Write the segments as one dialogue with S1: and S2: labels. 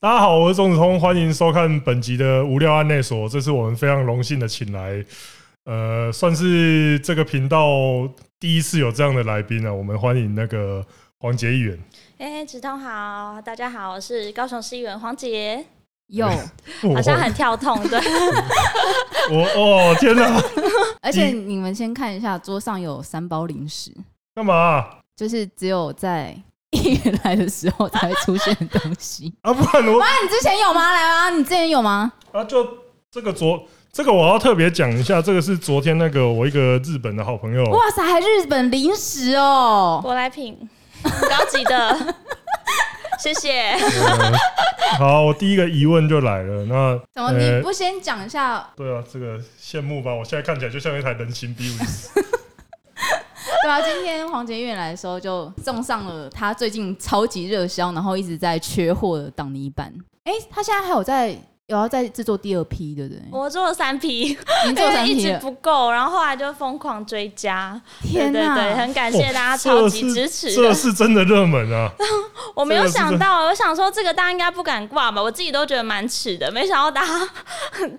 S1: 大家好，我是钟子通，欢迎收看本集的无聊案内所。这是我们非常荣幸的请来，呃，算是这个频道第一次有这样的来宾啊了、我们欢迎那个黄杰议员。
S2: 哎、子通好，大家好，我是高雄市议员黄杰，
S3: 有，
S2: 好
S1: 好
S2: 像很跳痛， 对，
S1: 哦我哦天哪，
S3: 而且你们先看一下，桌上有三包零食，
S1: 干嘛啊？
S3: 就是只有在议员来的时候才会出现的东西。
S1: 啊不然我
S3: 啊，你之前有吗？来啊，你之前有吗？
S1: 啊就这个昨这个我要特别讲一下，这个是昨天那个我一个日本的好朋友，
S3: 哇塞，还日本零食哦！
S2: 舶来品，很高级的， 谢谢。
S1: 呃好，我第一个疑问就来了，那
S3: 怎么
S1: 呃
S3: 你不先讲一下？
S1: 对啊，这个羡慕吧，我现在看起来就像一台人形 B 五十。
S3: 对啊，今天黄杰远来的时候就送上了他最近超级热销，然后一直在缺货的挡泥板。哎，他现在还有在有要再制作第二批，对不对？
S2: 我做了三批，
S3: 已经
S2: 因
S3: 做三
S2: 为一
S3: 批
S2: 直
S3: 了，
S2: 不够，然后后来就疯狂追加，
S3: 天
S2: 对对
S3: 哪！
S2: 对，很感谢大家超级支持
S1: 这
S2: 的。
S1: 哦是真的热门啊！
S2: 我没有想
S1: 这个
S2: 到，我想说这个大家应该不敢挂吧，我自己都觉得蛮耻的，没想到大家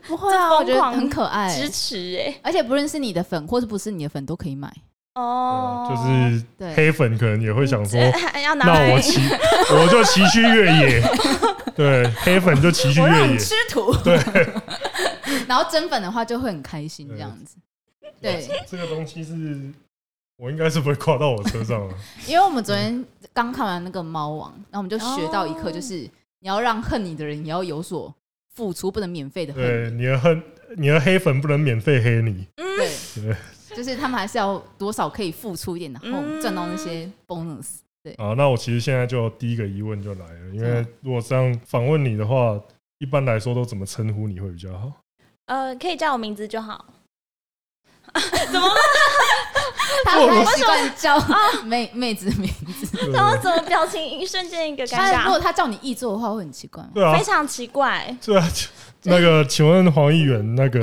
S3: 不会啊，
S2: 这
S3: 我
S2: 疯
S3: 觉得
S2: 狂
S3: 很可爱，
S2: 支持哎、
S3: 而且不论是你的粉或是不是你的粉都可以买。
S2: 哦，
S1: 就是
S3: 对
S1: 黑粉可能也会想 说，
S2: 还要拿
S1: 那
S2: 来
S1: 我 骑我就骑去越野，对，黑粉就骑去
S3: 我让
S1: 越野
S3: 你。吃土。
S1: 对，
S3: 然后真粉的话就会很开心这样子。对，
S1: 这个东西是我应该是不会挂到我车上了。
S3: 因为我们昨天刚看完那个猫王，然后我们就学到一
S2: 哦
S3: 课，就是你要让恨你的人也要有所付出，不能免费的
S1: 对，
S3: 恨你。
S1: 你的恨，你的黑粉不能免费黑你。
S2: 嗯
S3: 对，就是他们还是要多少可以付出一点，然后
S2: 嗯
S3: 赚到那些 bonus。
S1: 啊，那我其实现在就第一个疑问就来了，因为
S3: 嗯
S1: 如果这样访问你的话，一般来说都怎么称呼你会比较好？
S2: 呃，可以叫我名字就好。怎么了？
S3: 他们还习惯叫 妹妹子名字，
S1: 对
S2: 然后怎么表情一瞬间一个尴
S3: 但如果
S2: 尬，
S3: 他叫你易做的话，会很奇怪吗？
S1: 对啊
S2: 非，常奇怪，
S1: 对啊，那个，请问黄议员，那个，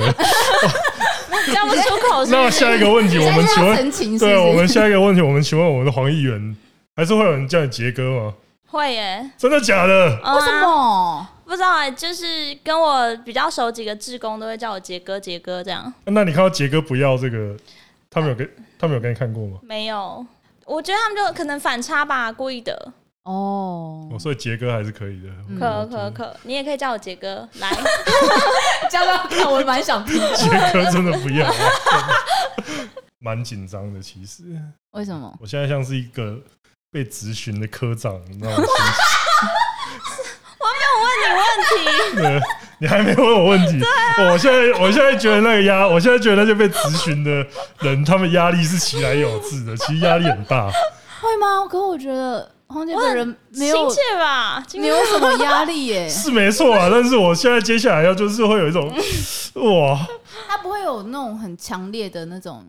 S2: 叫不出口 是
S1: 那
S2: 不
S1: 下一
S2: 是？
S1: 个问题，
S3: 现
S1: 我
S3: 在
S1: 们
S3: 是
S1: 请
S3: 要
S1: 问，
S3: 澄清，是
S1: 对，我
S3: 不
S1: 们
S3: 是？
S1: 下一个问题，我们请问我们的黄议员，还是会有人叫你杰哥吗？
S2: 会耶，
S1: 真的假的？
S2: 嗯 啊
S3: 为什么？
S2: 不知道哎，就是跟我比较熟几个志工都会叫我杰哥杰哥这样，
S1: 那你看到杰哥不要这个，他们有
S3: 啊
S1: 给他们有给你看过吗？
S2: 没有。我觉得他们就可能反差吧，故意的。
S3: 哦
S1: 哦，，所以杰哥还是可以的。
S3: 嗯
S2: 可可可，你也可以叫我杰哥来。
S3: 这样要看我蛮想听。
S1: 杰哥真的不要，啊蛮紧张的。其实
S3: 为什么？
S1: 我现在像是一个被质询的科长，你知道吗？
S2: 问你问题，啊
S1: 对，你还没问我问题。我现在我现在觉得那个压，我现在觉得那些被咨询的人，他们压力是其来有自的，其实压力很大。
S3: 会吗？可我觉得黄杰本人 没有
S2: 亲切吧？亲
S3: 没有什么压力耶，
S1: 是没错啊，但是我现在接下来要就是会有一种哇，
S3: 他不会有那种很强烈的那种。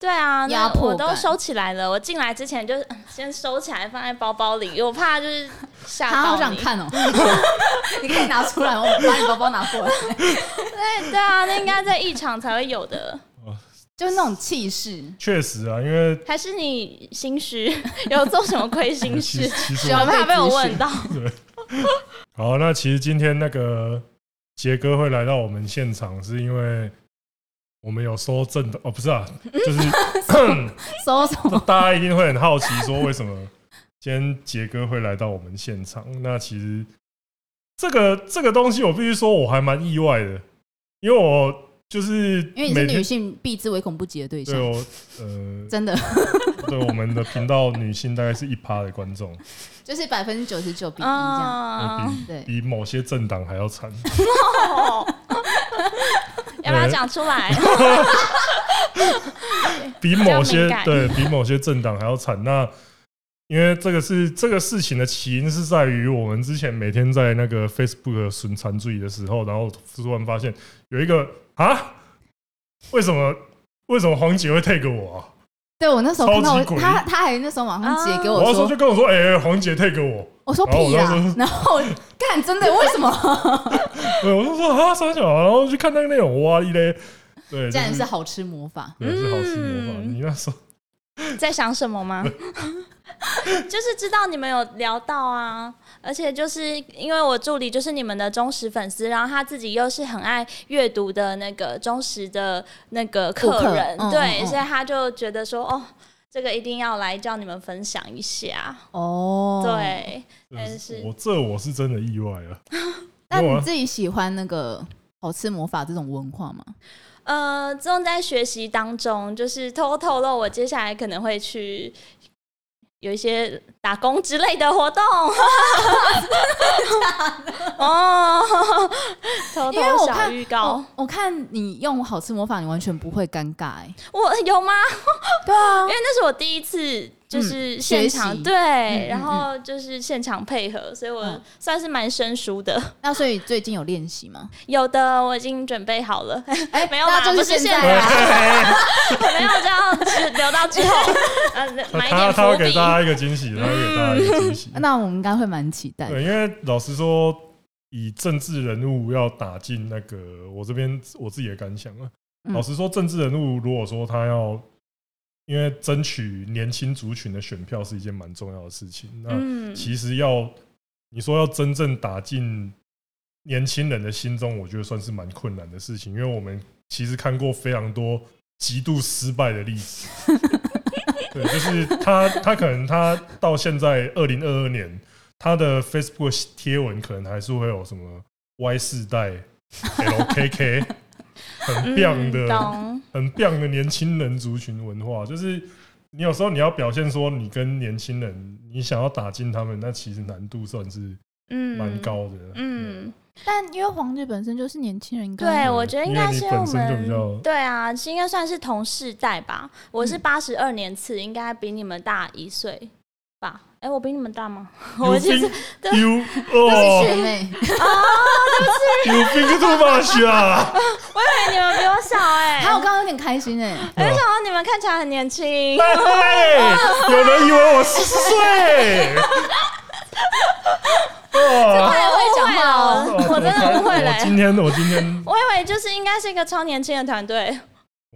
S2: 对啊，那
S3: 压迫
S2: 我都
S3: 感
S2: 收起来了。我进来之前就是嗯先收起来，放在包包里，因为我怕就是吓
S3: 他
S2: 到
S3: 好
S2: 你。
S3: 想看哦， 你可以拿出来，我把你包包拿过来，
S2: 对对啊，那应该在异场才会有的。
S3: 就是那种气势。
S1: 确实啊，因为
S2: 还是你心虚， 有做什么亏心
S1: 其
S2: 事
S1: 实？其实
S3: 需
S2: 我
S3: 要
S2: 怕被我问到。
S1: 好，那其实今天那个杰哥会来到我们现场，是因为我们有收正的哦，不是 啊，就是
S3: 收什么？
S1: 大家一定会很好奇，说为什么今天杰哥会来到我们现场？那其实这个这个东西，我必须说，我还蛮意外的，因为我就是
S3: 因为你
S1: 每
S3: 是
S1: 天
S3: 女性，避之唯恐不及的对象
S1: 对，我呃，
S3: 真的
S1: 对我们的频道女性大概是一趴的观 众，
S3: 就是百分之九十九比一这样。
S2: 嗯，
S3: 对，
S1: 比比某些政党还要惨。
S2: 哦 要不要讲出来？
S1: 比某
S2: 比较
S1: 些
S2: 敏感
S1: 对比某些政党还要惨。那因为这个是这个事情的起因是在于我们之前每天在那个 Facebook 损残注意的时候，然后突然发现有一个啊，为什么为什么黄姐会 take 我啊？
S3: 对我那时候看到
S1: 超
S3: 我
S1: 级诡异
S3: 他他还那时候马上截给
S1: 我
S3: 我
S1: 那时候
S3: 说
S1: 就，跟我说，哎、哎黄姐 take 我，
S3: 我说屁
S1: 然
S3: 啦
S1: 后我那时候，
S3: 然后我干真的为什么？
S1: 对，我就说啊三小，然后去看那个内容，哇哩嘞，对，
S3: 竟然
S1: 就是
S3: 好吃魔法。
S1: 对是好吃魔法。
S2: 嗯
S1: 你那时候
S2: 在想什么吗？ 就是知道你们有聊到啊，而且就是因为我助理就是你们的忠实粉丝，然后他自己又是很爱阅读的那个忠实的那个客人，
S3: 顾客嗯
S2: 对，
S3: 嗯嗯
S2: 所以他就觉得说，哦，这个一定要来叫你们分享一下，
S3: 哦，。
S2: 对，但
S1: 真
S2: 是
S1: 我这我是真的意外了。啊
S3: 那
S1: 因为
S3: 你
S1: 我
S3: 自己喜欢那个好吃魔法这种文化吗？
S2: 呃，正在学习当中，就是偷偷透露我接下来可能会去。有一些打工之类的活动， 哦，偷
S3: 因为
S2: 偷
S3: 我
S2: 小
S3: 看
S2: 预告
S3: 哦，我看你用好吃魔法，你完全不会尴尬哎、
S2: 我有吗？
S3: 对啊
S2: 因为，那是我第一次，就是现场、
S3: 学习
S2: 对，
S3: 嗯
S2: 然后就是现场配合，所以我
S3: 嗯
S2: 算是蛮生疏的。
S3: 那所以最近有练习 吗？
S2: 有的我已经准备好了，
S3: 哎
S2: 没有
S3: 那
S2: 啦，
S3: 就
S2: 不
S3: 现
S2: 是现
S3: 在
S2: 在
S3: 啊。
S2: 啊，没有这样只留到之后， 呃，
S1: 他
S2: 买一点
S1: 他会
S2: 伏
S1: 给
S2: 笔。嗯
S1: 大家一个惊喜，他会给大家一个惊喜。
S3: 那我们应该会蛮期待的。
S1: 对，因为老实说，以政治人物要打进那个我这边我自己的感想啊，
S3: 嗯
S1: 老实说，政治人物如果说他要因为争取年轻族群的选票是一件蛮重要的事情，那
S2: 嗯，
S1: 其实要你说要真正打进年轻人的心中，我觉得算是蛮困难的事情，因为我们其实看过非常多极度失败的例 子。对，就是他，他可能他到现在二零二二年，他的 Facebook 贴文可能还是会有什么 Y 世代、LKK，很棒的、
S2: 嗯 懂，
S1: 很棒的年轻人族群文化，就是你有时候你要表现说你跟年轻人，你想要打进他们，那其实难度算是
S2: 嗯，
S1: 蛮，高的。
S2: 嗯。
S3: 但因为黄日本身就是年轻人跟，
S2: 对，
S1: 嗯
S2: 我觉得应
S1: 因为
S2: 该
S1: 你
S2: 是
S1: 本
S2: 我
S1: 身就比
S2: 们
S1: 较嗯
S2: 对啊，是应该算是同世代吧。我是八十二年次，应该比你们大一岁吧？哎、我比你们大吗？ 我其实对
S1: you
S3: 是
S1: 哦
S3: 学 妹，
S2: 啊
S1: ，you think too much 啊！
S2: 我以为你们比我小哎、
S3: 还有我刚刚有点开心哎、
S2: 我就想说你们看起来很年轻。
S1: 嘿有人以为我四十 岁。哇！
S2: 太会讲话了，我真的误会了、
S1: 我今天我今天
S2: 我以为就是应该是一个超年轻的团队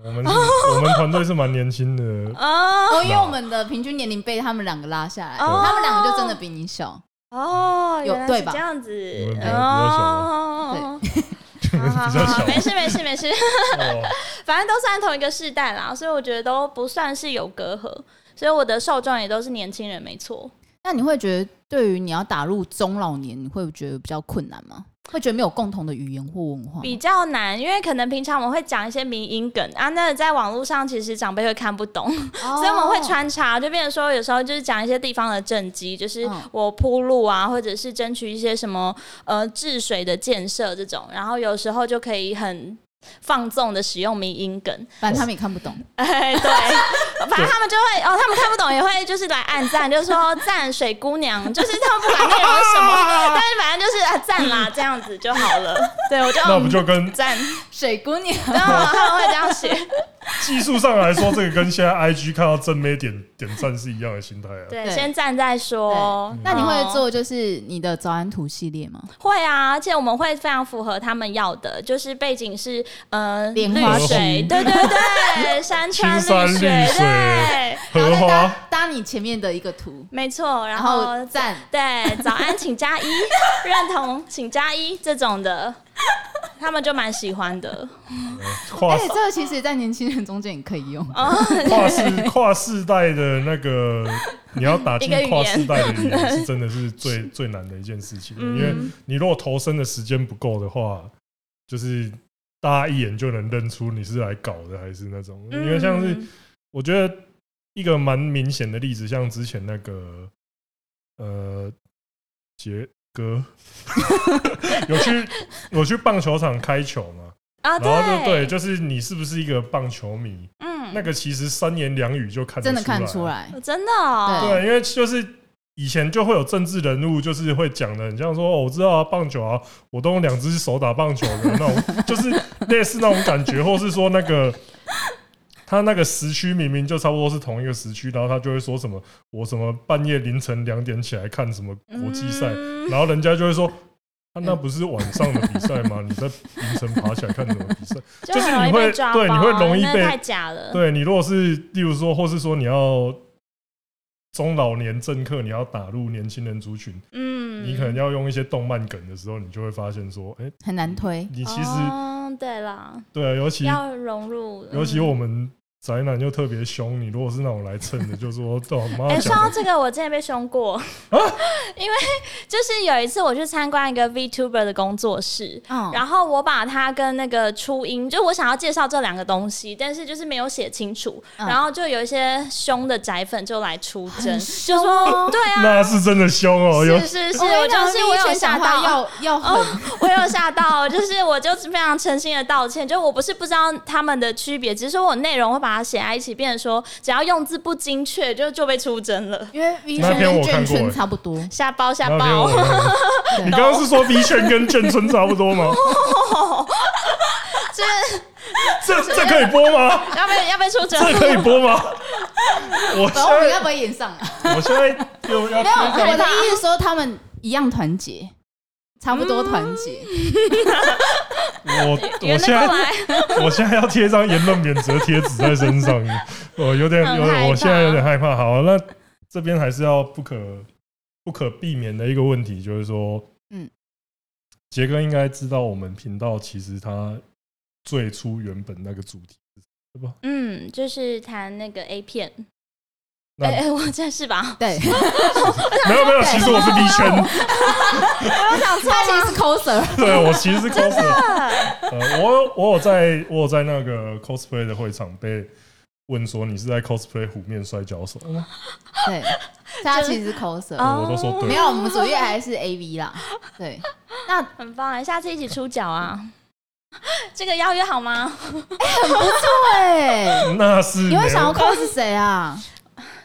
S1: 我们我们团队是蛮年轻的，
S2: 哦
S3: 哦，因为我们的平均年龄被他们两个拉下来，
S2: 哦
S3: 他们两个就真的比你小。
S2: 哦，
S3: 有
S2: 原来
S3: 对
S2: 是
S3: 吧
S2: 这样子
S1: 我们比较
S2: 哦。
S1: 比
S2: 好好
S1: 较
S2: 好好，
S1: 小。
S2: 没事没事没事。
S1: 哦
S2: 反正都算同一个世代啦，所以我觉得都不算是有隔阂，所以我的受众也都是年轻人，没错。
S3: 那你会觉得，对于你要打入中老年，你会觉得比较困难吗？会觉得没有共同的语言或文化吗？
S2: 比较难，因为可能平常我们会讲一些民音梗啊，那在网络上其实长辈会看不懂，
S3: 哦
S2: 所以我们会穿插，就变成说有时候就是讲一些地方的政绩，就是
S3: 嗯
S2: 我铺路啊，或者是争取一些什么呃治水的建设这种，然后有时候就可以很。放纵的使用民音梗，
S3: 反正他们也看不懂。
S2: 哎，对，反正他们就会哦，他们看不懂也会就是来暗赞，就说哦赞水姑娘，就是他们不管内容是什么， 但是反正就是啊赞啦，这样子就好了。对我就嗯
S1: 那不就跟
S2: 赞，
S3: 水姑 娘，
S2: 然后他们会这样写，
S1: 技术上来说，这个跟现在 IG 看到正妹点点赞是一样的心态啊。
S2: 对，
S3: 对
S2: 先赞再说。 嗯
S3: 那你
S2: 然
S3: 会
S2: 后
S3: 做就是你的早安图系列吗？
S2: 会啊，而且我们会非常符合他们要的，就是背景是呃
S3: 莲
S2: 绿
S3: 花
S2: 水
S1: 湖，
S2: 对对对，山川
S1: 青山
S2: 绿水
S1: 绿，水
S2: 对，
S3: 然
S1: 荷
S3: 后再搭
S1: 花，
S3: 搭你前面的一个图，
S2: 没错。然
S3: 然
S2: 后
S3: 后赞。
S2: 对，早安请加一，认同请加一这种的，他们就蛮喜欢的。
S1: 嗯跨
S3: 哎、这个其实，在年轻人中间也可以用。
S2: 哦哎
S1: 跨世跨世代的那个，你要打进
S2: 一个语言
S1: 跨世代的语 言，是真的是最最难的一件事情。因为
S2: 嗯，
S1: 你如果投身的时间不够的话，就是大家一眼就能认出你是来搞的还是那种。因为像是
S2: 嗯
S1: 我觉得一个蛮明显的例子，像之前那个呃杰哥有去有去棒球场开球嘛，
S2: 啊，
S1: 然后就对，
S2: 对，
S1: 就是你是不是一个棒球迷？
S2: 嗯
S1: 那个其实三言两语就看
S3: 真的看
S1: 出
S3: 出
S1: 来。
S3: 来，
S2: 真的哦，
S1: 对，因为就是以前就会有政治人物，就是会讲的很像说，哦，我知道啊，棒球啊，我都用两只手打棒球的那种， 就是类似那种感觉，或是说那个。他那个时区明明就差不多是同一个时区，然后他就会说什么我什么半夜凌晨两点起来看什么国际赛，
S2: 嗯
S1: 然后人家就会说，啊、那不是晚上的比赛吗？你在凌晨爬起来看什么比赛？
S2: 就
S1: 就是
S2: 很容易
S1: 你会
S2: 被抓
S1: 对
S2: 包
S1: 你会容易
S2: 那
S1: 被
S2: 太假了，
S1: 对你如果是，例如说，或是说你要中老年政客你要打入年轻人族群，
S2: 嗯，
S1: 你可能要用一些动漫梗的时候，你就会发现说，哎，
S3: 很难推。
S1: 你其实
S2: 哦、对啦，
S1: 对啊，尤其
S2: 要融入，
S1: 尤其
S2: 嗯
S1: 我们宅男又特别凶，你如果是那种来蹭的，就说这我 妈
S2: 哎、说
S1: 讲啊
S2: 到
S1: 的，
S2: 这个，我之前被凶过， 因为就是有一次我去参观一个 VTuber 的工作室，
S3: 嗯，
S2: 然后我把它跟那个初音，就我想要介绍这两个东西，但是就是没有写清楚，
S3: 嗯
S2: 然后就有一些凶的宅粉就来出征，
S3: 就说
S2: 对啊，
S1: 那是真的凶哦，有
S2: 是是是，我就是我有吓到，哦
S3: 要要很
S2: 我有吓到，就是我就是非常诚心的道歉，就我不是不知道他们的区别，只是说我内容会把它写在一起，变成说只要用字不精确就就被出征了。
S3: 因为 V
S1: 那
S3: 圈
S1: 篇我
S3: 跟
S1: 看
S3: 卷
S1: 过
S3: 圈
S1: 哎
S3: 差不 多，
S2: 瞎包瞎
S1: 那边
S2: 包
S1: 我， 你刚刚是说 V 圈跟眷村差不多吗？
S2: 哦
S1: 这这这可以播 吗？
S2: 要被要被出征，
S1: 这可以播吗？我现
S3: 然后你
S1: 在
S3: 要不要演上啊？
S1: 我现在又要
S3: 没有，
S1: 推
S3: 我
S1: 广
S3: 的意思是说他们一样团结，差不多团结。
S2: 嗯
S1: 我我
S2: 圆
S1: 现
S2: 的过
S1: 在
S2: 来，
S1: 我现在要贴一张言论免责贴纸在身上， 我有点
S2: 很
S1: 有
S2: 害
S1: 点，
S2: 怕
S1: 我现在有点害怕。好，那这边还是要不可不可避免的一个问题，就是说，
S3: 嗯，
S1: 杰哥应该知道我们频道其实他最初原本那个主题是什么吧？
S2: 嗯，就是谈那个 A 片，
S1: 那
S2: 哎、哎我这是吧？
S3: 对，
S1: 没有没有，其实我是 B 圈，
S2: 我想错
S3: 他其实是 coser，
S1: 对我其实是 coser，呃，我有我有在我有在那个 cosplay 的会场被问说你是在 cosplay 虎面摔跤手吗？
S3: 对，他其实是哦 coser。
S1: 我都说对
S3: 没有，我们主页还是 AV 啦。对，那很
S2: 很棒，欸下次一起出脚啊！ 这个邀约好吗？
S3: 不错哎。
S1: 那是
S3: 你
S1: 没
S3: 会
S1: 有
S3: 想要 cos 谁啊？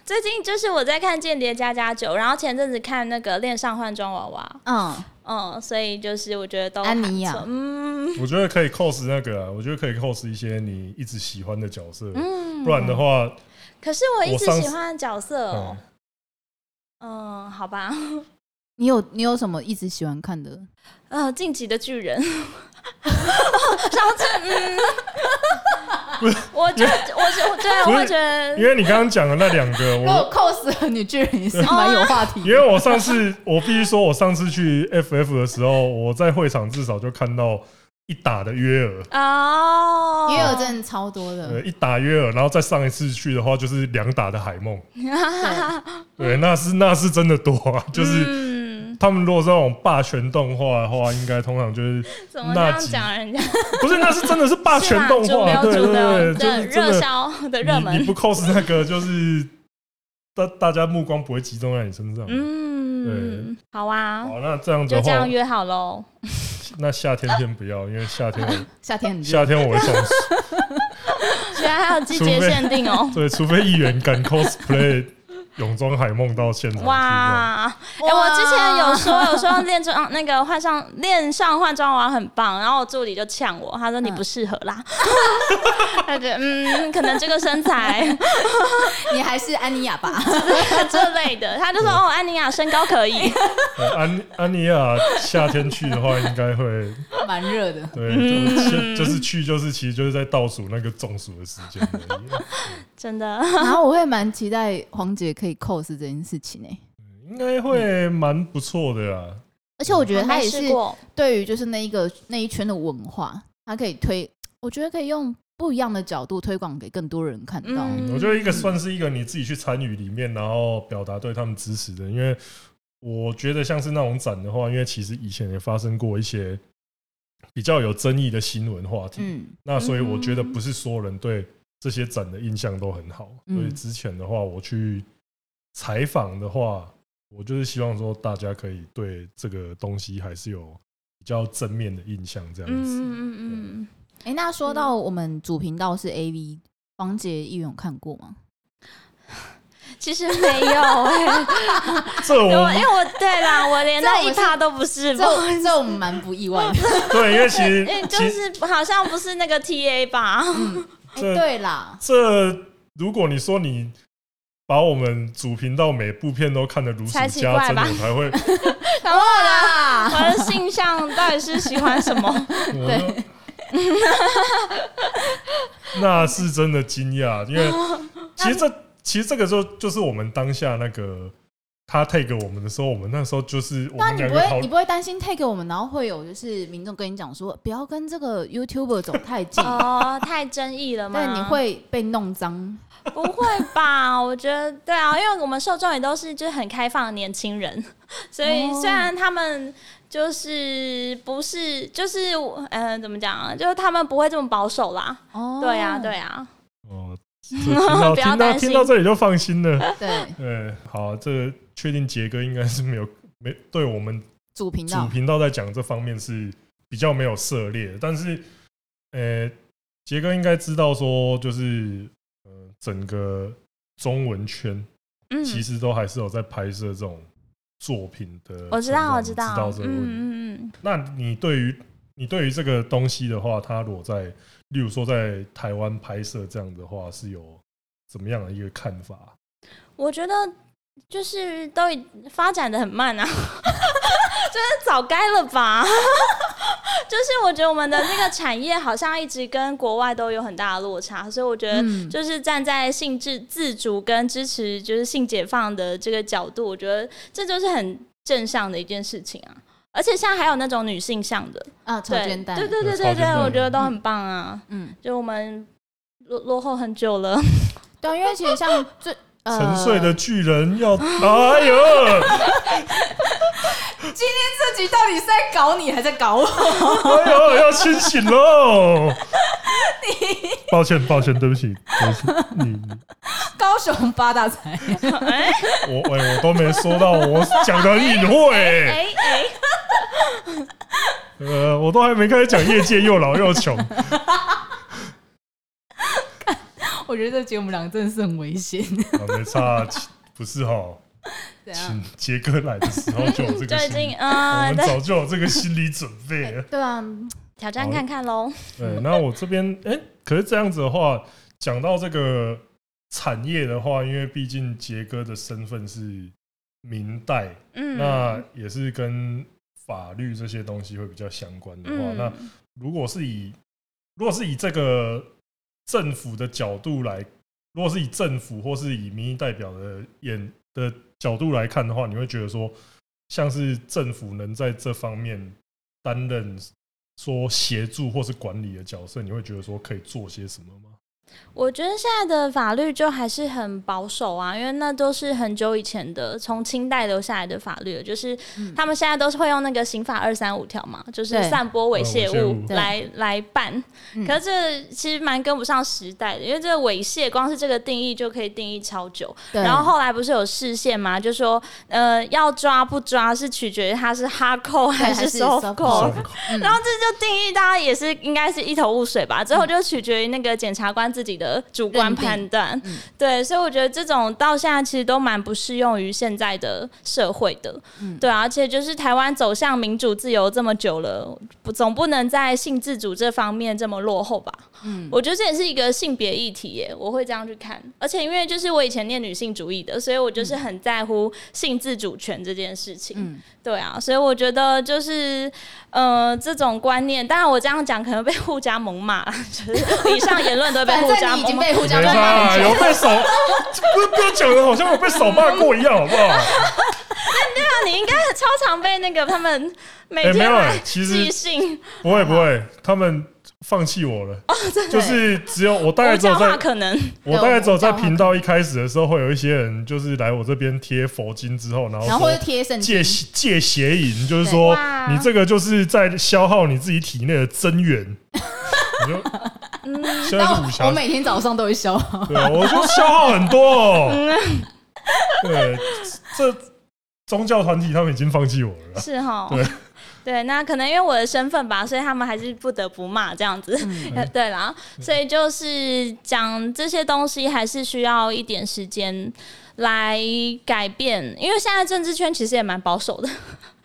S2: 最近就是我在看《间谍加加酒》，然后前阵子看那个《恋上换装娃娃》，
S3: 嗯，
S2: 嗯，所以就是我觉得都还
S3: 安妮亚啊
S2: 不错嗯
S1: 我觉得可以 cos 那个、啊，我觉得可以 cos 一些你一直喜欢的角色，
S2: 嗯
S1: 不然的话，
S2: 可是我一直
S1: 我上次
S2: 喜欢的角色哦
S1: 嗯，
S2: 嗯，好吧，
S3: 你有你有什么一直喜欢看的？
S2: 呃，晋级的巨人， 上次嗯，我就我就对，
S1: 不是
S2: 我会觉得
S1: 因为你刚刚讲的那两个，
S3: 如 果
S1: 我
S3: cos 了女巨人也是蛮有话题
S1: 因为我上次我必须说，我上次去 FF 的时候，我在会场至少就看到一打的约尔，
S2: 哦，
S3: 也有真的超多
S1: 呃，
S3: 的。
S1: 一打约尔，然后再上一次去的话就是两打的海梦，
S3: 对
S1: 对，那是那是真的多啊，就是。
S2: 嗯，
S1: 他们如果是那种霸权动画的话，应该通常就是
S2: 怎么这
S1: 那
S2: 样
S1: 集
S2: 讲人家？
S1: 不是那是真的是霸权啊动
S2: 是
S1: 画，
S2: 啦
S1: 对
S2: 主
S1: 对对，
S2: 流
S1: 就
S2: 的
S1: 是真的
S2: 热销的热
S1: 你你
S2: 门，
S1: 不 cos 那个，就是大大家目光不会集中在你身上。
S2: 嗯，好啊，
S1: 好，那这样子
S2: 就
S1: 的
S2: 这
S1: 话
S2: 样，约好 喽。
S1: 那夏天先不要，因为夏天我
S3: 夏天很热，
S1: 夏天我会中暑。！
S2: 居然还有季节限定哦
S1: 对，除非议员敢 cosplay 泳装海梦到现场去。
S2: 哇，哎、
S3: 哇
S2: 我之前有说有说练妆那个换上练上换装娃很棒，然后我助理就呛我，他说你不适合啦，他觉得嗯，可能这个身材
S3: 你还是安妮亚 吧？
S2: 这类的，他就说哦，安妮亚身高可以，
S1: 对呃安安妮亚夏天去的话，应该会
S3: 蛮热的。
S1: 对，
S2: 嗯
S1: 就是就是去就是其实就是在倒数那个中暑的时间而已。
S2: 真的，
S3: 然后我会蛮期待黄姐可以 cos 这件事情诶、欸
S1: 应该会蛮不错的啊啦。
S3: 而且我觉得她
S2: 没
S3: 哦也
S2: 试
S3: 是
S2: 过，
S3: 对于就是那一个那一圈的文化，她可以推，我觉得可以用不一样的角度推广给更多人看到。
S2: 嗯
S1: 我觉得一个算是一个你自己去参与里面，然后表达对他们支持的，因为我觉得像是那种展的话，因为其实以前也发生过一些比较有争议的新闻话题，
S3: 嗯，
S1: 那所以我觉得不是所有人对这些展的印象都很好，
S3: 嗯
S1: 所以之前的话我去采访的话，我就是希望说大家可以对这个东西还是有比较正面的印象这
S2: 嗯
S1: 样子。
S2: 嗯嗯嗯。
S3: 诶，那说到我们主频道是 AV，黄姐议员有看过吗？
S2: 其实没有 哎、
S1: 这我
S2: 我因为我对啦，我连
S3: 这
S2: 那
S3: 我
S2: 一
S3: 是
S2: 趴都不是，不
S3: 这
S2: 好
S3: 这我们蛮不意外的。
S1: 对，因为其
S2: 对，
S1: 实
S2: 因哎为就
S1: 其实
S2: 是好像不是那个 TA 吧？
S3: 嗯，
S1: 这
S3: 诶，对啦，
S1: 这如果你说你把我们主频道每部片都看得如数
S2: 才奇
S1: 家
S2: 怪
S1: 珍，
S2: 吧
S1: 我才会，
S2: 然后我的
S3: 啊，
S2: 我的性向到底是喜欢什么？
S1: 我就 那是真的惊讶，因为其实这其实这个时候就是我们当下那个他 take 我们的时候，我们那时候就是我
S3: 那
S1: 们
S3: 你
S1: 两
S3: 不
S1: 个讨
S3: 会你不会担心 take 我们，然后会有就是民众跟你讲说不要跟这个 YouTuber 走太 近，
S2: 哦，太争议了吗？
S3: 但你会被弄脏。
S2: 不会吧？我觉得对啊，因为我们受众也都是就是很开放的年轻人，所以
S3: 哦
S2: 虽然他们就是不是就是我呃怎么讲啊，就是他们不会这么保守啦。
S3: 哦
S2: 对啊，对啊，
S1: 哦，这听到
S2: 不
S1: 听
S2: 要
S1: 到
S2: 担心
S1: 听到这里就放心了。
S3: 哦
S2: 啊
S3: 对，
S1: 对，好，这个确定杰哥应该是没有没对我们
S3: 主频
S1: 主
S3: 道
S1: 频道在讲这方面是比较没有涉猎的，但是呃，杰哥应该知道说，就是呃，整个中文圈
S2: 嗯，
S1: 其实都还是有在拍摄这种作品的。
S2: 我知道，我知
S1: 知
S2: 道，
S1: 道这个问题。
S2: 嗯嗯嗯，
S1: 那你对于你对于这个东西的话，它如果在例如说在台湾拍摄这样的话，是有怎么样的一个看法？
S2: 我觉得就是都已发展的很慢啊， 就是早该了吧。 就是我觉得我们的这个产业好像一直跟国外都有很大的落差，所以我觉得
S3: 嗯
S2: 就是站在性自自主跟支持就是性解放的这个角度，我觉得这就是很正向的一件事情啊。而且现在还有那种女性向的，
S3: 啊，超
S2: 对
S3: 煎蛋，
S2: 对对对
S1: 对
S2: 对
S1: 草间
S2: 对，
S1: 带
S2: 我觉得都很棒啊。
S3: 嗯，
S2: 就我们落落后很久 了，
S3: 对啊，因为其实像最呃
S1: 沉睡的巨人要， 哎呦！
S3: 这集到底是在搞你，还在搞我？
S1: 哎呦，要清醒 喽！抱歉，抱歉，对不起，对不起，你
S3: 高雄八大才，
S2: 哎
S1: 我哎、我都没说到，我讲的隐晦、
S2: 哎哎，
S1: 呃，我都还没开始讲业界又老又 穷，啊
S3: 我觉得这集我们两个真的是很危险。
S1: 啊、没差，不是哈？
S3: 怎
S2: 啊
S3: 样
S1: 请？杰哥来的时候就有这个
S2: 就已
S1: 心
S2: 经
S1: 理，我们
S2: 嗯，对，
S1: 早就有这个心理准备 了。
S3: 对啊，
S2: 挑战看看喽。
S1: 对，那我这边哎、可是这样子的话，讲到这个产业的话，因为毕竟杰哥的身份是明代
S2: 嗯，
S1: 那也是跟法律这些东西会比较相关的话，
S2: 嗯
S1: 那如果是以如果是以这个政府的角度来，如果是以政府或是以民意代表的眼的角度来看的话，你会觉得说，像是政府能在这方面担任说协助或是管理的角色，你会觉得说可以做些什么吗？
S2: 我觉得现在的法律就还是很保守啊，因为那都是很久以前的，从清代留下来的法律了，就是
S3: 嗯
S2: 他们现在都是会用那个刑法二三五条嘛，就是
S3: 对
S2: 散播猥亵
S1: 呃猥
S2: 物
S1: 亵物
S2: 来来办。
S3: 嗯
S2: 可是这其实蛮跟不上时代的，因为这个猥亵光是这个定义就可以定义超久。
S3: 对
S2: 然后后来不是有视线嘛，就说呃要抓不抓是取决于他是哈扣还
S3: 还
S2: 是
S3: 是
S2: soft
S3: soft
S2: 扣
S3: core。嗯
S2: 然后这就定义大家也是应该是一头雾水吧，最后就取决于那个检察官自己的主观
S3: 认定
S2: 判断。
S3: 嗯
S2: 对，所以我觉得这种到现在其实都蛮不适用于现在的社会的。
S3: 嗯
S2: 对啊，而且就是台湾走向民主自由这么久了，不总不能在性自主这方面这么落后吧？
S3: 嗯，
S2: 我觉得这也是一个性别议题耶，我会这样去看。而且因为就是我以前念女性主义的，所以我就是很在乎性自主权这件事情。
S3: 嗯
S2: 对啊，所以我觉得就是，呃，这种观念，当然我这样讲可能被 互加蒙骂，就是以上言论都被
S3: 反
S2: 互加
S3: 正你已
S2: 蒙
S3: 经
S2: 骂。
S3: 被互相
S1: 没
S3: 骂
S1: 啦
S3: 很久
S1: 有哎被扫，不不要讲的好像我被扫骂过一样，好不好？
S2: 那你应该超常被那个他们 每
S1: 哎没
S2: 天
S1: 有
S2: 来
S1: 其实
S2: 寄信，
S1: 不会不会，他们放弃我了。就是只有我大概
S2: 无
S1: 只有
S2: 教化
S1: 在，
S2: 可 能。
S1: 我大概只有在
S3: 对我们
S1: 频道一开始的时候，会有一些人就是来我这边贴佛经之后，然后
S3: 然后或
S1: 说
S3: 者贴圣
S1: 戒，
S3: 经
S1: 戒邪淫，就是说
S2: 对哇
S1: 你这个就是在消耗你自己体内的真元。我就现在是
S3: 然
S1: 武
S3: 啊后我
S1: 侠，
S3: 每天早上都会消耗。
S1: 对啊，我就消耗很多哦。对，这宗教团体他们已经放弃我了。
S2: 是哈
S1: 对，
S2: 对，那可能因为我的身份吧，所以他们还是不得不骂这样子。
S1: 嗯
S2: 对啦，所以就是讲这些东西还是需要一点时间来改变，因为现在政治圈其实也蛮保守的。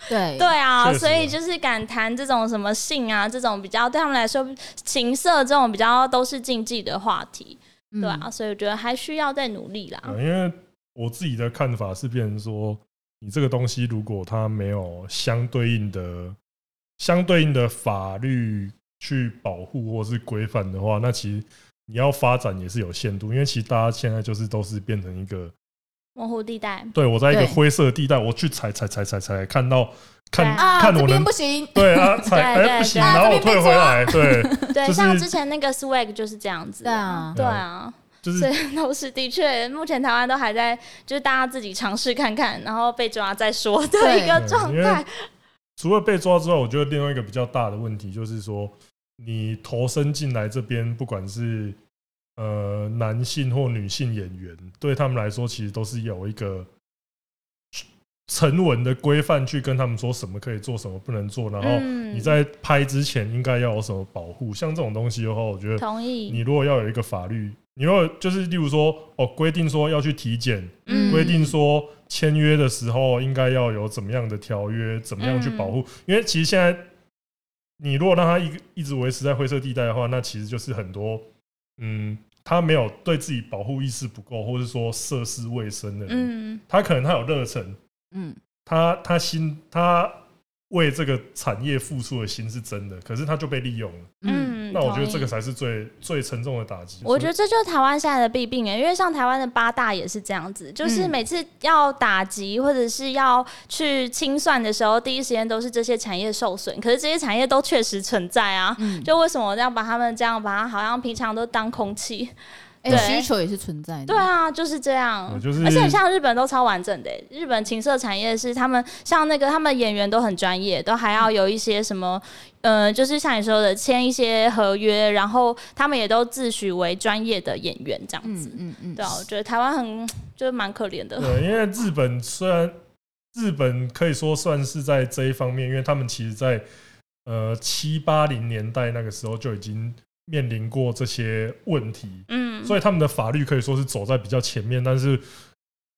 S3: 对
S2: 对啊，
S1: 确实
S2: 所以就是敢谈这种什么性啊，这种比较对他们来说情色这种比较都是禁忌的话题。
S3: 嗯
S2: 对
S1: 嗯
S2: 啊，所以我觉得还需要再努力啦。
S1: 啊，因为我自己的看法是，变成说，你这个东西如果它没有相对应的、相对应的法律去保护或是规范的话，那其实你要发展也是有限度，因为其实大家现在就是都是变成一个，
S2: 模糊地 带，
S1: 对我在一个
S3: 对
S1: 灰色地带，我去踩踩踩踩踩，看到看
S2: 对
S3: 啊，
S1: 看
S3: 这
S1: 我
S3: 边
S1: 能
S3: 不行，
S1: 对 啊踩
S2: 对
S1: 哎
S2: 对
S1: 不行，
S2: 对
S1: 然后我
S3: 这边
S1: 退
S3: 被
S1: 回
S3: 抓
S1: 来，对，
S2: 对，
S1: 就是
S2: 像之前那个 swag 就是这样子的，
S3: 对啊
S2: 对啊，
S1: 就是
S2: 所 以都是的确，目前台湾都还在，就是大家自己尝试看看，然后被抓再说的一个
S1: 对
S2: 状
S1: 因为
S2: 态。
S1: 除了被抓之外，我觉得另外一个比较大的问题就是说，你投身进来这边，不管是呃男性或女性演员，对他们来说，其实都是有一个成文的规范去跟他们说什么可以做，什么不能做，然后
S2: 嗯
S1: 你在拍之前应该要有什么保护。像这种东西的话，我觉得
S2: 同
S1: 你
S2: 意，
S1: 如果要有一个法律，你如果就是例如说哦规定说要去体检，
S2: 嗯
S1: 规定说签约的时候应该要有怎么样的条约，怎么样去保护。
S2: 嗯
S1: 因为其实现在你如果让他一一直维持在灰色地带的话，那其实就是很多嗯，他没有对自己保护意识不够，或者说涉世未深的人，
S2: 嗯，
S1: 他可能他有热忱，
S3: 嗯，
S1: 他他心他。为这个产业付出的心是真的，可是他就被利用了。
S3: 嗯，
S2: 嗯，
S1: 那我觉得这个
S2: 同意。
S1: 才是最最沉重的打击。
S2: 我觉得这就是台湾现在的弊病耶，欸因为像台湾的八大也是这样子，就是
S3: 嗯
S2: 每次要打击或者是要去清算的时候，第一时间都是这些产业受损，可是这些产业都确实存在啊，
S3: 嗯，
S2: 就为什么我这样把他们这样把它好像平常都当空气？
S3: 哎，
S2: 对
S3: 需求也是存在的，
S2: 对啊，就是这样
S1: 对。哦就是
S2: 而且像日本都超完整的欸、日本情色产业是他们像那个他们演员都很专业，都还要有一些什么，呃，就是像你说的签一些合约，然后他们也都自诩为专业的演员这样
S3: 嗯
S2: 子。
S3: 嗯嗯，
S2: 对啊，我觉得台湾很就是蛮可怜的。
S1: 对，因为日本虽然日本可以说算是在这一方面，因为他们其实在呃七八零年代那个时候就已经面临过这些问题，
S2: 嗯，
S1: 所以他们的法律可以说是走在比较前面。但是，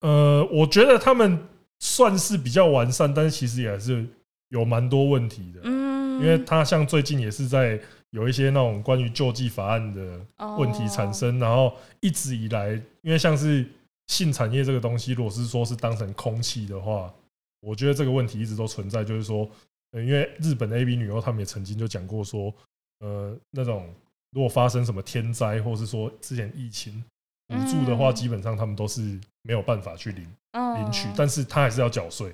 S1: 呃，我觉得他们算是比较完善，但是其实也还是有蛮多问题的。
S2: 嗯，
S1: 因为他像最近也是在有一些那种关于救济法案的
S2: 哦
S1: 问题产生，然后一直以来，因为像是性产业这个东西，如果是说是当成空气的话，我觉得这个问题一直都存在，就是说，呃因为日本的 A B 女优他们也曾经就讲过说，呃，那种如果发生什么天灾，或是说之前疫情补助的话，
S2: 嗯
S1: 基本上他们都是没有办法去领
S2: 哦
S1: 领取
S2: 嗯，
S1: 但是他还是要缴税。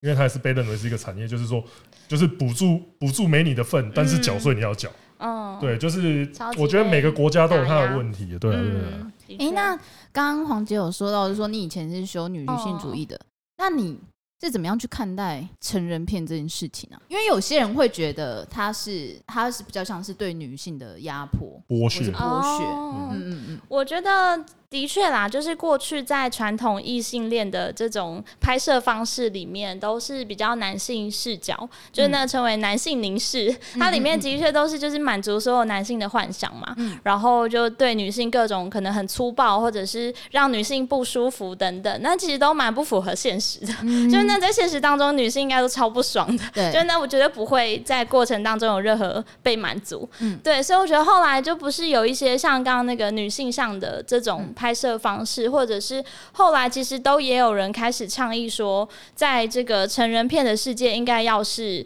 S1: 因为他还是被认为是一个产业，就是说，就是补助补助没你的份，但是缴税你要缴。
S2: 嗯，
S1: 对，就是
S2: 超级
S1: 我觉得每个国家都有
S2: 被
S1: 它
S2: 打
S1: 的
S2: 压
S1: 问题，对啊，对啊对啊。
S2: 嗯，的
S3: 哎、
S2: 确
S3: 那刚刚黄姐有说到，就是说你以前是修女性主义的，那你是怎么样去看待成人片这件事情啊？因为有些人会觉得它是它是比较像是对女性的压迫，
S1: 剥
S3: 或
S1: 削
S3: 是，剥削
S2: 哦
S3: 嗯嗯嗯，
S2: 我觉得的确啦，就是过去在传统异性恋的这种拍摄方式里面，都是比较男性视角，就是那个称为男性凝视，它里面的确都是就是满足所有男性的幻想嘛，然后就对女性各种可能很粗暴，或者是让女性不舒服等等，那其实都蛮不符合现实的。 就是那在现实当中，女性应该都超不爽的。
S3: 对，
S2: 就那我绝对不会在过程当中有任何被满足。
S3: 嗯
S2: 对，所以我觉得后来就不是有一些像刚刚那个女性向的这
S3: 嗯
S2: 种拍摄方式，或者是后来其实都也有人开始倡议说，在这个成人片的世界应该要是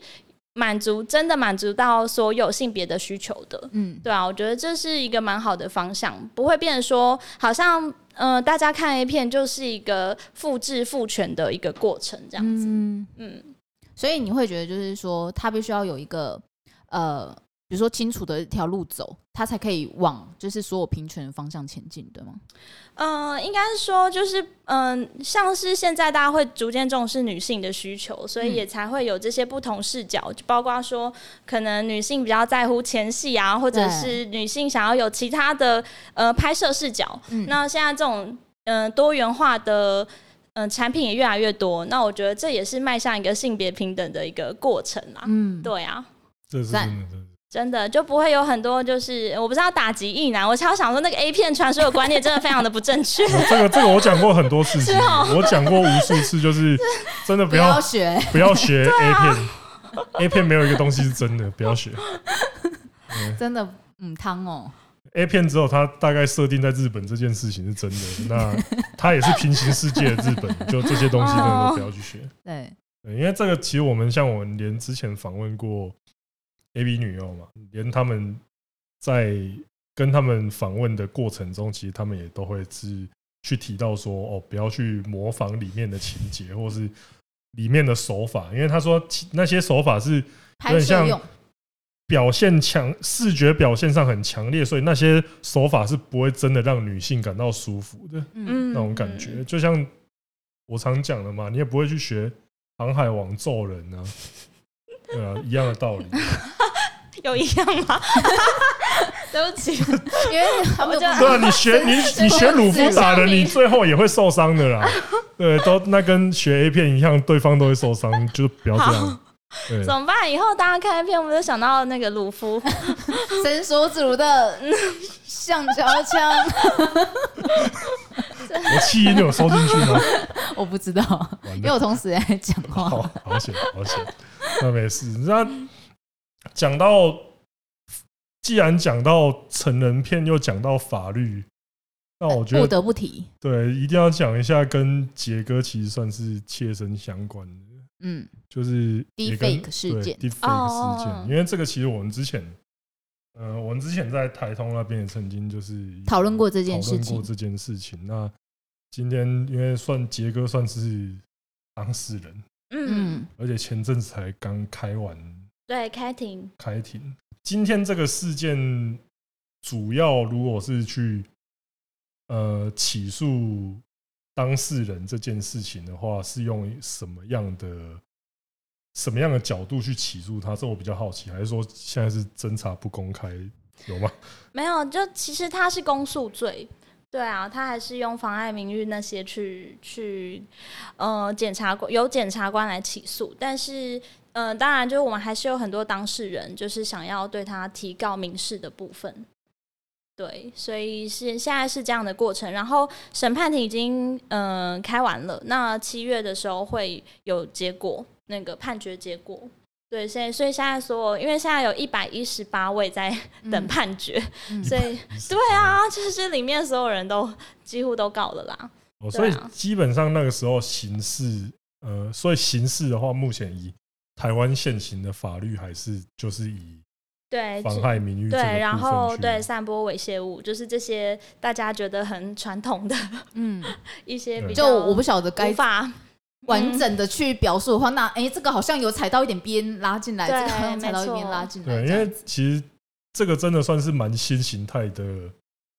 S2: 满足真的满足到所有性别的需求的。
S3: 嗯
S2: 对啊，我觉得这是一个蛮好的方向，不会变成说好像呃大家看 A 片就是一个复制复权的一个过程这样子。
S3: 嗯，
S2: 嗯
S3: 所以你会觉得就是说，它必须要有一个呃，比如说清楚的一条路走，它才可以往就是所有平权的方向前进，对吗？
S2: 嗯，应该是说就是嗯、像是现在大家会逐渐重视女性的需求，所以
S3: 嗯
S2: 也才会有这些不同视角，就包括说可能女性比较在乎前戏啊，或者
S3: 对
S2: 是女性想要有其他的呃拍摄视角。
S3: 嗯
S2: 那现在这种嗯、呃多元化的。嗯，产品也越来越多，那我觉得这也是迈向一个性别平等的一个过程啦。
S3: 嗯，
S2: 对啊，
S1: 这是
S3: 赞
S1: 真的，真的。
S2: 真的就不会有很多就是我不知道打击异男，我超想说那个 A 片传说的观念真的非常的不正确。
S1: 我这个这个我讲过很多次，我讲过无数次，就是真的不
S3: 不要
S1: 要
S3: 学，
S1: 不要学 A 片，A 片没有一个东西是真的，不要学。
S3: 真的，嗯，汤哦，
S1: A 片只有它大概设定在日本这件事情是真的，那它也是平行世界的日本，就这些东西真的都不要去学。
S3: 对，
S1: 对，因为这个其实我们像我们连之前访问过 A B 女优嘛，连他们在跟他们访问的过程中，其实他们也都会是去提到说，哦，不要去模仿里面的情节或是里面的手法，因为他说其那些手法是
S3: 拍摄
S1: 有点
S3: 用
S1: 像表现强，视觉表现上很强烈，所以那些手法是不会真的让女性感到舒服的
S3: 嗯
S2: 嗯，
S1: 那种感觉。就像我常讲的嘛，你也不会去学航海王揍人啊，对啊，一样的道 理。
S2: 有一样 吗？对不起，
S3: 因为 他们
S2: 我觉得
S1: 对啊，你学你你学鲁夫打人，你最后也会受伤的 啦。对，都那跟学 A 片一样，对方都会受伤，就不要这样。对，
S2: 怎么办？以后大家看 A 片，我们就想到那个鲁夫，
S3: 伸缩自如的橡胶枪，
S1: 我气音有收进去 吗？
S3: 我不知道，
S1: 完
S3: 因为
S1: 了，
S3: 我同时也在讲话。
S1: 好好险好险，那没事。那讲到，既然讲到成人片，又讲到法律，那我觉
S3: 不
S1: 得
S3: 得不提，
S1: 对，一定要讲一下跟杰哥其实算是切身相关的。
S3: 嗯，
S1: 就是也跟
S3: Deepfake 事件
S1: 对 deepfake 事
S2: 哦
S1: 件，因为这个其实我们之前，呃，我们之前在台通那边也曾经就是
S3: 讨论过这件
S1: 讨
S3: 事
S1: 论过
S3: 情，
S1: 这件事情。那今天因为算杰哥算是当事人，
S2: 嗯，
S3: 嗯，
S1: 而且前阵子才刚开完
S2: 对，开庭，
S1: 开庭，今天这个事件主要如果是去呃起诉当事人这件事情的话，是用什么样的什么样的角度去起诉他？这我比较好奇，还是说现在是侦查不公开有吗？
S2: 没有，就其实他是公诉罪。对啊，他还是用妨碍名誉那些去去，呃，检察官由检察官来起诉，但是，呃，当然就是我们还是有很多当事人就是想要对他提告民事的部分，对，所以是现在是这样的过程。然后审判庭已经呃开完了，那七月的时候会有结果，那个判决结果。对，所以所以现在所有，因为现在有一百一十八位在等判决，
S3: 嗯
S2: 所以对啊，就是里面所有人都几乎都告了啦。
S1: 哦，所以
S2: 对啊
S1: 基本上那个时候刑事，呃，所以刑事的话，目前以台湾现行的法律还是就是以
S2: 对，
S1: 妨
S2: 只
S1: 害名誉这
S2: 对，
S1: 个部
S2: 然
S1: 分
S2: 后
S1: 去
S2: 对散播猥亵物，就是这些大家觉得很传统的
S3: 嗯，
S2: 一些比
S1: 对
S2: 较
S3: 就我不晓得
S2: 无
S3: 该
S2: 法
S3: 完整的去表述的话，那哎、诶这个好像有踩到一点边拉进来，
S2: 对
S3: 这个好像踩到一边拉进来，
S1: 对，
S3: 这
S1: 因
S3: 样
S1: 为其实这个真的算是蛮新形态的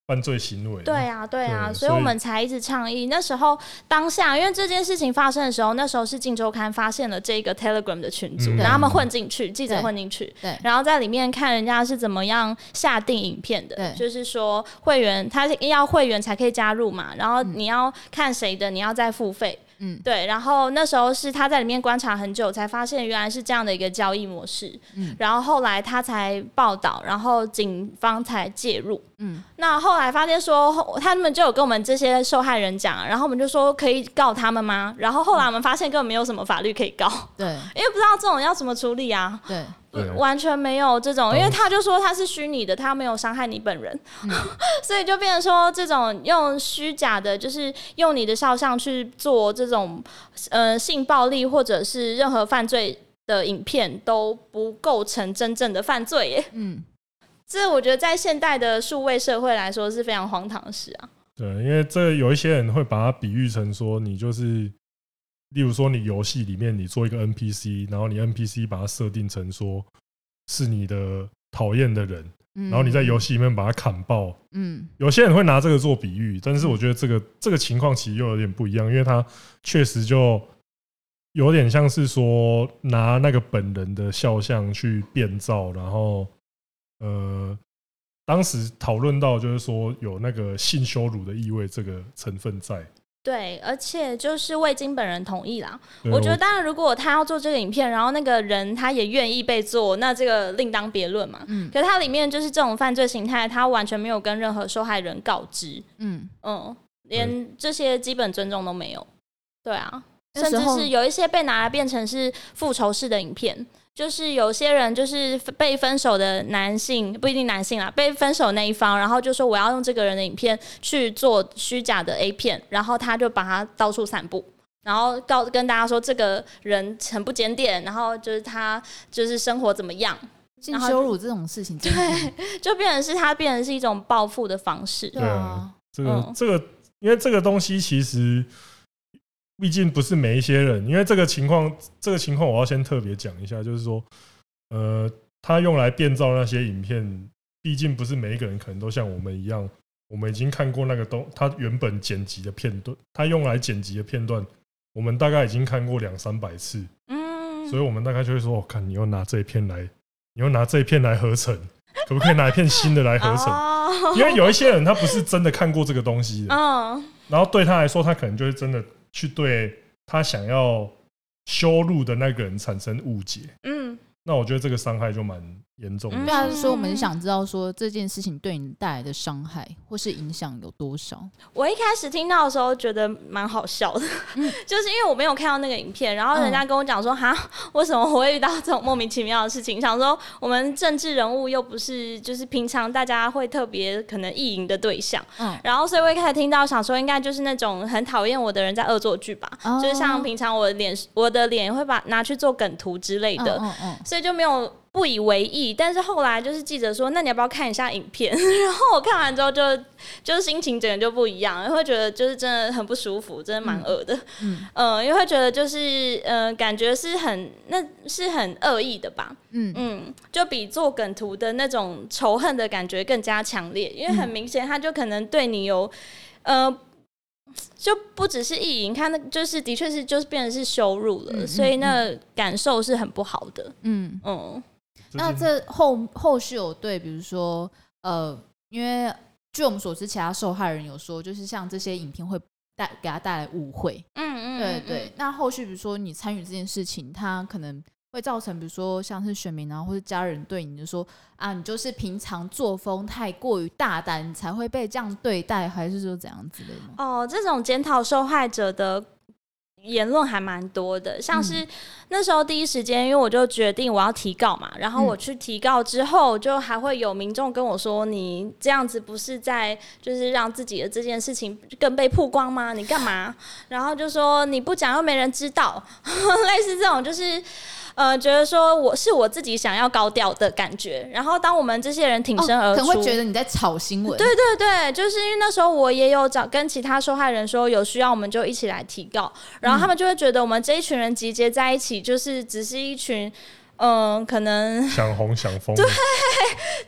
S1: 犯罪行为。
S2: 对，啊，对啊，
S1: 对
S2: 所以
S1: 所
S2: 我
S1: 以
S2: 们才一直倡议。那时候当下，因为这件事情发生的时候，那时候是《镜周刊》发现了这个 Telegram 的群组，
S1: 嗯
S2: 然后他们混进去，记者
S3: 对
S2: 混进去，
S3: 对
S2: 然后在里面看人家是怎么样下定影片的
S3: 对，
S2: 就是说会员他是要会员才可以加入嘛，然后
S3: 嗯
S2: 你要看谁的，你要再付费。
S3: 嗯
S2: 对，然后那时候是他在里面观察很久，才发现原来是这样的一个交易模式。
S3: 嗯
S2: 然后后来他才报道，然后警方才介入。
S3: 嗯，
S2: 那后来发现说，后他们就有跟我们这些受害人讲，啊然后我们就说可以告他们吗？然后后来我们发现根本没有什么法律可以告，
S3: 对
S2: 因为不知道这种要怎么处理啊，
S3: 对，
S1: 对
S2: 完全没有这种，因为
S1: 嗯
S2: 他就说他是虚拟的，他没有伤害你本人， 所以就变成说这种用虚假的，就是用你的肖像去做这种呃性暴力或者是任何犯罪的影片都不构成真正的犯罪耶。
S3: 嗯
S2: 这我觉得在现代的数位社会来说是非常荒唐的事啊。
S1: 对，因为这有一些人会把它比喻成说，你就是，例如说你游戏里面你做一个 NPC，然后你 NPC 把它设定成说是你的讨厌的人，
S3: 嗯，
S1: 然后你在游戏里面把它砍爆。
S3: 嗯
S1: 有些人会拿这个做比喻，但是我觉得这个这个情况其实又有点不一样，因为他确实就有点像是说拿那个本人的肖像去变造，然后呃，当时讨论到就是说有那个性羞辱的意味这个成分在。
S2: 对，而且就是未经本人同意啦。
S1: 对
S2: 我觉得，当然，如果他要做这个影片，然后那个人他也愿意被做，那这个另当别论嘛。
S3: 嗯
S2: 可是它里面就是这种犯罪形态，他完全没有跟任何受害人告知，
S3: 嗯，
S2: 嗯，连这些基本尊重都没有。对啊，
S3: 那
S2: 甚
S3: 时
S2: 至
S3: 候
S2: 是有一些被拿来变成是复仇式的影片，就是有些人就是被分手的男性，不一定男性啦，被分手那一方，然后就说我要用这个人的影片去做虚假的 A 片，然后他就把它到处散布。然后告跟大家说这个人很不检点，然后就是他就是生活怎么样，
S3: 性
S2: 然后
S3: 羞辱这种事情真的是，
S2: 就变成是它变成是一种报复的方式。
S1: 对
S3: 对啊，
S1: 这个、
S2: 嗯
S1: 这个，因为这个东西其实，毕竟不是每一些人，因为这个情况，这个情况我要先特别讲一下，就是说，呃，他用来变造那些影片，毕竟不是每一个人可能都像我们一样，我们已经看过那个东，他原本剪辑的片段，他用来剪辑的片段，我们大概已经看过两三百次，
S2: 嗯，
S1: 所以我们大概就会说，我、看你又拿这一片来，你又拿这一片来合成，可不可以拿一片新的来合成？
S2: 哦，
S1: 因为有一些人他不是真的看过这个东西的，
S2: 嗯，
S1: 然后对他来说，他可能就会真的去对他想要羞辱的那个人产生误解。
S2: 嗯，
S1: 那我觉得这个伤害就蛮严重
S2: 嗯
S1: 的。
S3: 对啊，所以我们想知道说这件事情对你带来的伤害或是影响有多少。
S2: 我一开始听到的时候觉得蛮好笑的，
S3: 嗯
S2: 就是因为我没有看到那个影片，然后人家跟我讲说，哈、为什么我会遇到这种莫名其妙的事情？想说我们政治人物又不是就是平常大家会特别可能意淫的对象，
S3: 嗯，
S2: 然后所以我一开始听到想说，应该就是那种很讨厌我的人在恶作剧吧，
S3: 哦
S2: 就是像平常我的脸，我的脸会把拿去做梗图之类的，
S3: 嗯嗯
S2: 所以就没有不以为意。但是后来就是记者说，那你要不要看一下影片？ 然后我看完之后就就心情整个就不一样，会觉得就是真的很不舒服，真的蛮恶的。
S3: 嗯
S2: 嗯，因为会觉得就是呃，感觉是很那是很恶意的吧。
S3: 嗯嗯，
S2: 嗯，就比做梗图的那种仇恨的感觉更加强烈，因为很明显，他就可能对你有，呃，就不只是意淫，他那就是的确是就是变成是羞辱了，
S3: 嗯嗯
S2: 所以那感受是很不好的。
S3: 嗯，
S2: 嗯
S3: 那这后后续有对，比如说呃，因为据我们所知，其他受害人有说，就是像这些影片会带给他带来误会。
S2: 嗯嗯，
S3: 对
S2: 嗯
S3: 对，，那后续比如说你参与这件事情，它可能会造成比如说像是选民啊，或是家人对你就说啊，你就是平常作风太过于大胆，你才会被这样对待，还是说怎样之类的吗？
S2: 哦，这种检讨受害者的。言论还蛮多的，像是
S3: 嗯
S2: 那时候第一时间，因为我就决定我要提告嘛，然后我
S3: 嗯
S2: 去提告之后，就还会有民众跟我说：“你这样子不是在就是让自己的这件事情更被曝光吗？你干 嘛？”然后就说：“你不讲又没人知道。” 类似这种就是。呃，觉得说我是我自己想要高调的感觉，然后当我们这些人挺
S3: 哦
S2: 身而
S3: 可
S2: 出，
S3: 能会觉得你在炒新闻。
S2: 对对对，就是因为那时候我也有找跟其他受害人说，有需要我们就一起来提告，然后他们就会觉得我们这一群人集结在一起，就是只是一群。嗯，可能
S1: 想红想疯，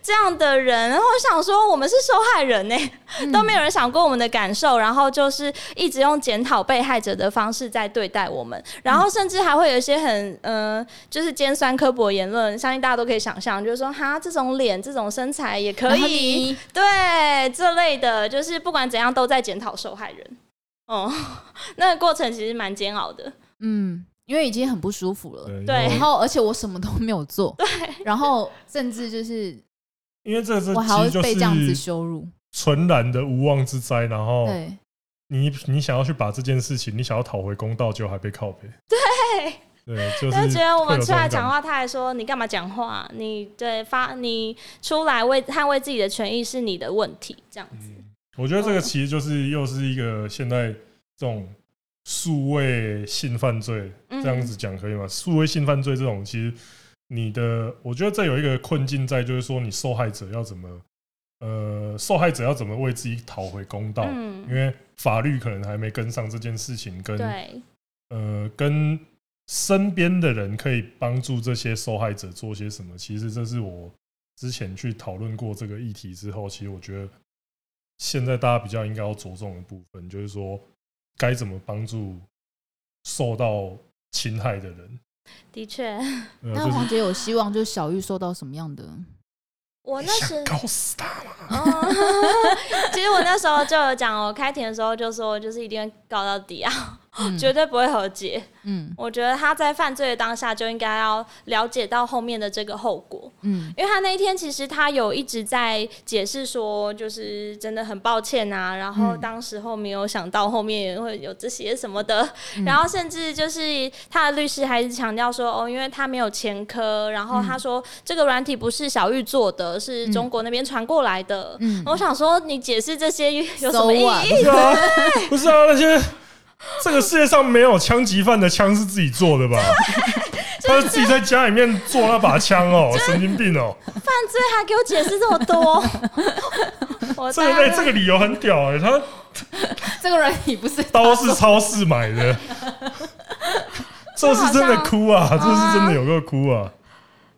S2: 这样的人，然后我想说我们是受害人呢、
S3: 嗯
S2: 都没有人想过我们的感受，然后就是一直用检讨被害者的方式在对待我们，然后甚至还会有一些很嗯、呃就是尖酸刻薄言论，相信大家都可以想象，就是说哈，这种脸、这种身材也可
S3: 然后
S2: 以，
S3: 你
S2: 对这类的，就是不管怎样都在检讨受害人。哦，那个过程其实蛮煎熬的。
S3: 嗯，因为已经很不舒服了。
S1: 对，
S2: 对
S3: 然后，而且我什么都没有做，对， 然后甚至就是
S1: 因为这个是
S3: 我还会
S1: 其实
S3: 被这样
S1: 就
S3: 子
S1: 是哦
S3: 羞辱，
S1: 纯然的无妄之灾，然后
S3: 对，
S1: 你你想要去把这件事情，你想要讨回公道，就还被靠背，对对，就
S2: 他
S1: 是
S2: 就觉得我
S1: 会有
S2: 们
S1: 这
S2: 出
S1: 种
S2: 来
S1: 感
S2: 讲
S1: 觉，
S2: 话，他还说你干嘛讲话？你对发你出来为捍卫自己的权益是你的问题，这样子。
S1: 我觉得这个其实就是又是一个现在这种数位性犯罪
S2: 嗯
S1: 这样子讲可以吗？数位性犯罪这种，其实你的，我觉得这有一个困境在，就是说你受害者要怎么，呃，受害者要怎么为自己讨回公道，因
S2: 嗯，
S1: 为法律可能还没跟上这件事情，跟
S2: 对，
S1: 呃跟身边的人可以帮助这些受害者做些什么。其实这是我之前去讨论过这个议题之后，其实我觉得现在大家比较应该要着重的部分，就是说该怎么帮助受到侵害的人。
S2: 的确，
S1: 呃
S3: 那
S1: 就是
S3: 黄姐有希望，就是小玉受到什么样的？
S2: 我
S1: 你
S2: 那时
S1: 想搞死他吗？
S2: 哦， 其实我那时候就有讲，我开庭的时候就说，就是一定会告到底啊，
S3: 嗯
S2: 绝对不会和解。
S3: 嗯
S2: 我觉得他在犯罪的当下就应该要了解到后面的这个后果，
S3: 嗯
S2: 因为他那一天其实他有一直在解释说，就是真的很抱歉啊，然后
S3: 嗯
S2: 当时候没有想到后面会有这些什么的，
S3: 嗯
S2: 然后甚至就是他的律师还是强调说，哦，因为他没有前科，然后他
S3: 嗯
S2: 说这个软体不是小玉做的，是中国那边传过来的。
S3: 嗯，
S2: 我想说，你解释这些有什
S3: So
S2: 么意
S3: what？
S2: 义？
S1: 不是啊，不是啊，那些这个世界上没有枪击犯的枪是自己做的吧？
S2: 就
S1: 他是自己在家里面做那把枪哦，神经病哦！
S2: 罪还给我解释这么 多，我
S1: 这个
S2: 大
S1: 哎、
S2: 概
S1: 这个理由很屌哎、他
S3: 这个人你不是
S1: 刀是超市买 的，这是真的哭啊，这是真的有个哭啊！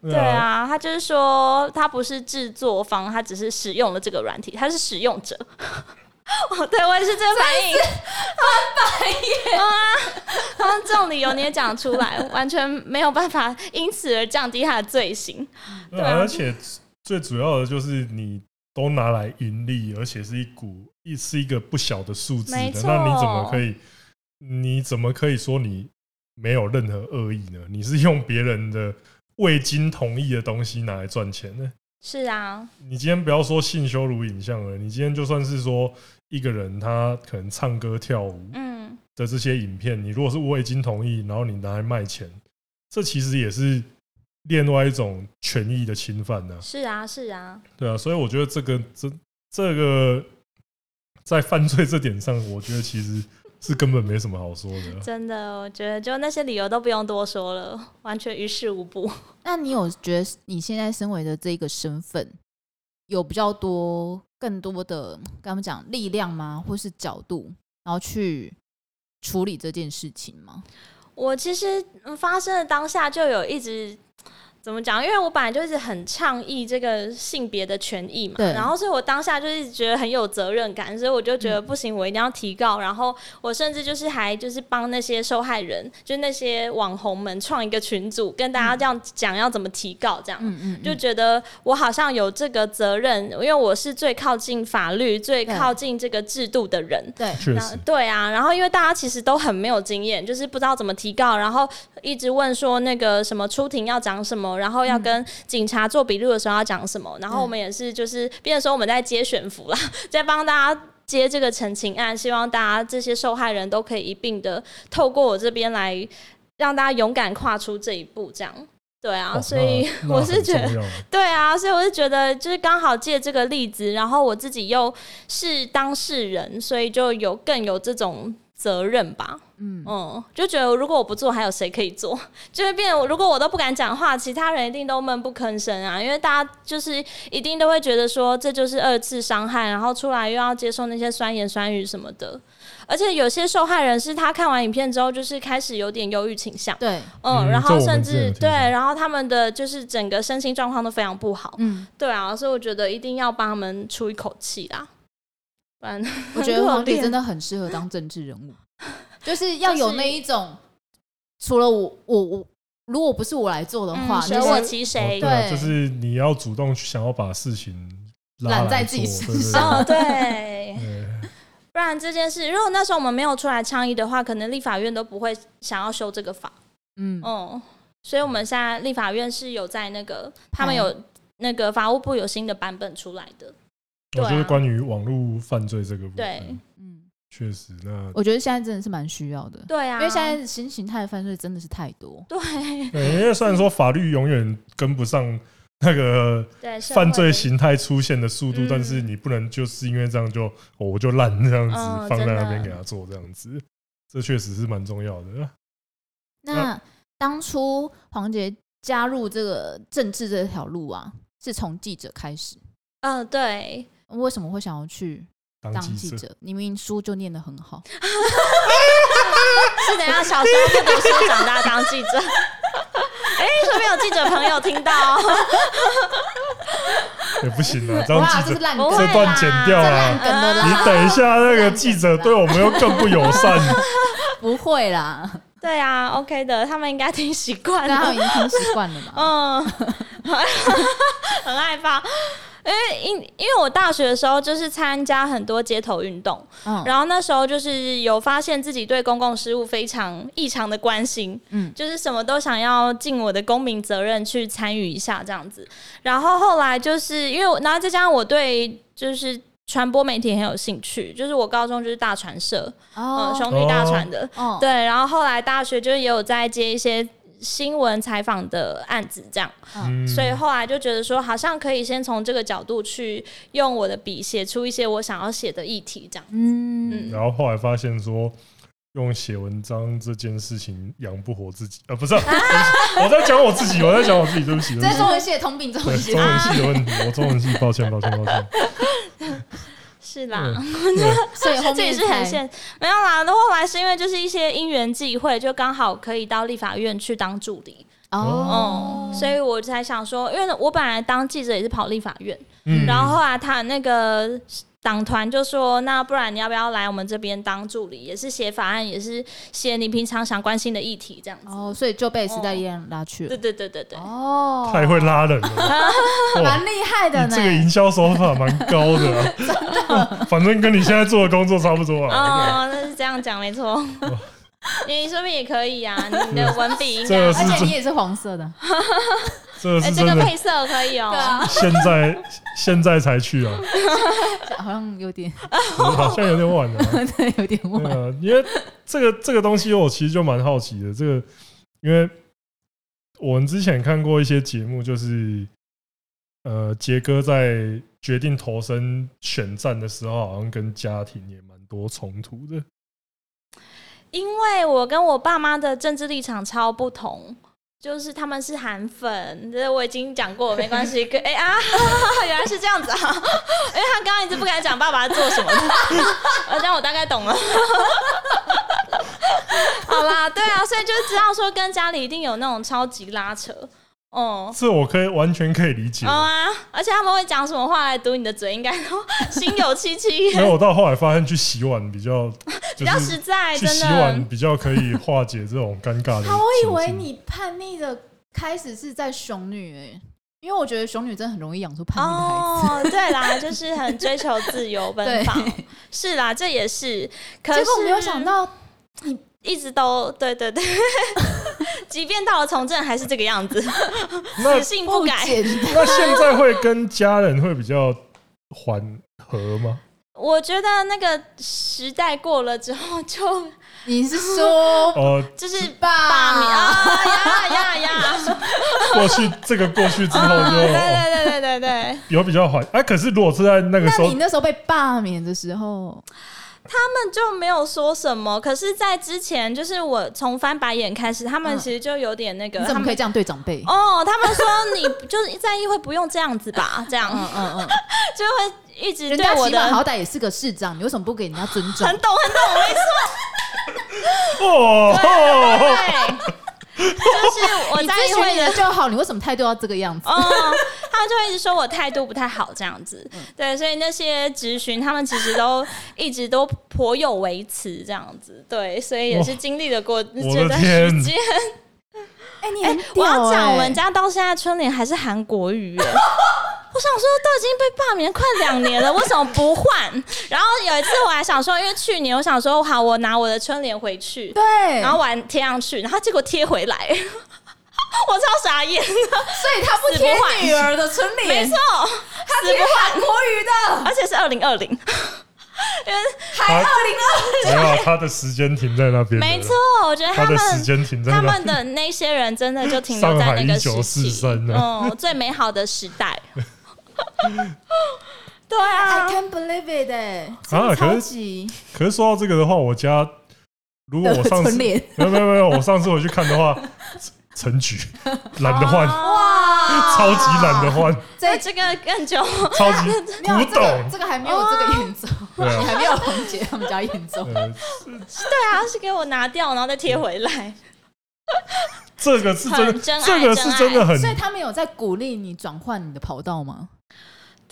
S2: 对，啊，他就是说他不是制作方，他只是使用了这个软体，他是使用者。 哦，对我也是这个反应， 翻白眼啊！然后这种理由你也讲出来，完全没有办法因此而降低他的罪行。
S1: 对
S2: 对啊
S1: 啊，而且最主要的就是你都拿来盈利，而且是一股一是一个不小的数字的，那
S2: 没
S1: 你
S2: 错
S1: 怎么可以？你怎么可以说你没有任何恶意呢？你是用别人的未经同意的东西拿来赚钱呢？
S2: 是啊，
S1: 你今天不要说性羞辱影像了，你今天就算是说一个人他可能唱歌跳舞
S2: 嗯，
S1: 的这些影片，你如果是未经同意，然后你拿来卖钱，这其实也是另外一种权益的侵犯呢、
S2: 是啊，是啊，
S1: 对啊，所以我觉得这个这这个在犯罪这点上，我觉得其实是根本没什么好说的。啊
S2: 真的，我觉得就那些理由都不用多说了，完全于事无补。
S3: 那你有觉得你现在身为的这个身份，有比较多、更多的跟他们讲力量吗，或是角度，然后去处理这件事情吗？
S2: 我其实嗯发生的当下就有一直怎么讲，因为我本来就一直很倡议这个性别的权益嘛，
S3: 对
S2: 然后所以我当下就一直觉得很有责任感，所以我就觉
S3: 嗯
S2: 得不行，我一定要提告，然后我甚至就是还就是帮那些受害人，就那些网红们创一个群组，跟大家这样讲要怎么提告这样。
S3: 嗯嗯
S2: 就觉得我好像有这个责任，因为我是最靠近法律、最
S3: 对
S2: 靠近这个制度的人，
S3: 对
S1: 确
S2: 然后
S1: 实，
S2: 对啊，然后因为大家其实都很没有经验，就是不知道怎么提告，然后一直问说那个什么出庭要讲什么，然后要跟警察做笔录的时候要讲什么，然后我们也是就是，变成说我们在接悬浮啦， 在帮大家。接这个陈情案，希望大家这些受害人都可以一并的透过我这边来，让大家勇敢跨出这一步，这样对啊，
S1: 哦
S2: 所以
S1: 那 那
S2: 我是
S1: 很
S2: 觉得
S1: 重要
S2: 对啊，所以我就觉得，就是刚好借这个例子，然后我自己又是当事人，所以就有更有这种责任吧。
S3: 嗯，
S2: 嗯，就觉得如果我不做，还有谁可以做？ 就会变得我，如果我都不敢讲话，其他人一定都闷不吭声啊，因为大家就是一定都会觉得说这就是二次伤害，然后出来又要接受那些酸言酸语什么的。而且有些受害人是他看完影片之后，就是开始有点忧郁倾向。
S3: 对，
S2: 嗯，
S1: 嗯
S2: 然
S1: 这
S2: 后
S1: 我们
S2: 甚
S1: 之前有
S2: 至
S1: 听
S2: 对，
S1: 说
S2: 然后他们的就是整个身心状况都非常不好。
S3: 嗯，
S2: 对啊，所以我觉得一定要帮他们出一口气啦，不然
S3: 我觉得
S2: 很
S3: 黄
S2: 可
S3: 帝
S2: 怜
S3: 真的很适合当政治人 物，就是要有
S2: 就是
S3: 那一种，除了我，我我如果不是我来做的话，
S2: 嗯
S3: 你
S2: 舍我
S3: 是
S2: 其
S1: 哦
S2: 谁
S1: 对。啊，
S3: 对
S1: 就是你要主动去想要把事情拉
S3: 揽在
S1: 来
S3: 自己
S1: 做对
S3: 身
S1: 对对
S2: 哦，对，
S1: 对
S2: 不然这件事，如果那时候我们没有出来倡议的话，可能立法院都不会想要修这个法。
S3: 嗯，
S2: 嗯，所以我们现在立法院是有在那个，他们
S3: 嗯
S2: 有那个法务部有新的版本出来的。对
S1: 我
S2: 啊
S1: 觉得关于网络犯罪这个部
S2: 对
S1: 分，
S3: 嗯，
S1: 确实，那
S3: 我觉得现在真的是蛮需要的，
S2: 对啊，
S3: 因为现在新形态的犯罪真的是太多，
S2: 对
S1: 对因为虽然说法律永远跟不上那个
S2: 对社
S1: 犯
S2: 会
S1: 罪形态出现的速度
S2: 嗯，
S1: 但是你不能就是因为这样就哦我就烂这样
S2: 嗯
S1: 子放在那边
S2: 真的
S1: 给他做这样子，这确实是蛮重要的。啊
S3: 那当初黄杰加入这个政治这条路啊，是从记者开始，
S2: 嗯，对，
S3: 为什么会想要去
S1: 当
S3: 当
S1: 记
S3: 记
S1: 者，
S3: 者？你明明书就念得很好，
S2: 是等一下小时候不读书，长大当记者。哎、说明有记者朋友听到哦、
S1: 也不行啊，当
S3: 哇，
S1: 记
S3: 这是
S1: 者
S3: 烂
S2: 不
S3: 梗，
S2: 会
S1: 这段
S2: 啦
S1: 剪掉
S3: 这
S1: 啊
S3: 烂！梗的
S1: 你
S3: 啦，
S1: 等一下，那个记者对我们又更不友 善。
S3: 不会啦，
S2: 对啊，OK 的，他们应该听习惯
S3: 大家
S2: 了
S3: 已。经听习惯了嘛。
S2: 嗯， 很害怕。因为因因为我大学的时候就是参加很多街头运动，
S3: 嗯，
S2: 然后那时候就是有发现自己对公共事务非常异常的关心，
S3: 嗯
S2: 嗯，就是什么都想要尽我的公民责任去参与一下这样子。然后后来就是因为我，然后再加上我对就是传播媒体很有兴趣，就是我高中就是大传社，嗯，
S3: 哦，
S2: 雄女大传的，
S3: 哦，
S2: 对，然后后来大学就是也有在接一些新闻采访的案子，这样，
S1: 嗯
S2: 所以后来就觉得说，好像可以先从这个角度去用我的笔写出一些我想要写的议题，这样。
S3: 嗯，
S1: 然后后来发现说，用写文章这件事情养不活自己啊，不是、啊，我在讲我自己，我在讲我自己，对不起，对
S3: 这
S1: 不
S3: 是
S1: 起
S3: 中文啊系的通病，中
S1: 对
S3: 文系
S1: 中文系的问题，我中文系，抱歉，抱歉，抱歉。
S2: 是啦，
S1: 对对
S3: 所以后
S2: 这也
S3: 面
S2: 是很
S3: 才
S2: 现没有啦。那后来是因为就是一些因缘际会，就刚好可以到立法院去当助理，
S3: 哦
S2: 嗯，，所以我才想说，因为我本来当记者也是跑立法院，
S1: 嗯
S2: 然后后来他那个党团就说，那不然你要不要来我们这边当助理，也是写法案，也是写你平常想关心的议题这样子。
S3: 哦，所以就被时代力量拉去
S2: 对
S3: 了。
S2: 对对对对，
S3: 哦，
S1: 太会拉人了，哇
S3: 蛮厉害的
S1: 你这个
S3: 呢。
S1: 营销手法蛮高的、啊，反正跟你现在做的工作差不多啊。
S2: 哦，那是这样讲没错。
S3: 哦
S2: 你说不定也可以啊，你
S3: 嗯
S2: 的文笔应该
S1: 这个
S3: 而
S1: 是
S3: 且
S1: 真
S3: 你，也是黄色的，
S1: 这个是
S2: 哎、这
S1: 真
S2: 个
S1: 的，
S2: 配色可以
S3: 啊
S2: 哦、，
S1: 现在现在才去啊，
S3: 好像有点，
S1: 好像有点晚了、啊。
S3: 对，有点
S1: 对
S3: 晚。
S1: 啊，因为这个这个东西，我其实就蛮好奇的。这个，因为我们之前看过一些节目，就是呃，杰哥在决定投身选战的时候，好像跟家庭也蛮多冲突的。
S2: 因为我跟我爸妈的政治立场超不同，就是他们是韩粉，这我已经讲过，没关系。可 哎、啊，原来是这样子啊！因为他刚刚一直不敢讲爸爸做什么 的，呃这样我大概懂了。 好啦，对啊，所以就知道说跟家里一定有那种超级拉扯，哦、
S1: 这我可以完全可以理解
S2: 嗯、。啊，而且他们会讲什么话来堵你的嘴，应该都心有戚 戚，
S1: 因为我到后来发现，去洗碗比较，
S2: 比
S1: 就
S2: 较
S1: 是
S2: 实在，
S1: 去
S2: 真
S1: 洗
S2: 的
S1: 碗。比较可以化解这种尴尬的情境。
S3: 啊，我以为你叛逆的开始是在熊女诶、因为我觉得熊女真的很容易养出叛逆的孩 子。
S2: 哦，对啦，就是很追求自由奔
S3: 对
S2: 放，是啦，这也是。可
S3: 结
S2: 是
S3: 果没有想，到，
S2: 一直都对对 对，即便到了从政，还是这个样 子，
S1: 那
S2: 死性不改。
S3: 简单。
S1: 那现在会跟家人会比较缓和吗？
S2: 我觉得那个时代过了之后就，
S3: 你是 说
S1: 哦，
S2: 就是把你
S3: 爸？
S2: 啊呀呀 呀！
S1: 过去这个过去之后
S2: 啊
S1: 就、
S2: 对
S1: 哦
S2: 对对对对对，
S1: 有比较缓。哎、可是如果是在那个时
S3: 那
S1: 候
S3: 你，那时候被罢免的时候，
S2: 他们就没有说什么。可是，在之前，就是我从翻白眼开始，他们
S3: 嗯
S2: 其实就有点那个，
S3: 你
S2: 他
S3: 怎么
S2: 们
S3: 可以这样对长辈？
S2: 哦，他们说你 就是在议会不用这样子吧，这样
S3: 嗯嗯嗯，
S2: 就会一直
S3: 人
S2: 哦对
S3: 家
S2: 我
S3: 起码
S2: 的
S3: 好歹也是个市长，你为什么不给人家尊重
S2: 很？懂很懂，没错，
S1: 哦，哦
S2: 对，就是我
S3: 你
S2: 在
S3: 咨
S2: 议
S3: 询
S2: 会
S3: 你的
S2: 的。
S3: 就好，你为什么态度要这个样子？
S2: 哦，他们就会一直说我态度不太好这样子，
S3: 嗯
S2: 对，所以那些质询他们其实都一直都颇有维持这样子，对，所以也是经历了过这段时间。
S3: 哎、你
S2: 哎
S3: 很
S2: 我
S3: 屌
S2: 要讲，
S3: 哎
S2: 我们家到现在春联还是韩国语哎。 我想说，都已经被罢免快两年了，为什么不换？然后有一次我还想说，因为去年我想说，好，我拿我的春联回去，
S3: 对，
S2: 然后我还贴上去，然后结果贴回来， 我超傻眼，
S3: 所以他不贴女儿的春
S2: 没
S3: 联，
S2: 错，
S3: 他贴韩国语的，
S2: 而且是二零二零，
S1: 他
S3: 零二，
S1: 没有啊他的时间停在那边，
S2: 没错，，我觉得
S1: 他
S2: 他
S1: 的时
S2: 们
S1: 间停在
S2: 他
S1: 那
S2: 们。的那些人真的就停留
S1: 上
S2: 在
S1: 海
S2: 那
S1: 一
S2: 个
S1: 九
S2: 时
S1: 四
S2: 期，
S1: 三啊呢？
S2: 嗯，最美好的时 代。对啊
S3: I，can't believe it！哎，
S1: 啊可是
S3: 真的超级
S1: 可是说到这个的话，我家如果我上次
S3: 春
S1: 没
S3: 联
S1: 有没有没有，我上次我去看的话， 陈局懒得换，
S2: 啊
S3: 哇
S1: 超级懒得，换，
S2: 在这
S3: 这
S2: 个更久，
S1: 超级
S3: 没有啊
S1: 古
S3: 这个
S1: 董。
S3: 这个还没有这个演奏，
S2: 哦
S1: 对啊
S3: 你还没有红姐他们家演奏，
S1: 呃，
S2: 对啊，是给我拿掉，然后再贴回来。
S1: 这个是真
S2: 很真
S1: 的，
S2: 爱
S1: 这个是真的很
S3: 所以他们有在鼓励你转换你的跑道吗？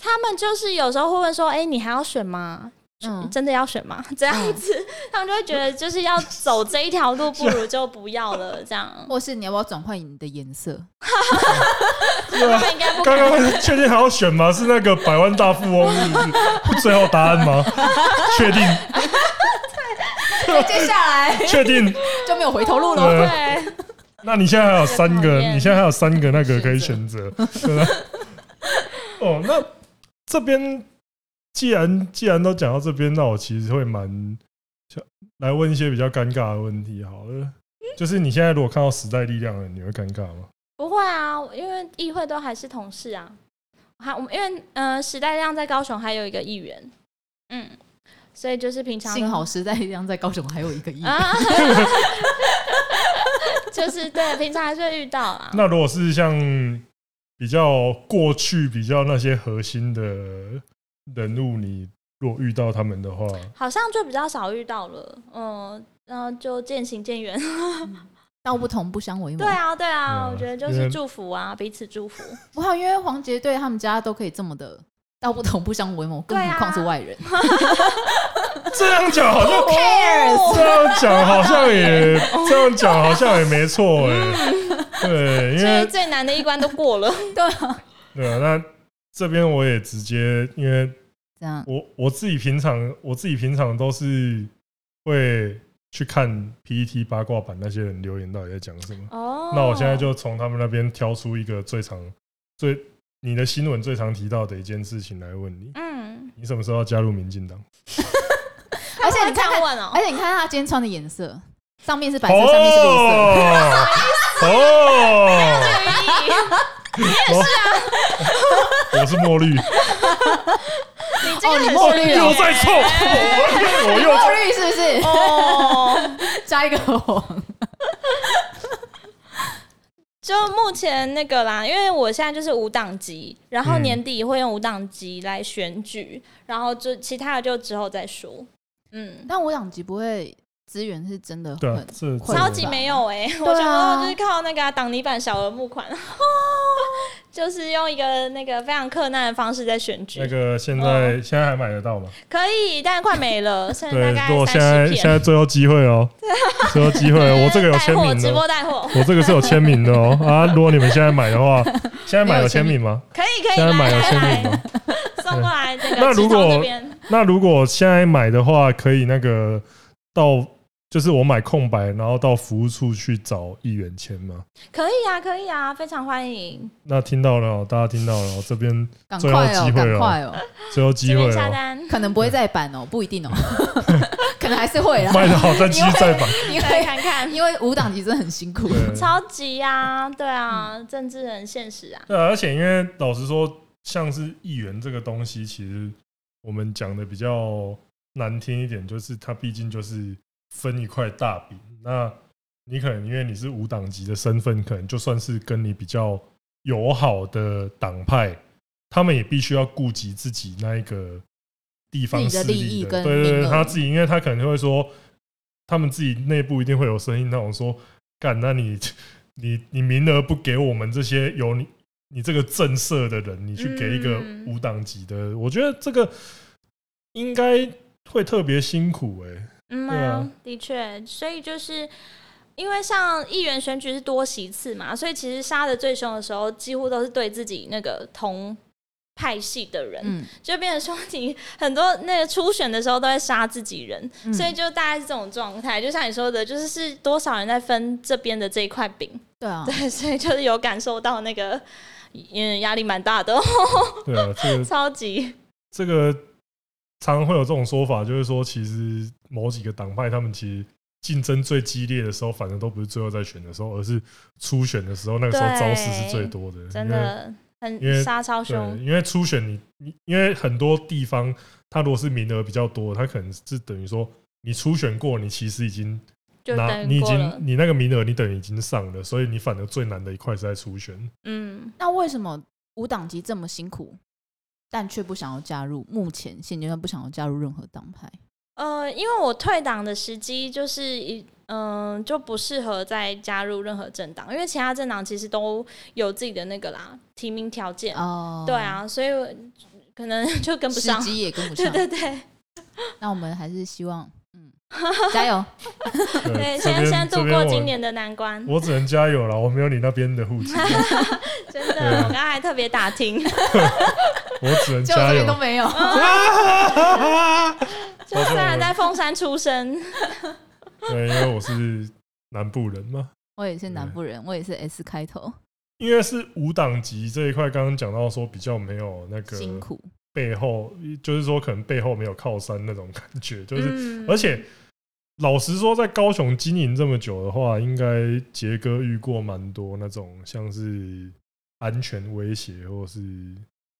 S2: 他们就是有时候会问说：“哎、你还要选吗？
S3: 嗯
S2: 真的要选吗？” 这样子，他们就会觉得就是要走这一条路，不如就不要了。 这样，
S3: 或是你要不要转换你的颜 色？
S1: 对
S2: 他
S1: 啊。
S2: 们应该不可
S1: 刚
S2: 能。
S1: 刚确定还要选吗？是那个百万大富翁最后答案 吗？确定，
S3: 所以接下来
S1: 确定。
S3: 就没有回头路了。
S1: 呃，
S2: 对，
S1: 那你现在还有三
S2: 讨
S1: 个，
S2: 厌
S1: 你现在还有三个那个可以选 择，对吧？哦，那这边既然既然都讲到这边，那我其实会蛮想来问一些比较尴尬的问题。好了，就是你现在如果看到时代力量了，你会尴尬吗？
S2: 不会啊，因为议会都还是同事啊。还我们因为呃，时代力量在高雄还有一个议员，嗯，所以就是平常
S3: 幸好时代力量在高雄还有一个亿，
S2: 啊， 就是对，平常还是会遇到啦。
S1: 那如果是像比较过去比较那些核心的人物，你若遇到他们的 话，
S2: 好像就比较少遇到了，嗯，然后就渐行渐远。
S3: 道不同不相为谋。
S2: 对啊，对啊，
S1: 嗯
S2: 我觉得就
S1: 因为
S2: 是祝福啊，彼此祝福。
S3: 不好，因为黄杰对他们家都可以这么的道不同不相为谋，
S2: 对
S3: 更
S2: 啊
S3: 何况是外人。
S1: 这样讲好像
S2: cares？ 哦
S1: 这样讲好像 也这样讲好像也没错哎、对，因
S2: 嗯所以
S1: 为
S2: 最难的一关都过了，
S3: 对啊，
S1: 对啊，那这边我也直接，因为
S3: 这样
S1: 我我自己平常我自己平常都是会去看 PET 八卦版那些人留言到底在讲什么。
S2: 哦
S1: 那我现在就从他们那边挑出一个最常、最你的新闻最常提到的一件事情来问你：
S2: 嗯，
S1: 你什么时候要加入民进党？
S3: 而且你看
S2: 他们会这
S3: 看哎
S2: 样问哦
S3: 而，且你看他今天穿的颜色，上面是白色，上面是绿色。
S2: 啊
S1: 哦，
S2: 对
S1: 我是墨绿，又
S2: 你这个
S3: 哦你
S2: 很
S3: 墨绿 哦
S1: 在臭，我又
S3: 墨绿是不是？
S2: 哦。
S3: 加一个黄。
S2: 就目前那个啦，因为我现在就是无党籍，然后
S1: 嗯
S2: 年底会用无党籍来选举，然后就其他的就之后再说。嗯，
S3: 但我两集不会资源是真的
S1: 对啊
S3: 很，
S1: 这
S3: 会
S2: 超
S3: 吧
S2: 级没有哎、
S3: 啊
S2: 我全部都就是靠那个啊挡泥板小额募款， 就是用一个那个非常困难的方式在选举，
S1: 那个现在现在还买得到吗？
S2: 可以，但快没了，剩
S1: 对
S2: 下大，
S1: 如果
S2: 概
S1: 现
S2: 三
S1: 在
S2: 十
S1: 现
S2: 片。
S1: 在最后机会哦，最后机会，哦我这个有签
S2: 带货
S1: 名
S2: 直
S1: 的，
S2: 播带货，
S1: 我这个是有签名的哦啊！如果你们现在买的话，现在买有签名吗？
S2: 可以可以，
S1: 现在买
S2: 来
S1: 有
S2: 来
S1: 签
S2: 来
S1: 名，吗？
S2: 送过来这个
S1: 那
S2: 直
S1: 如
S2: 通
S1: 果
S2: 这边，
S1: 那如果现在买的话，可以那个到就是我买空白，然后到服务处去找一元签吗？
S2: 可以啊可以啊，非常欢迎，
S1: 那听到了哦，大家听到了哦，这边
S3: 赶
S1: 最后
S3: 快哦
S1: 机，会
S3: 赶
S1: 哦
S3: 快哦，
S1: 最后机
S2: 这
S1: 会
S2: 边下
S1: 哦，
S2: 单。
S3: 可能不会再版哦，不 一定哦，可能还是会啦，
S1: 卖的好再继续再买。
S3: 因
S2: 对，
S3: 为
S2: 看 看，
S3: 因为五档其实很辛苦。
S1: 对
S2: 超级呀、对啊，政治很现实啊，
S1: 对啊，而且因为老实说，像是议员这个东西，其实我们讲的比较难听一点，就是它毕竟就是分一块大饼。那你可能因为你是无党籍的身份，可能就算是跟你比较友好的党派，他们也必须要顾及自己那一个地方
S3: 自己的
S1: 势力
S3: 利益跟
S1: 对对
S3: 名
S1: 对，
S3: 额
S1: 他自己，因为他可能会说，他们自己内部一定会有声音那种说，干，那你 你你名额不给我们这些有你你这个震慑的人，你去给一个
S2: 嗯
S1: 无党籍的，我觉得这个应该会特别辛苦哎、
S2: 嗯
S1: 对啊
S2: 的确，所以就是。因为像议员选举是多席次嘛，所以其实杀的最凶的时候，几乎都是对自己那个同派系的人，
S3: 嗯，
S2: 就变成说你很多那个初选的时候都在杀自己人，
S3: 嗯
S2: 所以就大概是这种状态。就像你说的，就是是多少人在分这边的这一块饼，
S3: 对啊，
S2: 对，所以就是有感受到那个嗯压力蛮大的哦，
S1: 对啊，这个
S2: 超级
S1: 这个常会有这种说法，就是说其实某几个党派他们其实。竞争最激烈的时候，反正都不是最后在选的时候，而是初选的时候，那个时候招式是最多的。
S2: 真
S1: 因为
S2: 的
S1: 因为
S2: 很杀超
S1: 对，
S2: 凶，
S1: 因为初选你你因为很多地方，它如果是名额比较多，它可能是等于说你初选过，你其实已经
S2: 就
S1: 拿
S2: 等
S1: 你
S2: 于
S1: 已
S2: 过
S1: 经
S2: 了。
S1: 你那个名额你等于已经上了，所以你反而最难的一块是在初 选。
S2: 嗯，
S3: 那为什么五党籍这么辛苦，但却不想要加入？目前现阶段不想要加入任何党派。
S2: 呃，因为我退党的时机就是一。嗯，就不适合再加入任何政党，因为其他政党其实都有自己的那个啦提名条件，
S3: 哦
S2: 对，啊，所以我可能就跟不
S3: 时
S2: 上。
S3: 机也跟不
S2: 对
S3: 上。
S2: 对对
S3: 那我们还是希望， 嗯，加油。
S2: 对，
S1: 这
S2: 先
S1: 边
S2: 先
S1: 这
S2: 度
S1: 边
S2: 过
S1: 我
S2: 今年的难关，
S1: 我只能加油了，我没有你那边的户籍，
S2: 真的，
S1: 对啊
S2: 我刚才还特别打听，
S1: 我只能
S3: 结果
S1: 加
S3: 这
S1: 油
S3: 边都。没有。
S2: 就虽然在凤山出生，
S1: 对，因为我是南部人嘛，
S3: 我也是南部人，我也是 S 开头，
S1: 因为是无党籍这一块，刚刚讲到说比较没有那个
S3: 辛苦。
S1: 背后，就是说可能背后没有靠山那种感觉，就是
S2: 嗯
S1: 而且老实说，在高雄经营这么久的话，应该杰哥遇过蛮多那种像是安全威胁，或是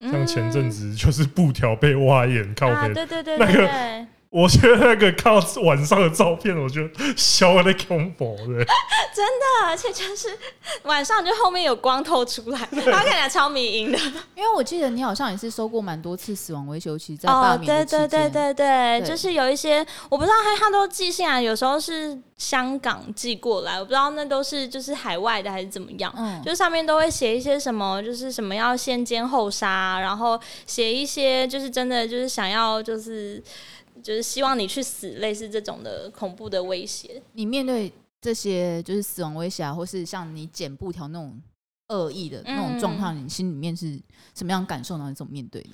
S1: 像前阵
S2: 嗯
S1: 子就是布条被挖眼靠
S2: 啊，
S1: 背，
S2: 对对对
S1: 那
S2: 对
S1: 个
S2: 对，
S1: 我觉得那个看到晚上的照片，我觉得小的恐怖的。
S2: 而且就是晚上就后面有光透出来，然后看起来超迷因的。
S3: 因为我记得你好像也是收过蛮多次死亡维修期在罢
S2: 哦，
S3: 免
S2: 对
S3: 的期
S2: 对
S3: 间
S2: 对对对，
S3: 对
S2: 就是有一些我不知道他他都寄信啊，有时候是香港寄过来，我不知道那都是就是海外的还是怎么样。
S3: 嗯，
S2: 就上面都会写一些什么，就是什么要先奸后杀，然后写一些就是真的就是想要就是就是希望你去死，类似这种的恐怖的威胁。
S3: 你面对这些就是死亡威胁啊，或是像你剪布条那种恶意的那
S2: 嗯
S3: 种状况，你心里面是什么样的感受呢？然后你怎么面对的？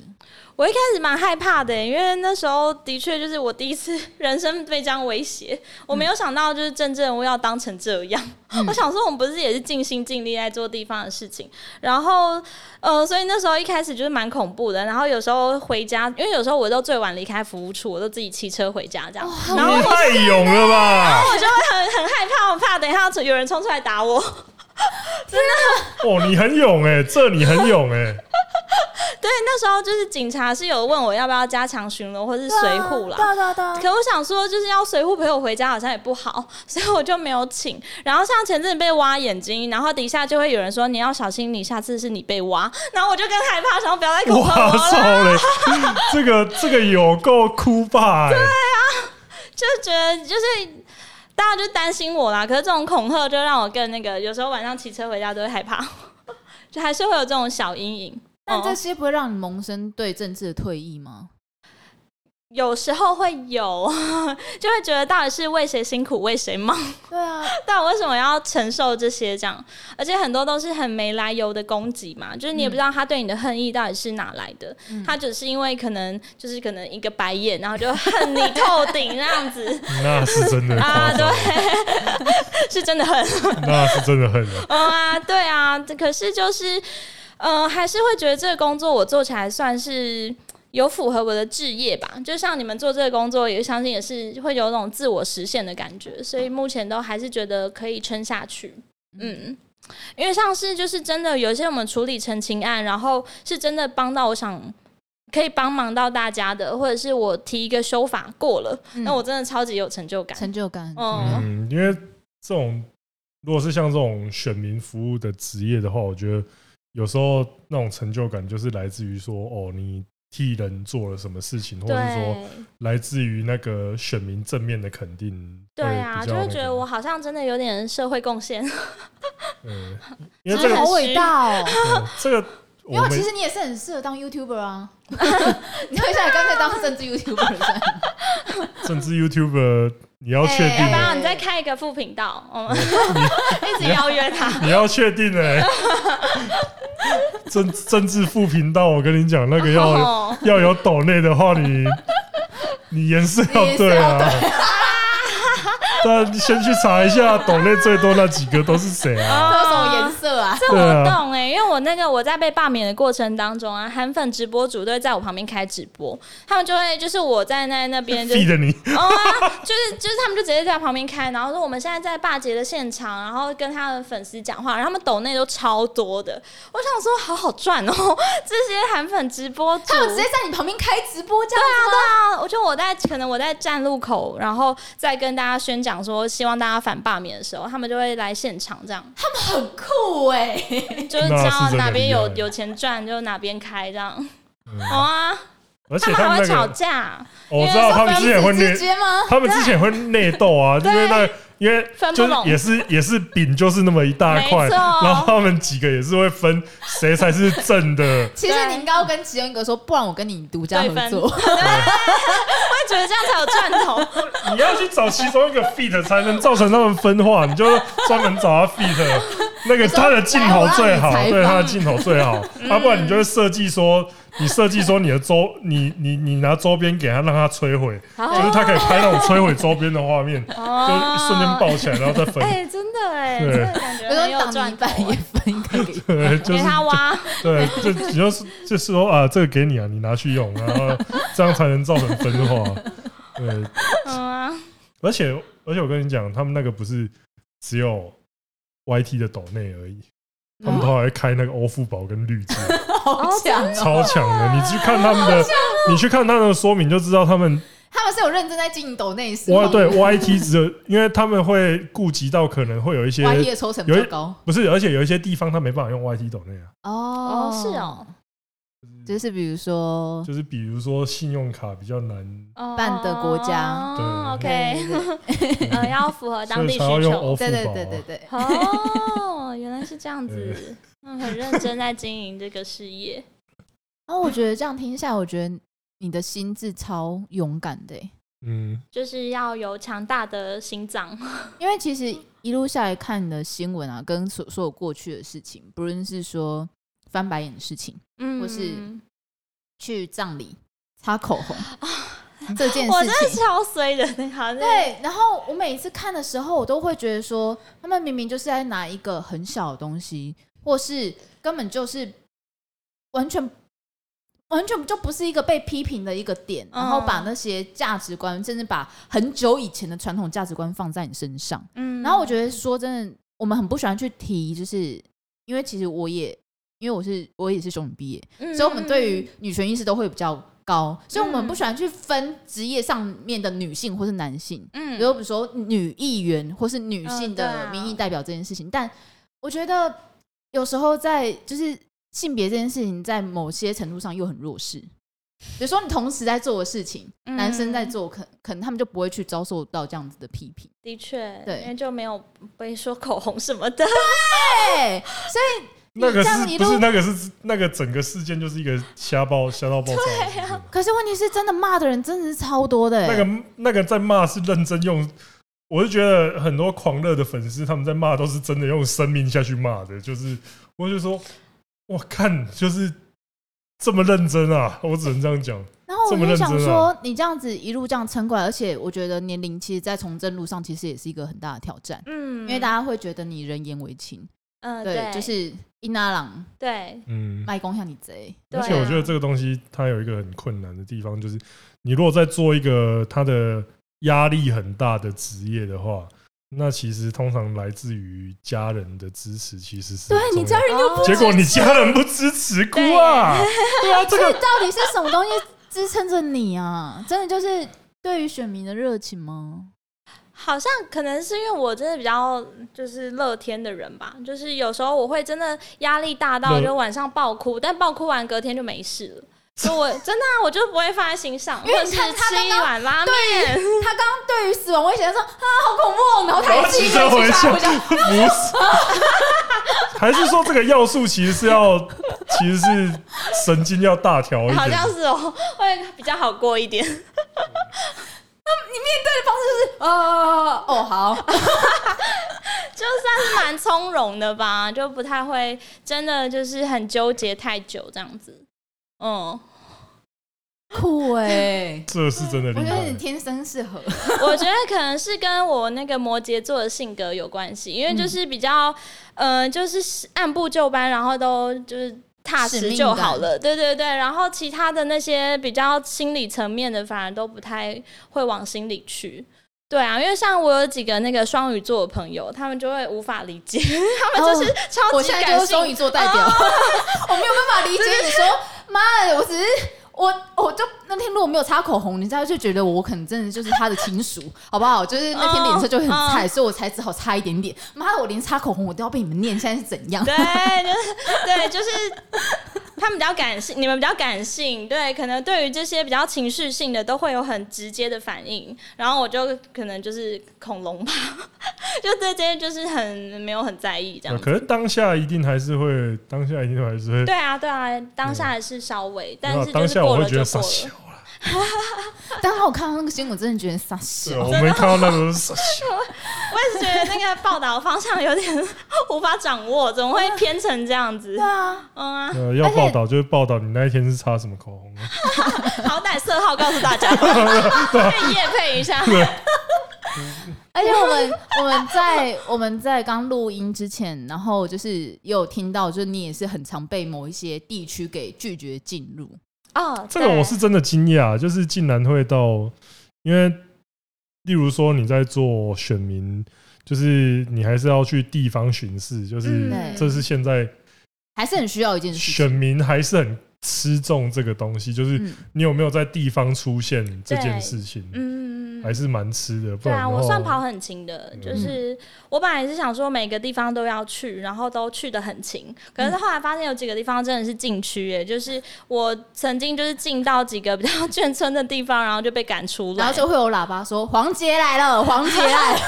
S2: 我一开始蛮害怕的、因为那时候的确就是我第一次人生被这样威胁，我没有想到就是政治人物要当成这样。
S3: 嗯
S2: 我想说，我们不是也是尽心尽力在做地方的事情，然后呃，所以那时候一开始就是蛮恐怖的。然后有时候回家，因为有时候我都最晚离开服务处，我都自己骑车回家
S3: 哦
S2: 这样。
S1: 你
S2: 然后我
S1: 太勇了吧！
S2: 我就会很很害怕，我怕等一下有人冲出来打 我。
S1: 哦，你很勇哎、这你很勇哎、
S2: 对，那时候就是警察是有问我要不要加强巡逻或是随护啦
S3: 对。啊对啊对啊，
S2: 可我想说，就是要随护陪我回家，好像也不好， 所以我就没有请。然后像前阵子被挖眼睛，然后底下就会有人说你要小心，你下次是你被挖。然后我就更害怕，想说不要再恐吓
S1: 哇
S2: 我
S1: 操
S2: 了，
S1: 嘞！这个这个有够哭吧、欸？
S2: 就觉得就是大家就担心我啦。可是这种恐吓就让我更那个，有时候晚上骑车回家都会害怕， 就还是会有这种小阴影。
S3: 但
S2: 嗯
S3: 这些不会让你萌生对政治的退役吗？
S2: 有时候会有， 就会觉得到底是为谁辛苦为谁忙，
S3: 对啊，
S2: 但我为什么要承受这些这样？而且很多都是很没来由的攻击嘛，就是你也不知道他对你的恨意到底是哪来的，他只是因为可能就是可能一个白眼，然后就恨你透顶那样子
S1: 那是真的
S2: 啊，
S1: 夸张，
S2: 对，是真的恨。
S1: 那是真的很勇。
S2: 嗯啊，对啊，这可是就是，呃，还是会觉得这个工作我做起来算是有符合我的置业吧。就像你们做这个工作，也相信也是会有种自我实现的感觉，所以目前都还是觉得可以撑下去。嗯。因为像是就是真的有一些我们处理澄清案，然后是真的帮到我想可以帮忙到大家的，或者是我提一个修法过了，
S3: 嗯
S2: 那我真的超级有成就感。
S3: 成就感，
S2: 嗯
S1: 嗯，因为这种如果是像这种选民服务的职业的话，我觉得有时候那种成就感就是来自于说，哦，你替人做了什么事情，或者是说
S2: 对，
S1: 来自于那个选民正面的肯定。
S2: 对
S1: 会
S2: 啊，
S1: 比
S2: 就
S1: 较
S2: 会
S1: 那
S2: 觉得
S1: 个
S2: 我，好像真的有点社会贡献。
S1: 嗯，因为这
S2: 真
S1: 个
S2: 的
S3: 好伟大哦！
S1: 嗯这个
S3: 因
S1: 我
S3: 为
S1: 们
S3: 其实你也是很适合当 YouTuber 啊， 你退下来干脆当政治 YouTuber 算了。
S1: 甚至 YouTube 你要确定
S2: 哎要不
S1: 欸，
S2: 要啊你再开一个副频道？我们 一直
S1: 你
S2: 邀 约他。
S1: 你要确定哎、 政政治副频道，我跟你讲，那个要、
S2: 哦
S1: 要有抖内的话，你 你颜色要对啊。 但先去查一下抖内最多那几个都是谁啊？
S3: 都有什
S2: 哦
S3: 么颜色啊？
S2: 这
S1: 对
S2: 我
S1: 啊
S2: 懂哎、因为我那个我在被罢免的过程当中啊，韩粉直播主都会在我旁边开直播，他们就会就是我在那那边就
S1: 记 得你
S2: 哦啊，就是就是他们就直接在旁边开，然后说我们现在在霸姐的现场，然后跟他的粉丝讲话，然后他们抖内都超多的，我想说好好赚哦，这些韩粉直播主
S3: 他有直接在你旁边开直播这样
S2: 对
S3: 子吗？
S2: 啊，我就我在可能我在站路口，然后再跟大家宣讲说希望大家反罢免的时候，他们就会来现场，这样
S3: 很酷哎、
S2: 就是
S1: 那
S2: 知
S1: 是
S2: 道
S1: 真的
S2: 哪边
S1: 厉
S2: 有
S1: 害
S2: 有钱赚就哪边开这样。
S1: 嗯
S2: 好啊，
S1: 而且他
S2: 他们还
S1: 们
S2: 会
S1: 那
S2: 吵
S1: 个，
S2: 架，
S1: 哦我知道他们之前会内
S3: 直，接吗？
S1: 他们之前会内斗 啊，因为那因为
S2: 分不
S1: 就是
S2: 拢
S1: 也是也是饼就是那么一大块，
S2: 没错
S1: 然后他们几个也是会分谁才是正的，
S3: 其实你应该要跟其中一个说，不然我跟你独家合作。
S2: 会觉得这样才有赚 头。
S1: 你要去找其中一个 fit 才能造成他们分化，你就专门找他 fit，那个他的镜头最 好，
S3: 来我让你采访
S1: 对他的镜头最好，
S2: 嗯
S1: 啊，不然你就会设计说，你设计说你的周，你你你拿周边给他，让他摧毁，就是他可以拍那种摧毁周边的画面，就一瞬间
S2: 哦哦，
S1: 抱起来，然后再分，
S2: 哎，真的哎，
S1: 对
S2: 真的感 觉
S3: 比如
S2: 很
S3: 说
S2: 有
S3: 挡泥
S2: 赚
S3: 板
S2: 头
S3: 也。分一个给，
S1: 对，就
S2: 给
S1: 是
S2: 他挖，
S1: 对，就你就是就是说啊，这个给你啊，你拿去用，然后这样才能造成分化，对，
S2: 嗯啊，
S1: 而且而且我跟你讲，他们那个不是只有 YT 的抖内而已，
S3: 嗯
S1: 他们都还会开那个欧付宝跟 绿界，
S3: 好强哦！
S1: 超强的。你去看他们的，你去看他们的说明就知道他们
S3: 他们是有认真在经营抖内是
S1: 我
S3: 吗？
S1: 对 YT 只有，因为他们会顾及到可能会有一些
S3: ，YT 的抽成比
S1: 有
S3: 较
S1: 一
S3: 高
S1: 不是，而且有一些地方他没办法用 YT 抖内啊，
S3: 哦
S2: 哦，是，哦，
S3: 就是比如说
S1: 就是比如说信用卡比较难，
S2: 哦
S3: 办的国家
S2: 哦
S1: 对
S2: ，OK，
S3: 对对对
S2: 呃，要符
S3: 哦
S1: 所
S2: 合当地
S1: 以
S2: 需
S1: 才要用
S2: 求。
S1: 欧付宝
S3: 对
S1: 啊。
S3: 对对对对，
S2: 哦，原来是这样子，嗯，很认真在经营这个事业。
S3: 然后哦我觉得这样听下来，我觉得你的心智超勇敢的欸、
S1: 嗯，
S2: 就是要有强大的心脏，
S3: 因为其实一路下来看你的新闻啊，跟所所有过去的事情，不论是说翻白眼的事情，
S2: 嗯，
S3: 或是去葬礼、擦口 红这件
S2: 哦我真
S3: 事
S2: 的
S3: 情。
S2: 超衰的，好像
S3: 对，然后我每一次看的时候，我都会觉得说，他们明明就是在拿一个很小的东西，或是根本就是完全完全就不是一个被批评的一个点，然后把
S2: 嗯
S3: 那些价值观，甚至把很久以前的传统价值观放在你身上。
S2: 嗯
S3: 然后我觉得说真的，我们很不喜欢去提，就是因为其实我也因为我是我也是雄女毕业，
S2: 得
S3: 所以我们对于女权意识都会比较高，所以我们不喜欢去分职业上面的女性或是男性，
S2: 嗯
S3: 比如比如说女议员或是女性
S2: 嗯对
S3: 的
S2: 啊
S3: 民意代表这件事情，但我觉得有时候在就是性别这件事情，在某些程度上又很弱势。比如说你同时在做的事情，
S2: 嗯
S3: 男生在做，可可能他们就不会去遭受到这样子的批评。
S2: 的确，
S3: 对
S2: 因为就没有被说口红什么的，
S3: 对，
S1: 那个
S3: 这样
S1: 是
S3: 一
S1: 不
S3: 路
S1: 是那个是那个整个事件就是一个瞎爆瞎到爆炸的事件啊？
S3: 可是问题是真的骂的人真的是超多的、欸，
S1: 那个那个在骂是认真用，我是觉得很多狂热的粉丝他们在骂都是真的用生命下去骂的，就是我就说，我看就是这么认真啊，我只能这样讲。
S3: 然后
S1: 这
S3: 我
S1: 么
S3: 就
S1: 认
S3: 想
S1: 真
S3: 说
S1: 啊，
S3: 你这样子一路这样撑过来，而且我觉得年龄其实，在从政路上其实也是一个很大的挑战，
S2: 嗯，
S3: 因为大家会觉得你人言为轻，
S2: 嗯
S3: 对，就是一拉郎
S2: 对，
S1: 嗯，
S3: 卖公像你贼，
S2: 对
S1: 而且我觉得
S2: 啊
S1: 这个东西它有一个很困难的地方，就是你如果在做一个它的压力很大的职业的话，那其实通常来自于家人的支持，其实是
S3: 对
S1: 很
S3: 你
S1: 重
S3: 家
S1: 要的
S3: 人又不
S2: 哦
S1: 结果你家人不支持，哭啊！对啊，这
S3: 这
S1: 个
S3: 到底是什么东西支撑着你啊？真的就是对于选民的热情吗？
S2: 好像可能是因为我真的比较就是乐天的人吧，就是有时候我会真的压力大到
S1: 乐
S2: 就晚上爆哭，但爆哭完隔天就没事了。所以我真的、啊、我就不会放在心上，或
S3: 因为
S2: 者
S3: 你
S2: 是
S3: 看他
S2: 吃一
S3: 刚刚
S2: 碗拉面，
S3: 他刚刚对于死亡威胁说啊，好恐怖哦，然后他
S2: 哎
S1: 我
S3: 也自
S1: 起
S3: 己
S1: 身回
S3: 去
S1: 去，
S3: 杀
S1: 不
S3: 回家，
S1: 是， 还是说这个要素其实是要，其实是神经要大条一点，
S2: 好像是哦，会比较好过一点。
S3: 呃，哦好，
S2: 就算是蛮从容的吧，就不太会真的就是很纠结太久这样子。嗯，
S3: 酷哎、
S1: 这是真的
S3: 我
S1: 厉
S3: 觉得
S1: 害
S3: 你。天生适合。
S2: 我觉得可能是跟我那个摩羯座的性格有关系，因为
S3: 嗯
S2: 就是比较，呃，就是按部就班，然后都就是。踏
S3: 使
S2: 实
S3: 命
S2: 就
S3: 感
S2: 好了，对对对。然后其他的那些比较心理层面的，反而都不太会往心里去。对啊，因为像我有几个那个双鱼座的朋友，他们就会无法理解， 他们就是超
S3: 我
S2: 级
S3: 现在
S2: 感
S3: 就是
S2: 性
S3: 双鱼座代表，啊 我没有办法理解你说，妈的，我只是我我就那天如果没有擦口红，人家就觉得我可能真的就是他的亲属，好不好？就是那天脸色就会很菜，所以我才只好擦一点点。妈的，我连擦口红我都要被你们念，现在是怎 样？
S2: 对，就是对，就是他们比较感性，你们比较感性，对，可能对于这些比较情绪性的都会有很直接的反应。然后我就可能就是恐龙吧， 就对这些就是很没有很在意这样
S1: 可是当下一定还是会，当下一定还是会。
S2: 对啊，对啊，当下还是稍微，但
S1: 没有
S2: 是就
S1: 嗯当
S2: 是
S1: 下
S2: 过
S1: 我
S2: 了
S1: 会觉
S2: 就
S1: 得
S2: 过
S1: 傻
S2: 了。
S1: 笑啊。
S3: 当时我看到那个新闻，真的觉得傻
S1: 对
S3: 笑
S1: 啊，。我没 看到那个是傻笑。
S2: 我也是觉得那个报道方向有点 无法掌握，怎么会偏成这样子
S3: 对？啊，
S2: 嗯啊，
S1: 呃，要报道就是报道，你那一天是擦什么口红啊？
S2: 好歹色号告诉 大家吧，可以夜配一下。
S1: 啊
S3: 而且我们我们在我们在刚录音之前，然后就是也有听到，就是你也是很常被某一些地区给拒绝进入。
S2: 哦，
S1: 这个我是真的惊讶，啊就是竟然会到，因为例如说你在做选民，就是你还是要去地方巡视，就是
S2: 嗯
S1: 这是现在
S3: 还是很需要一件事情。
S1: 选民还是很吃中这个东西，就是
S3: 嗯
S1: 你有没有在地方出现这件事情，
S2: 嗯，
S1: 还是蛮吃的。不
S2: 对
S1: 然
S2: 啊，
S1: 的话
S2: 我算跑很勤的，就是我本来是想说每个地方都要去，然后都去的很勤，可是后来发现有几个地方真的是禁区，耶，就是我曾经就是进到几个比较眷村的地方，然后就被赶出来，
S3: 然后就会有喇叭说：“黄杰来了，黄杰来了，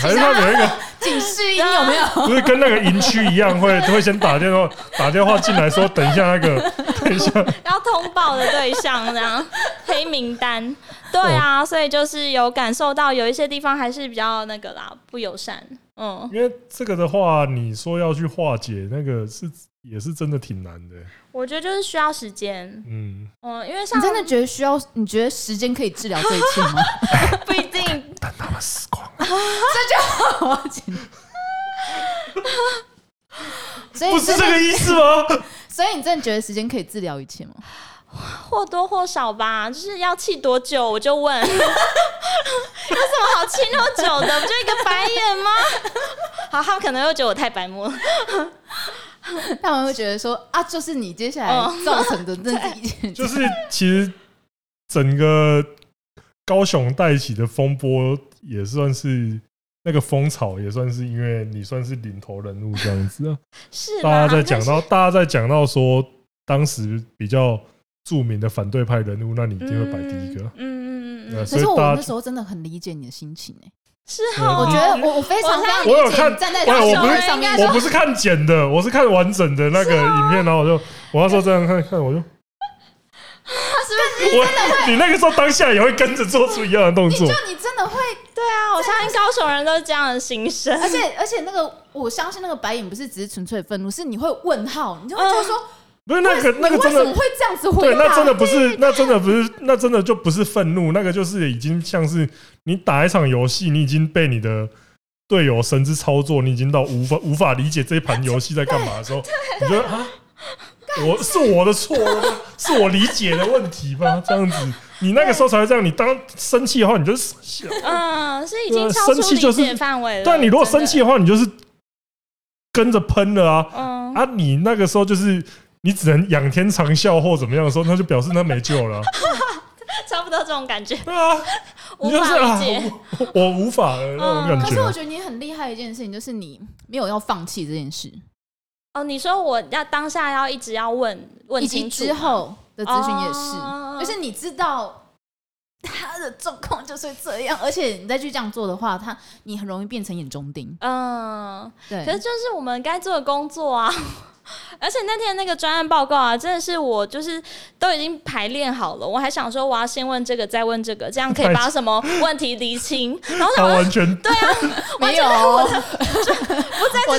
S1: 还是说有一个
S3: 警示音有没有？”
S1: 不是跟那个营区一样， 会会先打电话打电话进来说，等一下那个
S2: 要通报的对象这 样黑名单。对啊，所以就是有感受到有一些地方还是比较那个啦，不友善。嗯，
S1: 因为这个的话，你说要去化解那个是也是真的挺难的。
S2: 我觉得就是需要时间。
S1: 嗯，
S2: 嗯，因为
S3: 你
S2: 像
S3: 真的觉得需要？你觉得时间可以治疗这一切 吗？
S2: 不一定
S1: 但他们死光了，
S3: 所以
S1: 不
S3: 你
S1: 是
S3: 真
S1: 这
S3: 的，
S1: 个意思吗？
S3: 所以你真的觉得时间可以治疗一切吗？
S2: 或多或少吧，就是要气多久我就问，有 什么好气那么久的？不就一个白眼吗？好，他们可能又觉得我太白目了。
S3: 他们会觉得说啊，就是你接下来造成的那一 件，
S1: 就是其实整个高雄带起的风波也算是那个风潮，也算是因为你算是领头人物这样子啊。
S2: 是
S1: 大
S2: 啦，
S1: 家在讲
S2: 但
S1: 到，大家在讲到说当时比较著名的反对派人物，那你一
S2: 是
S1: 定会摆第一个。
S2: 嗯嗯嗯嗯
S1: 对
S2: 嗯，
S1: 所以
S3: 可是我
S1: 大
S3: 那
S1: 家
S3: 时候真的很理解你的心情哎，
S2: 是哦，
S1: 我
S3: 我觉得我我非常
S2: 我
S3: 非常
S1: 我有
S3: 理解
S1: 看
S3: 你站在
S1: 我有
S3: 高
S1: 我不
S3: 雄
S1: 是
S3: 上面
S2: 应该
S3: 说
S1: 我不是看剪的，我是看完整的那个影片，然后我就我那时候这样看看， 我就我 你那个时候当下也会跟着做出一样的动作，
S3: 就你真的会，
S2: 对啊，我相信高雄人都是这样的心声。
S1: 哎
S3: 而且而且那个我相信那个白眼不是只是纯粹愤怒，是你会问号，你就会觉得说，
S1: 不是那个那
S3: 你
S1: 个
S3: 为
S1: 真
S3: 什
S1: 的
S3: 么会这样子回
S1: 对，
S3: 答？
S1: 那真的不是，那真的不是，那真的就不是愤怒，那个就是已经像是你打一场游戏，你已经被你的队友神之操作，你已经到无法无法理解这一盘游戏在干嘛的时候，你觉得啊，我是我的错，是我理解的问题吧？这样子，你那个时候才会这样。你当生气的话，你就是傻笑
S2: 嗯，是已
S1: 对
S2: 经
S1: 啊
S2: 超
S1: 生
S2: 出
S1: 气
S2: 理
S1: 就是啊
S2: 解范围了。
S1: 但你如果
S2: 真的
S1: 生气，的话，你就是跟着喷了啊。
S2: 嗯，
S1: 啊，你那个时候就是你只能仰天长啸或怎么样的时候，那就表示那没救了啊、
S2: 差不多这种感觉，
S1: 对啊，
S2: 无
S1: 你就是
S2: 法
S1: 啊
S2: 理解。，
S1: 我我无法了那种
S2: 嗯
S1: 感
S3: 可是我
S1: 觉。
S3: 觉得你很厉害的一件事情，就是你没有要放弃这件事，
S2: 哦，你说我要当下要一直要问问
S3: 以及
S2: 清楚
S3: 之后的咨询也是，
S2: 哦
S3: 就是你知道他的状况就是这样，而且你再去这样做的话，他你很容易变成眼中钉。
S2: 嗯，
S3: 对，
S2: 可是就是我们该做的工作啊。 而且那天那个专案报告啊，真的是我就是都已经排练好了，我还想说我要先问这个，再问这个，这样可以把什么问题厘清。 然后
S1: 他
S2: 想说
S1: 完全，
S3: 没有哦，
S2: 我
S3: 我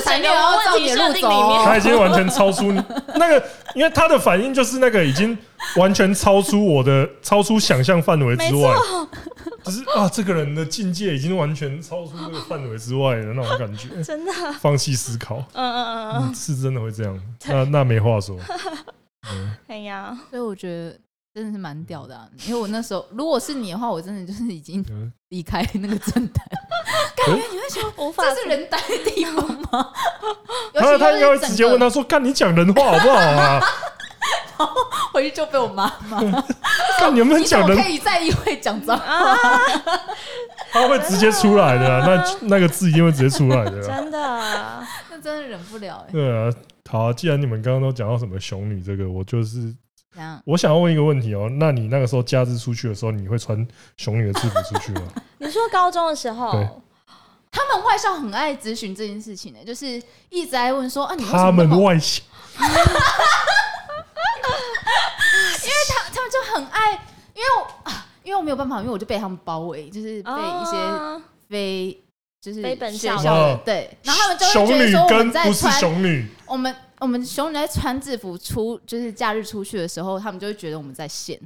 S2: 在
S3: 才
S2: 这整
S3: 没有
S2: 个
S3: 要
S2: 问
S3: 照
S2: 题
S3: 你的
S2: 设
S3: 路
S2: 定
S3: 走
S2: 里面
S3: 哦。
S1: 他已经完全超出那个，因为他的反应就是那个已经完全超出我的超出想象范围之外， 就是啊，这个人的境界已经完全超出这个范围之外的那种感觉。
S2: 真的，嗯
S1: 放弃思考，
S2: 嗯嗯嗯
S1: 嗯，是真的会这样，那那没话说。嗯
S2: 嗯，哎 呀，
S3: 所以我觉得真的是蛮屌的啊、因为我那时候如果是你的话，我真的就是已经
S1: 嗯
S3: 离开那个政坛，
S1: 可
S3: 感
S1: 是
S3: 觉你会想，
S2: 无法
S3: 这是人待的地方吗？ 尤其
S1: 他他应该会
S3: 又是
S1: 直接问
S3: 整
S1: 他说：“干，你讲人话好不好啊？
S3: 个，回去就被我妈 骂，
S1: 看你有没有
S3: 你怎
S1: 讲
S3: 么
S1: 人
S3: 可以在议会讲脏话？
S1: 他会直接出来的、啊，那那个字一定会直接出来的、啊。
S2: 真的，
S3: 那真的忍不了 哎、
S1: 对啊，好啊既然你们刚刚都讲到什么熊女这个，我就是
S3: 这样
S1: 我想要问一个问题哦、那你那个时候假日出去的时候，你会穿熊女的制服出去吗？
S2: 你说高中的时候
S1: 对。
S3: 他们外校很爱咨询这件事情呢、欸就是一直在问说啊， 你为什么
S1: 他们
S3: 那么
S1: 外向，
S3: 他他们就很爱，因为我啊，因为我没有办法，因为我就被他们包围，就是被一些
S2: 啊
S3: 非。就是
S2: 非本
S3: 学
S2: 校
S3: 校的
S1: 哦
S3: 对，然后他们就会
S1: 熊
S3: 觉得
S1: 女
S3: 说我
S1: 跟
S3: 们在
S1: 不是
S3: 穿
S1: 熊女，
S3: 我们我们熊女在穿制服出，就是假日出去的时候，他们就会觉得我们在线，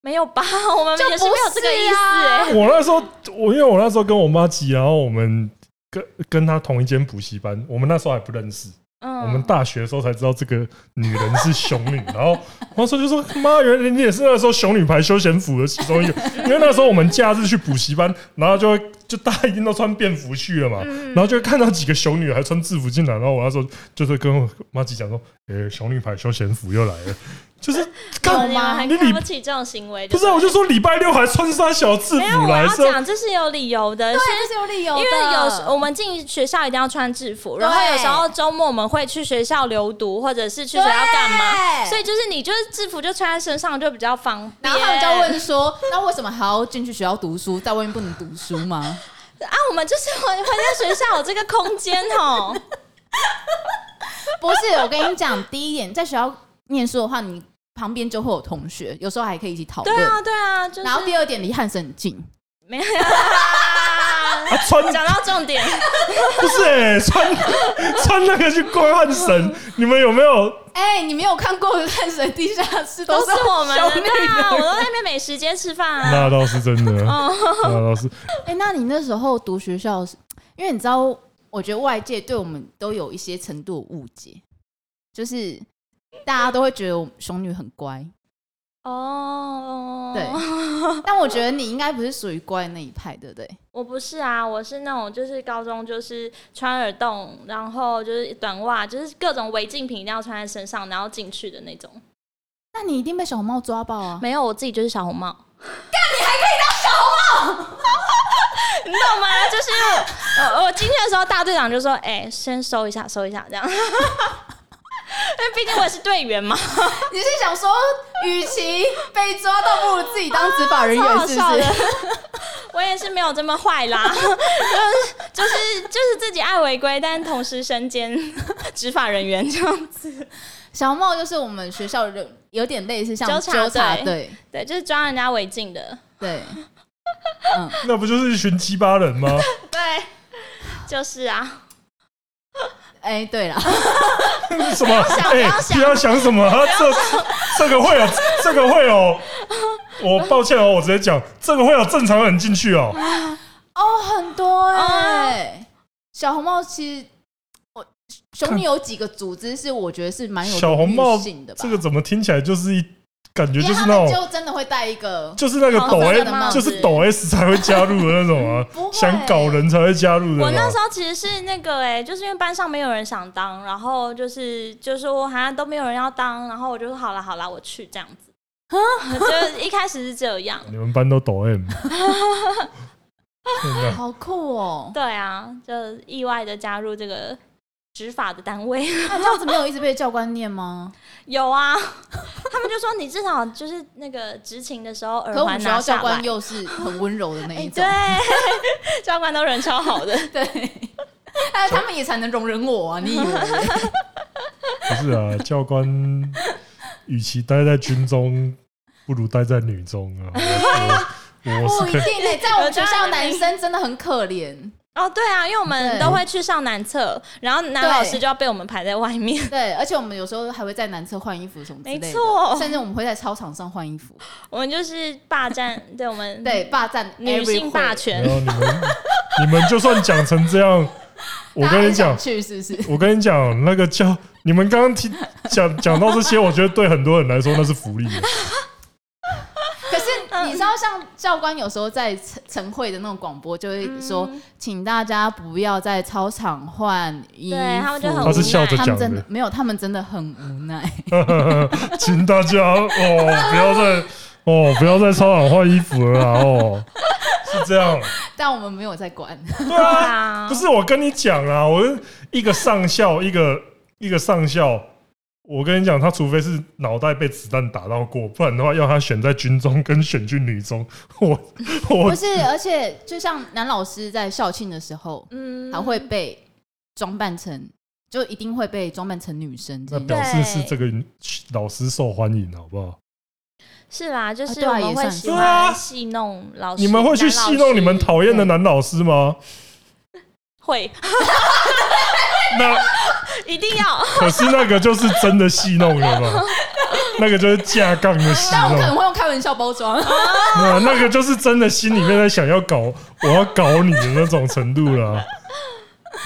S2: 没有吧？ 我们也是没有这个意思哎、
S1: 我那时候我因为我那时候跟我妈急，然后我们跟跟她同一间补习班，我们那时候还不认识，
S2: 嗯
S1: 啊我们大学的时候才知道这个女人是熊女，然后黄叔就说：“妈，原 来你也是那时候熊女牌休闲服的其中一个。”因为那时候我们假日去补习班，然后就会就大家一定都穿便服去了嘛，
S2: 嗯
S1: 然后就会看到几个熊女孩穿制服进来，然后我那时候就是跟我妈吉讲说，诶、熊女排休闲服又来了，就是
S2: 有
S1: 干
S2: 哦你们很
S1: 你
S2: 看
S1: 礼
S2: 不起这种行为，
S1: 不是、啊，我就说礼拜六还穿纱小制
S2: 没有，
S1: 服
S2: 我
S1: 来
S2: 要
S1: 是啊要。
S2: 讲这是有理由的，是
S3: 这是有理由
S2: 因
S3: 的，
S2: 为有时我们进学校一定要穿制服，然后
S3: 对
S2: 有时候周末我们会去学校留读，或者是去学校干嘛，
S3: 对
S2: 所以就是你就是制服就穿在身上就比较方便。
S3: 然后他们就要问说，那为什么还要进去学校读书，在外面不能读书吗？
S2: 啊，我们就是会会在学校有这个空间 哦，
S3: 不是，我跟你讲，第一点，在学校念书的话，你旁边就会有同学，有时候还可以一起讨
S2: 对
S3: 论。
S2: 啊，对啊，就是
S3: 然后第二点，离汉森很近，
S2: 没有啊
S1: 啊、穿
S2: 讲到重点，
S1: 不是、欸、穿穿那个去观汉 神，你们有没有？
S3: 哎、你没有看过汉神地下 室
S2: 都是
S3: 是
S2: 我们的，
S3: 兄弟
S2: 对啊，我
S3: 的。
S2: 都在那边没时间吃饭啊。
S1: 那倒是真的，
S2: 哦
S1: 那倒是
S3: 哎、那你那时候读学校是，因为你知道，我觉得外界对我们都有一些程度的误解，就是大家都会觉得我们熊女很乖，
S2: 哦，
S3: 对。但我觉得你应该不是属于乖的那一派，对不对？
S2: 我不是啊，我是那种就是高中就是穿耳洞，然后就是短袜，就是各种违禁品一定要穿在身上，然后进去的那种。
S3: 那你一定被小红帽抓爆啊！
S2: 没有，我自己就是小红帽。 干，你还可以当小红帽？你懂吗？就是我、呃 我进去的时候，大队长就说：“哎、先收一下，收一下，这样。” 因为毕竟我也是队员嘛，
S3: 你是想说，与其被抓到，不如自己当执法人员，是
S2: 超
S3: 不
S2: 好笑
S3: 是？
S2: 我也是没有这么坏啦， 就是就是就是自己爱违规，但同时身兼执法人员这样子。
S3: 小帽就是我们学校的，有点类似像
S2: 纠察队
S3: 纠察队，
S2: 对，就是抓人家违禁的。
S3: 对，嗯，
S1: 那不就是一群鸡巴人吗？
S2: 对， 就是啊，
S3: 哎、对了，
S1: 什么？
S2: 想
S1: 哎、
S2: 不
S1: 不要想什么，啊这这个会有，这个会有。我抱歉哦，我直接讲，这个会有正常人进去哦。
S3: 哦，很多哎、小红帽其实，我熊女有几个组织是我觉得是蛮有
S1: 小红帽
S3: 荣誉性的吧，
S1: 这个怎么听起来就是一感觉
S3: 因
S1: 就
S3: 为
S1: 是
S3: 他
S1: 那
S3: 们
S1: 种，
S3: 就真的会戴一个，
S1: 就是那个
S2: 好
S1: 抖
S2: 戴
S1: S，
S2: 的帽子
S1: 就是抖 S 才会加入的那种啊
S3: 不，会
S1: 想搞人才会加入的哦
S2: 我
S1: 那种啊
S2: 那时。候其实是那个哎、就是因为班上没有人想当，然后就是就是我好像都没有人要当，然后我就说好啦好啦，我去这样子。
S3: 啊
S2: 就一开始是这样，
S1: 你们班都抖 M，真啊的
S3: 好酷 哦！
S2: 对啊，就意外的加入这个执法的单位。
S3: 那这样子没有一直被教官念吗？
S2: 有啊，他们就说你至少就是那个执勤的时候耳
S3: 可我
S2: 环
S3: 们学
S2: 拿
S3: 校
S2: 下
S3: 教
S2: 来。
S3: 官又是很温柔的那
S2: 哎、
S3: 一种，
S2: 对， 教官都人超好的。
S3: 对，但他们也才能容忍我啊！你以为？
S1: 不是啊，教官，与其待在军中，不如待在女中啊。我我我
S3: 不
S1: 是
S3: 一
S1: 可以，
S3: 定呢、欸在我们学校男生真的很可怜。
S2: 哦，对啊，因为我们
S3: 对
S2: 都会去上男厕，然后男老师
S3: 对
S2: 就要被我们排在外面。
S3: 对，而且我们有时候还会在男厕换衣服什么之类的，
S2: 没错
S3: 甚至我们会在操场上换衣服，
S2: 我们就是霸占，对我们
S3: 对，霸占
S2: 女性
S3: everywhere
S2: 霸，
S1: 然
S2: 权。
S1: 后你们你们就算讲成这样， 我
S3: 大家
S1: 跟你
S3: 很想
S1: 讲，
S3: 去是 不是？
S1: 我跟你讲，那个教你们刚刚听讲讲到这些，我觉得对很多人来说那是福利的。
S3: 可是你知道，像教官有时候在晨晨会的那种广播就会说，
S2: 嗯
S3: 请大家不要在操场换衣服。
S2: 对他们就很无
S1: 他是笑着
S3: 他
S1: 讲
S3: 们
S1: 的
S3: 真的，没有，他们真的很无奈。
S1: 请大家哦，不要再哦，不要再操场换衣服了啦哦，是这样。
S3: 但我们没有在管，
S1: 对
S2: 对
S1: 啊，
S2: 啊
S1: 不，是我跟你讲啊，我一个上校，一个一个上校，我跟你讲，他除非是脑袋被子弹打到过，不然的话，要他选在军中跟选去女中，我
S3: 不
S1: 我
S3: 是，而且就像男老师在校庆的时候，
S2: 嗯
S3: 还会被装扮成，就一定会被装扮成女生这
S1: 那
S2: 嗯
S3: 样。
S2: 啊
S1: 表示是这个老师受欢迎，好不好？
S2: 是啦，就是
S3: 啊对啊
S2: 我们
S3: 也
S2: 会
S3: 算
S2: 喜
S1: 是对啊
S2: 欢戏弄老师，嗯
S1: 你们会去
S2: 男老
S1: 戏弄你们
S2: 师
S1: 讨厌的男老师吗？
S2: 会，
S1: 那
S2: 一定要。
S1: 可是那个就是真的戏弄了 吧？那个就是架杠的戏
S3: 但我
S1: 弄
S3: 可，能会用开玩笑包 装，
S1: 那那个就是真的心里面在想要搞，我要搞你的那种程度 了。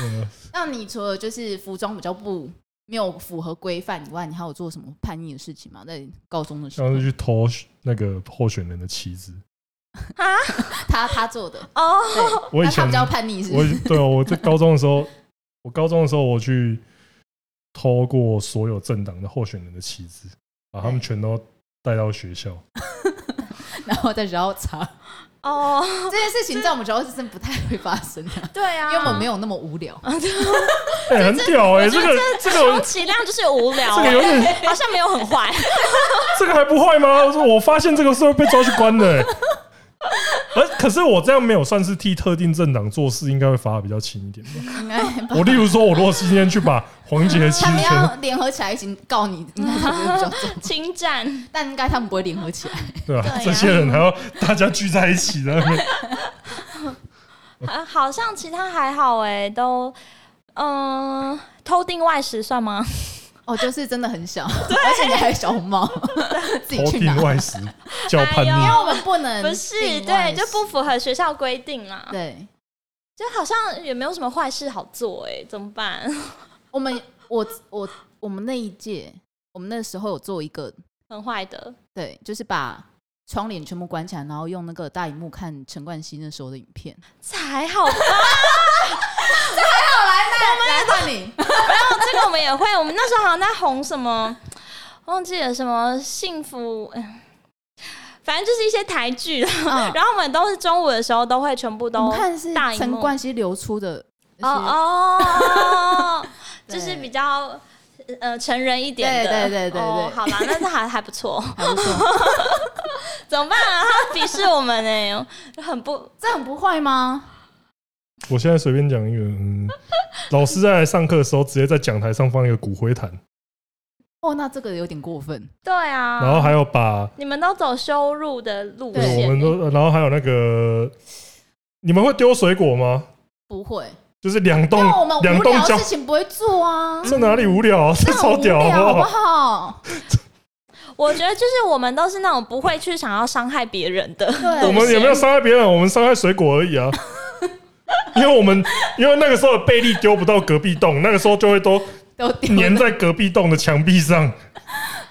S1: 嗯，
S3: 那你除了就是服装比较不没有符合规范以外，你还有做
S1: 呃
S3: 什么叛逆的事情吗？在高中的时候
S1: 像，是去偷那个候选人的旗子，
S3: 他他 做的，
S2: 啊哦，
S3: 对，
S1: 我以
S3: 那他
S1: 前
S3: 比较叛逆是不
S1: 我
S3: 是？
S1: 对哦我在高中的时候，我高中的时候我去偷过所有政党的候选人的旗帜，把他们全都带到学校。
S3: 然后在学校查
S2: 哦，
S3: 这件事情，在我们学校是真不太会发生的，
S2: 对啊，嗯
S3: 因为我们没有那么无聊。
S1: 哎、很屌哎、这个这
S2: 充
S1: 个
S2: 其量就是无聊
S1: 这，个有点，
S2: 好像没有很坏。
S1: 这个还不坏吗？我说我发现这个是会被抓去关的、欸。而可是我这样没有算是替特定政党做事，应该会罚的比较轻一点吧。
S3: 应 该吧
S1: 我例如说，我如果今天去把黄杰的旗
S3: 他们
S1: 全
S3: 要联合起来一起告你，应该他们会比较重，
S2: 侵占，
S3: 但应该他们不会联合起来。
S1: 对吧、
S2: 对啊
S1: 这些人还要大家聚在一起在那边，
S2: 啊，好像其他还好哎、都，嗯、偷订外食算吗？
S3: 哦，就是真的很 小，而且你还有小红 帽，自己
S1: 偷
S3: 去拿
S1: 听。啊外食叫叛逆。
S2: 哎呦
S3: 因为我们不能
S2: 不是，
S3: 另外
S2: 对，就不符合学校规定啦。
S3: 对。
S2: 就好像也没有什么坏事好做哎、怎么办？
S3: 我们我我我们那一届，我们那时候有做一个，
S2: 很坏的
S3: 对，就是把窗帘全部关起来，然后用那个大荧幕看陈冠希那时候的影片。
S2: 才好吧？
S3: 来换你，
S2: 这个我们也会，我们那时候好像在红什么，忘记了什么幸福，哎反正就是一些台剧啦。
S3: 嗯
S2: 然后我们都是中午的时候都会全部
S3: 我
S2: 都
S3: 们看是
S2: 大荧
S3: 陈
S2: 幕
S3: 冠希流出的
S2: 哦
S3: 那些
S2: 哦，
S3: 对
S2: 就是比较呃成人一点的，
S3: 对对对对
S2: 哦
S3: 对
S2: 好啦，那这还还不错，
S3: 还不错，
S2: 怎么办啊？他鄙视我们呢、很不
S3: 这很不坏吗？
S1: 我现在随便讲一个，嗯，老师在上课的时候，直接在讲台上放一个骨灰坛，
S3: 哦，那这个有点过分。
S2: 对啊。
S1: 然后还有把，
S2: 你们都走羞辱的路
S3: 对
S1: 对，
S2: 线，
S1: 我们都，然后还有那个，你们会丢水果吗？
S3: 不会，
S1: 就是两栋
S3: 因为我们
S1: 两
S3: 无
S1: 栋
S3: 聊
S1: 交
S3: 的事，情不会做啊，
S1: 这哪里无聊啊？这
S3: 这
S1: 超
S3: 很无
S1: 屌，
S3: 聊
S1: 好
S3: 好
S1: 不
S3: 不
S1: 好？
S3: 好？
S2: 我觉得就是我们都是那种不会去想要伤害别人的。
S3: 对，
S1: 我们也没有伤害别人，我们伤害水果而已啊。 因为我们因为那个时候的贝利丢不到隔壁栋，那个时候就会 都
S3: 都丢
S1: 粘
S3: 了
S1: 在隔壁栋的墙壁上。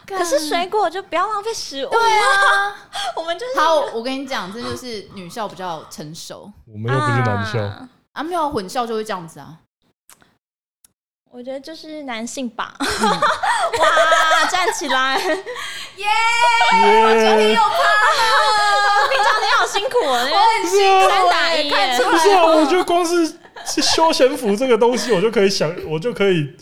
S2: 可是水果就不要浪费食物，
S3: 对啊。
S2: 我们就是
S3: 好，我跟你讲，这就是女校比较成熟
S1: 我们又不是男校，
S2: 啊
S3: 啊，没有混校就会这样子啊。
S2: 我觉得就是男性吧。哇，站起来！
S3: 哎
S1: 耶！
S2: 平常你好辛苦哦，因为
S1: 不是啊
S2: 三打一耶，
S1: 不是啊，我就光是是休闲服这个东西，我就可以想，我就可以，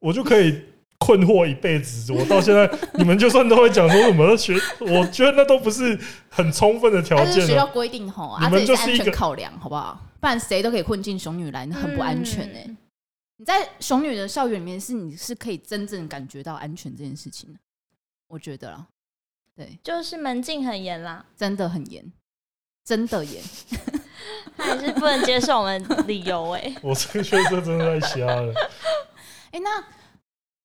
S1: 我就可以困惑一辈子。我到现在，你们就算都会讲说什么学，我觉得那都不是很充分的条
S3: 但是学
S1: 件
S3: 校
S1: 啊。
S3: 规定吼，啊，
S1: 你们就
S3: 这也是
S1: 是
S3: 安
S1: 一个
S3: 全考量，好不好？不然谁都可以混进熊女来，那很不安全哎、
S2: 嗯
S3: 你在熊女的校园里面，是你是可以真正感觉到安全这件事情的，我觉得啦，对，
S2: 就是门禁很严啦，
S3: 真的很严，真的严。
S2: 他也是不能接受我们理由哎、
S1: 我这个学生真的太瞎了。
S3: 哎、那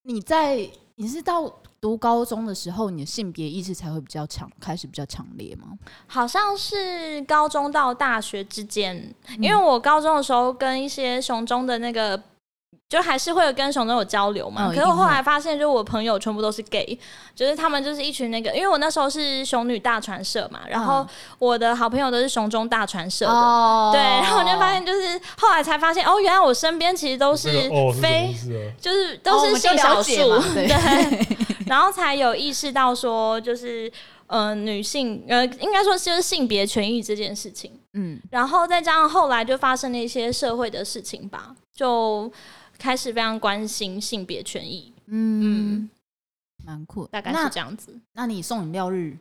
S3: 你在你是到读高中的时候，你的性别意识才会比较强，开始比较强烈吗？
S2: 好像是高中到大学之间，因为我高中的时候跟一些熊中的那个。就还是会有跟熊中有交流嘛，
S3: 嗯
S2: 可是我后
S3: 一定
S2: 来
S3: 会
S2: 发现，就是我朋友全部都是 gay，就是他们就是一群那个，因为我那时候是熊女大传社嘛，然后
S3: 嗯
S2: 我的好朋友都是熊中大传社的，
S3: 哦
S2: 对，然后我就发现就是后来才发现，哦，原来我身边其实都是
S1: 这个哦，是什么
S2: 非
S1: 意思啊？
S2: 就是
S3: 哦
S2: 都
S3: 我
S2: 是
S3: 们就
S2: 性少
S3: 了解
S2: 数，
S3: 嘛对
S2: 然后才有意识到说，就是呃，女性呃，应该说就是性别权益这件事情，
S3: 嗯，
S2: 然后再加上后来就发生了一些社会的事情吧，就开始非常关心性别权益，
S3: 嗯，蛮酷的。
S2: 大概
S3: 那
S2: 是这样子。
S3: 那你送饮料日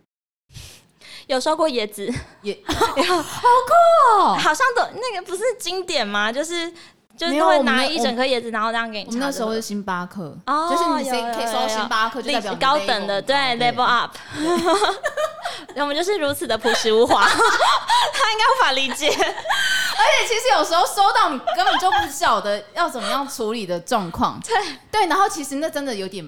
S2: 有收过椰子，
S3: 也哦
S2: 好像都那个不是经典吗？就是就是
S3: 没有
S2: 都会
S3: 我们
S2: 拿
S3: 那
S2: 一
S3: 我
S2: 整颗椰子，然后这样给
S3: 我
S2: 你插
S3: 们那
S2: 着
S3: 时候
S2: 喝
S3: 是星巴克，
S2: 哦
S3: 就是你可以
S2: 有有
S3: 可以收到星巴克，就代表你
S2: 高
S3: level
S2: 等的，对
S3: 很高
S2: level。up。我们就是如此的朴实无 华，他应该无法理解。
S3: 而且其实有时候收到你根本就不晓得要怎么样处理的状况，对对，然后其实那真的有点，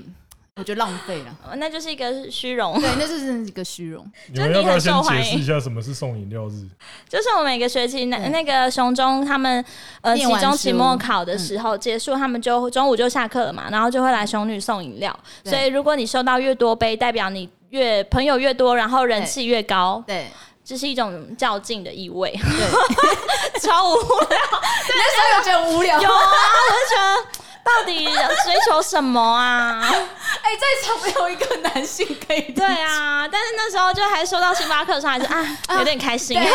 S3: 我觉得浪费了。
S2: 那就是一个虚荣，
S3: 对，那就是一个虚荣。
S1: 你们要不要先解释一下什么是送饮料日？
S2: 就是我们每个学期那
S3: 对
S2: 那个熊中他们呃期
S3: 念完
S2: 中
S3: 书
S2: 期末考的时候结束，他们就中午就下课了嘛，然后就会来熊女送饮料。
S3: 对
S2: 所以如果你收到越多杯，代表你越朋友越多，然后人
S3: 对
S2: 气越高。
S3: 对，
S2: 这是一种较劲的意味，
S3: 对，
S2: 超无
S3: 那时候有觉得无聊，
S2: 有啊，我就觉得到底追求什么啊？
S3: 哎，在场没有一个男性可以
S2: 对啊，但是那时候就还收到星巴克的时候，还是 啊有点开心，
S3: 对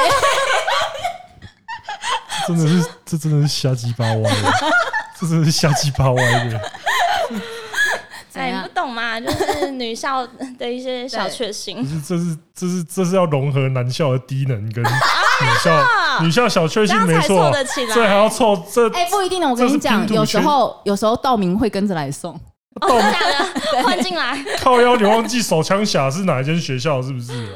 S1: 真的是这真的是瞎鸡巴歪的，这真的是瞎鸡巴歪的。
S3: 怎
S2: 哎，你
S3: 样
S2: 不懂嘛，就是女校的一 些小确
S1: 不
S2: 幸。
S1: 是，这是这是这是要融合男校的低能跟女校女校小确幸，
S2: 这
S1: 嗯没
S2: 哎啊样才
S1: 错
S2: 凑得起，来
S1: 这还要凑这
S3: 哎、不一定呢。我
S1: 这
S3: 跟你
S1: 是
S3: 讲
S1: 拼，图
S3: 有时
S1: 圈
S3: 候有时候道明会跟着来送，
S2: 哦，真的 假的？混进来，
S1: 靠腰，你忘记手枪侠是哪一间学校是不是啊？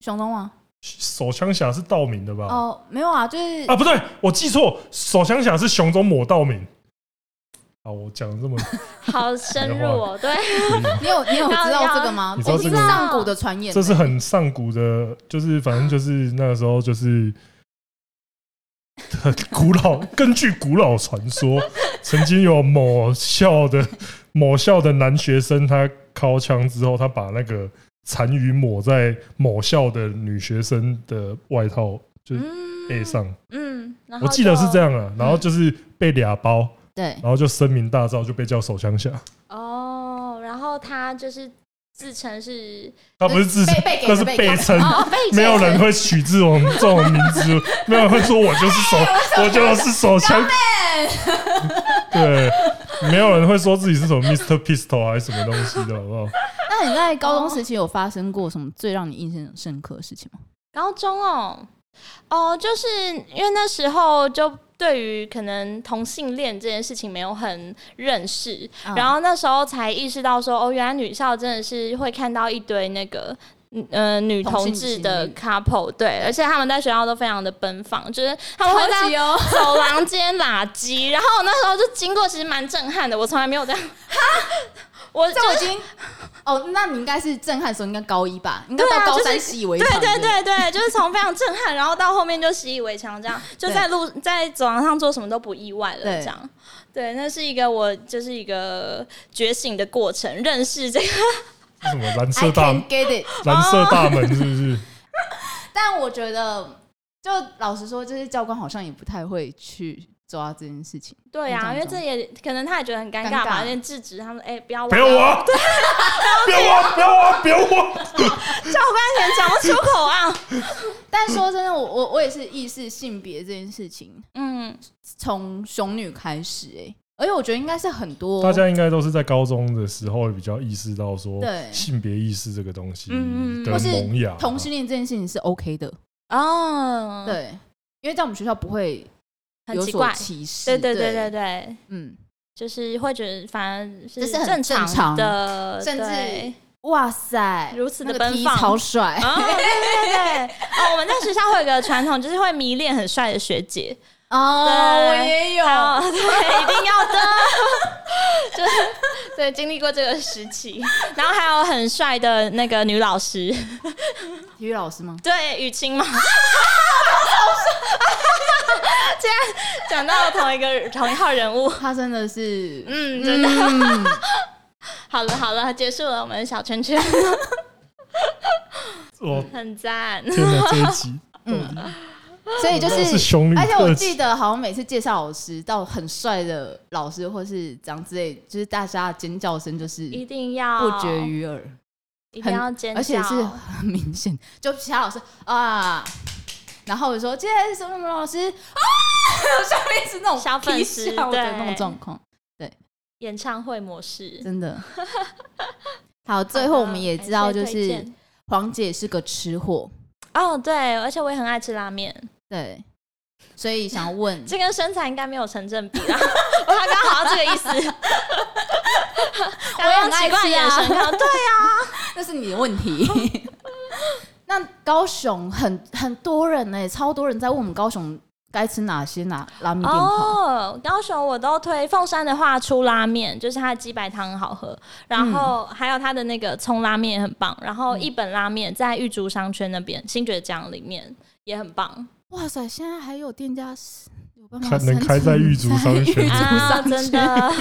S3: 熊东啊？
S1: 手枪侠是道明的吧？
S3: 哦，没有啊，就是、
S1: 啊，不对，我记错，手枪侠是熊中抹道明。啊，我讲得这么，
S2: 好深入哦。
S1: 哎
S2: 对，
S3: 你有 你有
S2: 要
S3: 知道
S2: 要
S3: 这个吗？
S1: 你知道
S3: 这
S1: 这
S3: 是
S1: 个吗
S3: 上古的传言，
S1: 这是很上古的，就是反正就是那个时候就是很古老， 根据古老传说，曾经有某校的某校的男学生，他掏枪之后，他把那个残余抹在某校的女学生的外套就是背
S2: 嗯
S1: 上。
S2: 嗯，然后
S1: 哎我记得是
S2: 就嗯
S1: 这样啊，然后就是被俩包，
S3: 对，
S1: 然后就声名大噪，就被叫手枪侠。
S2: 哦。然后他就是自称是
S1: 他不是自称
S3: 被被，
S1: 那
S3: 给的
S1: 是
S3: 被
S1: 被称，
S3: 哦，被
S1: 没有
S3: 解
S1: 人
S3: 释
S1: 会取这种这种名字，没有人会说我就是手，
S3: 哎
S1: 我就是手枪。对，没有人会说自己是什么 Mr. Pistol 还是什么东西的，好不好？
S3: 那你在高中时期有发生过什么最让你印象深刻的事情吗？
S2: 高中哦，哦，就是因为那时候就对于可能同性恋这件事情没有很认识，
S3: 嗯
S2: 然后那时候才意识到说，哦，原来女校真的是会看到一堆那个。嗯呃，女
S3: 同性
S2: 同志的
S3: 情侣
S2: couple 对，而且他们在学校都非常的奔放，就是他们会在
S3: 哦，
S2: 走廊间拉鸡，然后我那时候就经过，其实蛮震撼的，我从来没有这样， 我就
S3: 这已经哦，那你应该是震撼的时候，应该高一吧？应该
S2: 对啊
S3: 到高
S2: 就
S3: 三
S2: 是
S3: 习以为
S2: 对
S3: 常。
S2: 对
S3: 不，
S2: 对对，就是从非常震撼，然后到后面就习以为常，这样就在路在走廊上做什么都不意外了，
S3: 对
S2: 这样。对，那是一个我就是一个觉醒的过程，认识这个
S1: 是什么蓝
S3: I
S1: 色大
S3: can get it。
S1: 蓝色大门是不是？
S3: 但我觉得，就老实说，就是教官好像也不太会去抓这件事情。
S2: 对啊，
S3: 你
S2: 因为
S3: 讲
S2: 这也可能他也觉得很尴
S3: 尴
S2: 尬
S3: 尬
S2: 吧，因为制止他们，哎、不要玩
S1: 不要
S3: 哦
S1: 我，不要我，不要我，不要我。
S2: 教官也讲不出口 啊。
S3: 但说真的，我我我也是意识性别这件事情，
S2: 嗯，
S3: 从熊女开始哎、欸而且我觉得应该是很多
S1: 大家应该都是在高中的时候比较意识到说
S3: 对
S1: 性别意识这个东西
S2: 嗯嗯嗯
S1: 的
S3: 或是
S1: 萌芽，
S3: 同性恋这件事情是 OK 的，
S2: 哦，，
S3: 对，因为在我们学校不会
S2: 很
S3: 有
S2: 奇
S3: 所
S2: 怪，
S3: 歧视，
S2: 对对对对对，
S3: 嗯，
S2: 就是会觉得反正
S3: 这
S2: 是
S3: 是很正
S2: 常
S3: 常
S2: 的，
S3: 甚至
S2: 对
S3: 哇塞，
S2: 如此的
S3: 那个
S2: 奔
S3: T
S2: 放
S3: 超帅，
S2: 哦，对对对，哦，我们在学校会有个传统，就是会迷恋很帅的学姐，
S3: 哦，
S2: 对
S3: 我也有，
S2: 哦，对，一定要 的，就是对，经历过这个时期，然后还有很帅的那个女老师，
S3: 体育老师吗？
S2: 对，雨晴 嘛。现在讲到同一个同一号人物，
S3: 他真的是，
S2: 嗯，真 的
S3: 嗯，
S2: 好了好了，结束了我们的小圈圈，
S1: 哦，
S2: 很赞。
S1: 天哪，这一集
S3: 嗯，所以就
S1: 都是
S3: 是。
S1: 雄女
S3: 而且我
S1: 特
S3: 记
S1: 辑，
S3: 得，好像每次介绍老师到很帅的老师，或是怎样之类，就是大家的尖叫声就是
S2: 一定要
S3: 不绝，于耳。
S2: 一定要尖叫，
S3: 而且是很明显，就其他老师啊，然后我说今天是什么什么老师啊， 下面是那种
S2: 小粉丝
S3: 踢笑的
S2: 对
S3: 那种状况，
S2: 演唱会模式。
S3: 真的。好，最后我们也知道，就
S2: 感谢推
S3: 是
S2: 荐
S3: 黄姐是个吃货，
S2: 哦，对，而且我也很爱吃拉面，
S3: 对，所以想问
S2: 这跟身材应该没有成正比啦。 我刚刚好像这个意思，我
S3: 很
S2: 用
S3: 爱
S2: 奇怪的
S3: 吃啊
S2: 眼神看，对啊，
S3: 那是你的问题。 那高雄很很多人呢、欸超多人在问我们高雄该吃哪些哪拉面店好。
S2: 哦，高雄我都推凤山的话出拉面，就是它的鸡白汤很好喝，然后还有它的那个葱拉面也很棒，然后一本拉面在玉竹商圈那边新觉江里面也很棒。
S3: 哇塞，现在还有店家是有办法
S1: 开能开在玉竹商圈
S3: 玉竹
S2: 啊，
S3: 商
S2: 真
S3: 圈
S2: 的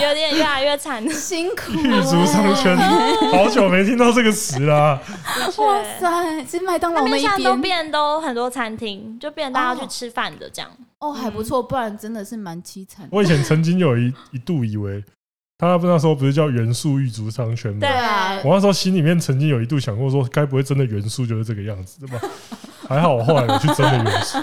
S2: 有点越来越 惨。
S3: 辛 苦
S1: 玉竹商圈，好久没听到这个词啦。
S3: 哇塞，是麦当劳
S2: 那边
S3: 一
S2: 现在都
S3: 边
S2: 变都很多餐厅，就变大家
S3: 哦
S2: 去吃饭的这样。
S3: 哦，还不错，不然真的是蛮凄惨的。
S1: 我以前曾经有一一度以为，他那时候不是叫元素玉竹商圈吗
S2: 对？
S3: 啊
S1: 我那时候心里面曾经有一度想过说，该不会真的元素就是这个样子对吧？还好我后来我去真的元素，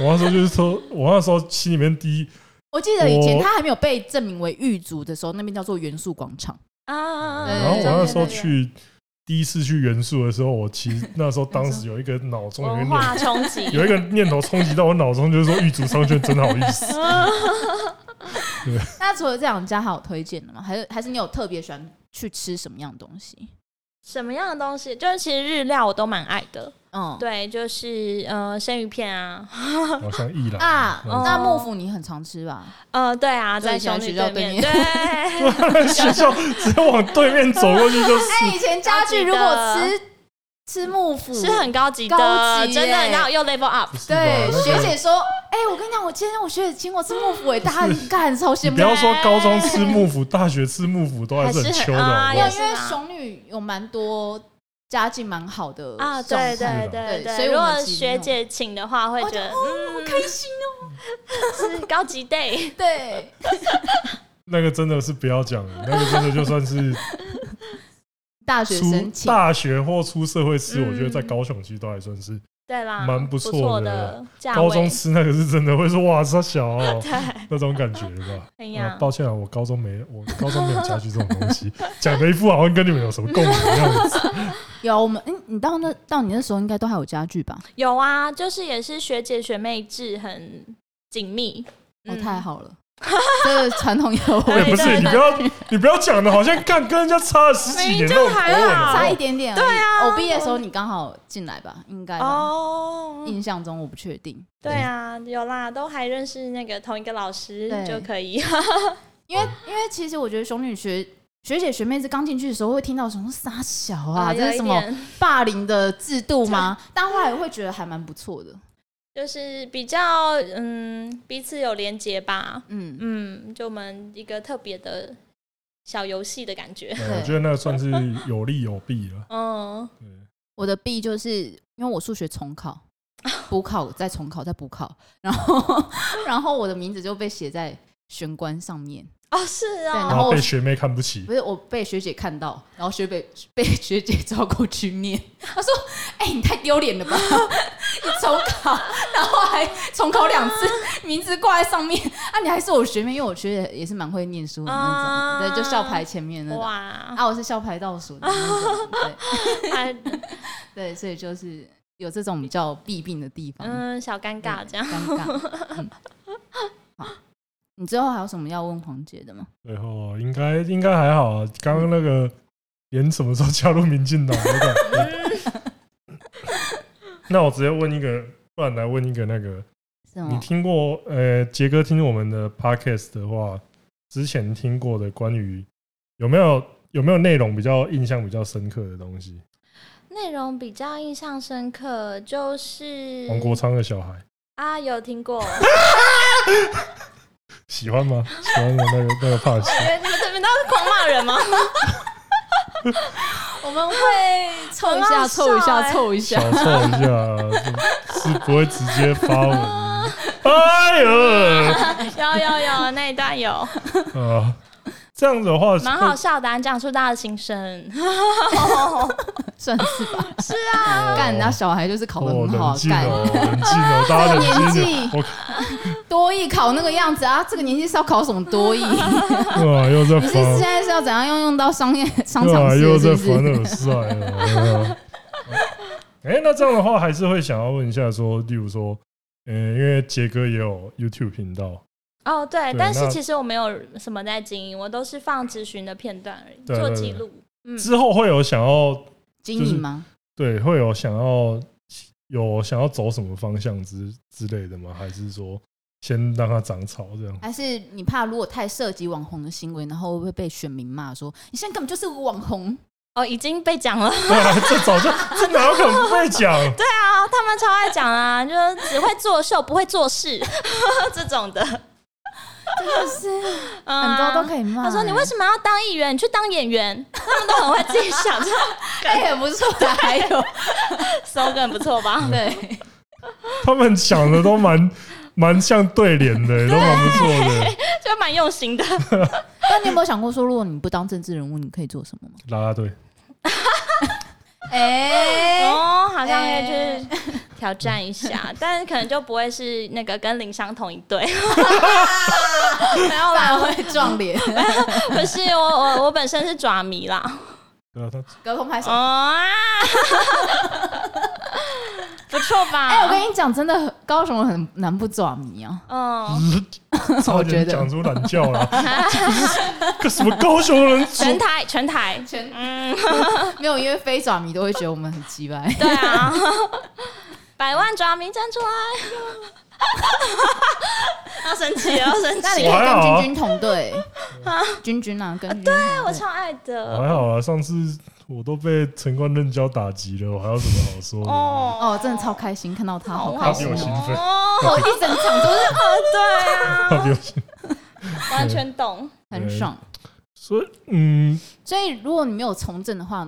S1: 我那时候就是说，我那时候心里面第一，
S3: 我记得以前
S1: 我
S3: 它还没有被证明为狱卒的时候，那边叫做元素广场。
S2: 啊，
S3: 对
S1: 然后我那时候
S2: 对对对
S1: 去第一次去元素的时候，我其实那时候当时有一个脑中有一个念
S2: 文化冲击，
S1: 有一个念头冲击到我脑中，就是说玉竹商圈真好意思。
S3: 那除了这两家，还有推荐的吗？还是还是你有特别喜欢去吃什么样的东西？
S2: 什么样的东西？就是其实日料我都蛮爱的，
S3: 嗯，
S2: 对，就是呃生鱼片啊，
S1: 好像一兰
S3: 啊，
S1: 嗯
S3: 那幕府你很常吃吧？
S2: 哦呃对啊，
S3: 就以
S2: 在
S3: 前
S2: 兄
S3: 学
S2: 弟
S3: 校
S2: 对
S3: 对
S2: 面，对，
S1: 学校直接往对面走过去就是。
S3: 哎，以前家具如果吃吃幕府，
S2: 是很高级的，
S3: 高级耶
S2: 真的，然后又 level up，
S1: 不是吧
S3: 对
S1: 那个
S3: 学姐说，哎，我跟你讲，我今天我学姐请我吃幕府，哎，大家应该很超羡
S1: 你
S3: 慕
S1: 不。要说高中吃幕府， 大学吃幕府都还是很
S2: 还是很
S1: 秋的好
S2: 啊
S1: 不
S3: 没有，
S1: 好
S2: 也，
S3: 因
S2: 是
S3: 为
S2: 啦
S3: 熊女有蛮多家境蛮好的
S2: 啊，
S3: 状
S2: 对
S3: 态
S2: 对
S1: 状
S3: 态
S2: 对
S3: 对所以
S2: 如
S3: 我
S2: 果
S3: 们其实
S2: 学姐请的话，会觉得
S3: 哦
S2: 嗯，开心哦，是高级 day，
S3: 对，
S1: 那个真的是不要讲了，那个真的就算是
S3: 大学
S1: 出
S3: 生请
S1: 大学或出社会吃，我觉得在
S2: 嗯
S1: 高雄其实都还算是
S2: 对啦，
S1: 蛮不
S2: 不
S1: 错的
S2: 的价
S1: 高中
S2: 位，
S1: 吃那个是真的会说哇，这小 哦
S2: 对，
S1: 那种感觉的吧。
S2: 哎
S1: 啊
S2: 呀，
S1: 抱歉啊，我高中没，我高中没有家具这种东西，讲的一副好像跟你们有什么共鸣的样子。
S3: 有我们，嗯，你到那到你那时候应该都还有家具吧？
S2: 有啊，就是也是学姐学妹制很紧密，
S3: 哦，
S2: 嗯
S3: 太好了，这个传统有
S1: 也
S2: 对
S1: 哎不是，
S2: 对
S1: 你不要，你不要讲的好像干跟人家差了十几
S2: 明明
S1: 年
S2: 就
S1: 那种
S2: 还
S1: 口吻
S2: 好
S1: 好
S3: 差
S1: 不
S3: 一
S1: 好
S3: 点点而已。
S2: 哦对啊
S3: 我毕业的时候你刚好进来吧，应该吧？
S2: 哦，
S3: 印象中我不确定，
S2: 对啊，有啦，都还认识那个同一个老师
S3: 对
S2: 就可以。
S3: 因为因为其实我觉得熊女学学姐学妹是刚进去的时候会听到什么傻小 啊，
S2: 啊
S3: 这
S2: 有
S3: 是
S2: 一
S3: 什么
S2: 点
S3: 霸凌的制度吗？但后来会觉得还蛮不错的，
S2: 就是比较嗯彼此有连结吧，
S3: 嗯，
S2: 嗯，就我们一个特别的小游戏的感觉，
S1: 对我觉得那个算是有利有弊了。
S2: 嗯，
S3: 我的 B 就是因为我数学重考。 补考再重考再补考，然后 然后我的名字就被写在玄关上面，
S2: 哦是
S3: 对
S1: 然
S3: 然
S2: 哦，
S3: 后
S1: 后
S3: 我
S1: 被学妹看不起
S3: 不，是我被学姐看到，然后学被被学姐抓过去念， 她说：“哎、你太丢脸了吧！ 你重考，然后还重考 两次，名字挂在上面啊！你还是我学妹，因为我学姐也是蛮会念书的那种，
S2: 啊
S3: 对，就校排前面那种。
S2: 哇，
S3: 啊，我是校排倒数的那 种，对
S2: 还
S3: 对，所以就是有这种比较弊病的地方，
S2: 嗯小尴尬这样。
S3: 尴 尬。嗯好，你之后还有什么要问黄姐的吗？
S1: 最后哦应该应该还好啊。刚刚那个连什么时候加入民进党都敢 那我直接问一个，不然来问一个那个，
S3: 什
S1: 你
S3: 么？
S1: 听过呃，杰哥听我们的 podcast 的话，之前听过的关于有没有有没有内容比较印象比较深刻的东西？
S2: 内容比较印象深刻
S3: 嗯
S2: 就是
S1: 王国昌的小孩
S2: 啊，有听过，
S1: 喜欢吗？喜欢的那个那个帕奇，
S2: 你们这边都是狂骂人吗？
S3: 我们会 凑一下，
S2: 很好笑
S3: 凑一下，
S2: 欸
S3: 凑
S1: 小。
S3: 一下
S1: 凑一下，是不会直接发文的。 哎呦，
S2: 有欸有有，那一段有，
S1: 啊，这样子的话，
S2: 蛮好笑的啊、你讲出大家的心声。
S3: 算 是啊吧。嗯
S1: 哦
S3: 干人家小孩就是考得
S1: 哦，
S3: 很好
S1: 冷
S3: 啊，
S1: 静
S3: 干、
S1: 哦，冷静哦，大家冷静 一点。我
S3: 多艺考那个样子啊，这个年纪是要考什么多 艺？你
S1: 哇，又在
S3: 是现
S1: 发，
S3: 在是要怎样用用到商业商场
S1: 哇，
S3: 事
S1: 啊又在
S3: 是不
S1: 凡
S3: 是？
S1: 尔赛了。哎呀 哎、那这样的话，还是会想要问一下，说，例如说，嗯、因为杰哥也有 YouTube 频道，
S2: 哦，对，
S1: 对
S2: 但是
S1: 那
S2: 其实我没有什么在经营，我都是放咨询的片段而已，
S1: 对
S2: 做
S1: 对
S2: 记
S1: 对
S2: 录。嗯，
S1: 之后会有想要
S3: 经
S1: 就是
S3: 营吗？
S1: 对，会有想要有想要走什么方向之之类的吗？还是说先让它长草这样？
S3: 还是你怕如果太涉及网红的行为，然后会被选民骂说你现在根本就是个网红？
S2: 哦，已经被讲了，
S1: 对啊，这早就这哪有可能不会讲？对啊，
S2: 啊，他们超爱讲啊， 就是只会作秀不会做事 这种的，
S3: 真的是
S2: 嗯
S3: 很
S2: 啊
S3: 多都可以骂欸。
S2: 他说：“你为什么要当议员？你去当演员。” 他们都很会自己 想，这
S3: 哎，很不错的，还有
S2: slogan 不错吧？
S1: 嗯
S3: 对，
S1: 他们想的都蛮蛮像对联的，欸都蛮不错 的。
S2: 就蛮用心的。
S3: 那你有没有想过说，如果你不当政治人物，你可以做什么吗？
S1: 啦啦队，
S3: 哎，
S2: 哦，好像可以
S3: 欸
S2: 去挑战一下， 但是可能就不会是那个跟林湘同一队。 没有啦，
S3: 然会撞脸，
S2: 不是我我我本身是爪迷啦。
S1: 对 啊，他
S3: 隔空拍手
S2: 哦。 啊，不错吧？
S3: 哎，我跟你讲，真的很高雄人很难不抓迷啊。
S2: 嗯，
S1: 差
S3: 觉
S1: 点
S3: 得
S1: 讲出懒觉 了， 这什么高雄人组
S2: 全台全台，
S3: 全
S2: 嗯，
S3: 没有，因为非爪迷都会觉得我们很鸡掰。
S2: 对啊，百万爪迷站出来， 要生气了，要生
S3: 那
S2: 气了，
S3: 你可以
S1: 我还
S3: 跟
S1: 好啊
S3: 君君同队，君君 啊，跟君君同队
S2: 我超爱的
S1: 还好啊，上次我都被陈冠任教打击了，我还有什么好说的？
S2: 哦
S3: 哦，真的超开心，看到他好开
S1: 他
S3: 心
S1: 比我兴
S3: 哦。
S1: 奋
S2: 哦，
S3: 我一整场都是
S2: 对啊，
S1: 他比我兴奋
S2: 完全懂。
S3: 很爽。
S1: 所以嗯，
S3: 所以如果你没有从政的话，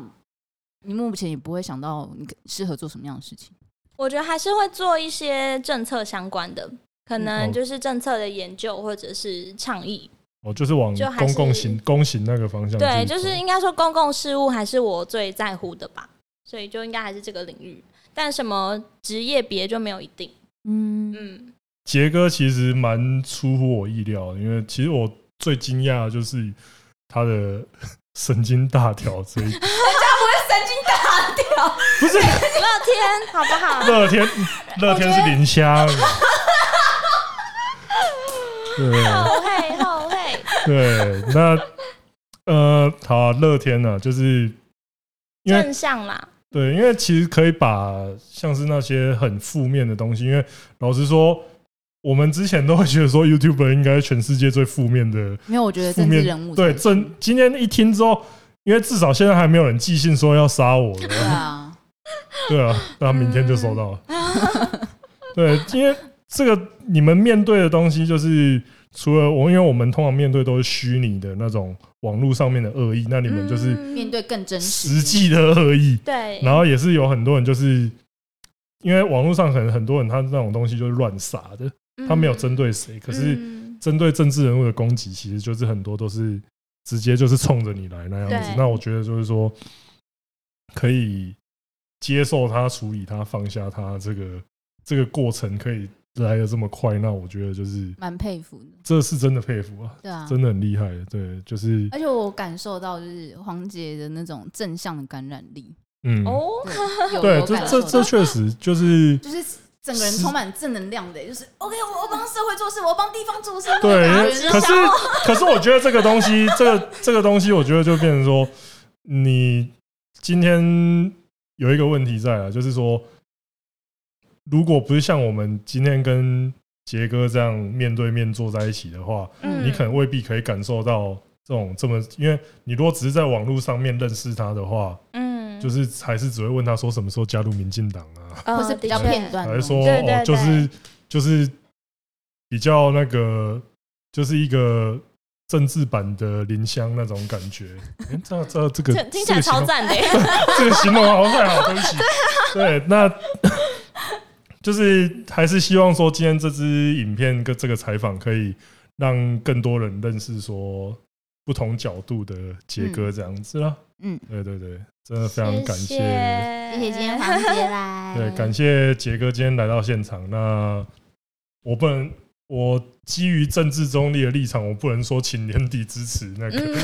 S3: 你目前也不会想到你可适合做什么样的事情。
S2: 我觉得还是会做一些政策相关的，可
S1: 嗯
S2: 能
S1: 哦
S2: 就是政策的研究或者是倡议。
S1: 哦，就是往
S2: 就还
S1: 公
S2: 是
S1: 共行公行那个方向去走，
S2: 对，就是应该说公共事务还是我最在乎的吧，所以就应该还是这个领域。但什么职业别就没有一定。
S3: 嗯，
S2: 嗯，
S1: 杰哥其实蛮出乎我意料的，因为其实我最惊讶的就是他的 神经大条这一点，
S3: 神经大条，
S1: 不是
S2: 乐天好不 好？
S1: 乐 天，乐天是磷虾。对
S2: 后会后会，
S1: 对，那呃，好啊、乐天呢、就是因为
S2: 正向啦。
S1: 对，因为其实可以把像是那些很负面的东西，因为老实说，我们之前都会觉得说 YouTube 应该是全世界最负面的
S3: 没有，我觉得
S1: 负
S3: 政治
S1: 面
S3: 人物
S1: 对，
S3: 才是
S1: 正今天一听之后，因为至少现在还没有人寄信说要杀 我的，
S3: 对啊，
S1: 对啊，那他明天就收到了。
S2: 嗯
S1: 对，因为这个你们面对的东西，就是除了我，因为我们通常面对都是虚拟的那种网络上面的恶意，那你们就是
S2: 嗯
S3: 面对更真实。
S1: 实际的恶意。
S2: 对，
S1: 然后也是有很多人就是。因为网络上可能很多人他那种东西就是乱撒的，他没有针对谁，可
S2: 嗯，
S1: 是
S2: 嗯
S1: 针对政治人物的攻击，其实就是很多都是直接就是冲着你来那样子
S2: 对。
S1: 那我觉得就是说，可以接受他、处理他、放下他，这个这个过程可以来的这么快，那我觉得就是
S3: 蛮佩服的，
S1: 这是真的佩服啊，
S3: 对啊，
S1: 真的很厉害。对，就是
S3: 而且我感受到就是黄杰的那种正向的感染力，
S1: 嗯，
S2: 哦，
S3: 对，有
S1: 对，
S3: 有
S1: 这
S3: 感受
S1: 这
S3: 到
S1: 这确实就是
S3: 就是整个人充满正能量的，就是 OK，我我帮社会做事，我帮地方做事。
S1: 对
S3: 那个
S2: 直，
S1: 可
S2: 销
S1: 是可是我觉得这个东 西，这个这个东西，我觉得就变成说，你今天有一个问题在啊，就是说，如果不是像我们今天跟杰哥这样面对面坐在一起的话，
S2: 嗯
S1: 你可能未必可以感受到这种这么，因为你如果只是在网络上面认识他的话，
S2: 嗯哦
S1: 就是是还是只会问他说什么时候加入民进党啊，
S3: 或是比较片段的
S1: 还是
S3: 东西，
S1: 说
S2: 对对
S1: 哦，就
S2: 对
S1: 是就是比较那个，就是一个政治版的林香那种感觉。诶这这这个哦
S2: 听听起
S1: 这个
S2: 来超
S1: 形容
S2: 赞的耶，
S1: 这个形容好像太好，对不起。对，那就是还是希望说，今天这支影片跟这个采访可以让更多人认识说不同角度的杰哥这样子啦。
S3: 嗯，
S1: 对对对，真的非常感
S2: 谢
S3: 谢谢今天黄杰 来，
S1: 对，感谢杰哥今天来到现场。那我不能，我基于政治中立的立场，我不能说请年底支持那个。
S2: 嗯，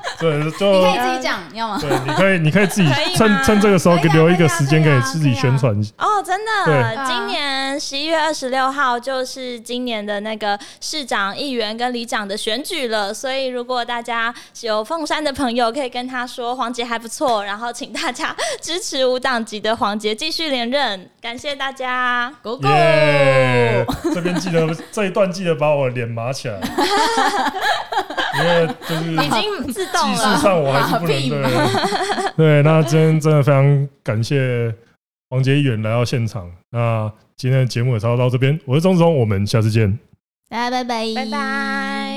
S1: 对，
S3: 你可
S1: 就
S3: 以自己讲，你要吗？
S1: 对，你可以，你可以自己
S2: 可以吗
S1: 趁趁这个时候
S3: 可以啊
S1: 留一
S3: 可以
S1: 个
S3: 啊
S1: 时间
S3: 可以
S1: 给
S3: 啊
S1: 自己
S3: 可以啊
S1: 宣传。
S2: 哦，真
S1: 对
S2: 的，
S3: 啊
S2: 今年十一月二十六号就是今年的那个市长、议员跟里长的选举了，所以如果大家有凤山的朋友，可以跟他说黄杰还不错，然后请大家支持无党籍的黄杰继续连任，感谢大家。
S3: Go Go！
S1: 耶！ 这边记得这一段记得把我脸麻起来， 因为就是
S2: 已经自动
S1: 技术
S2: 了，
S1: 上我还是不能
S3: 麻痹
S1: 对。对，那今天真的非常感谢黄杰议员来到现场。那今天的节目也差不多到这边，我是钟总，我们下次见。
S3: 大家拜拜，
S2: 拜拜。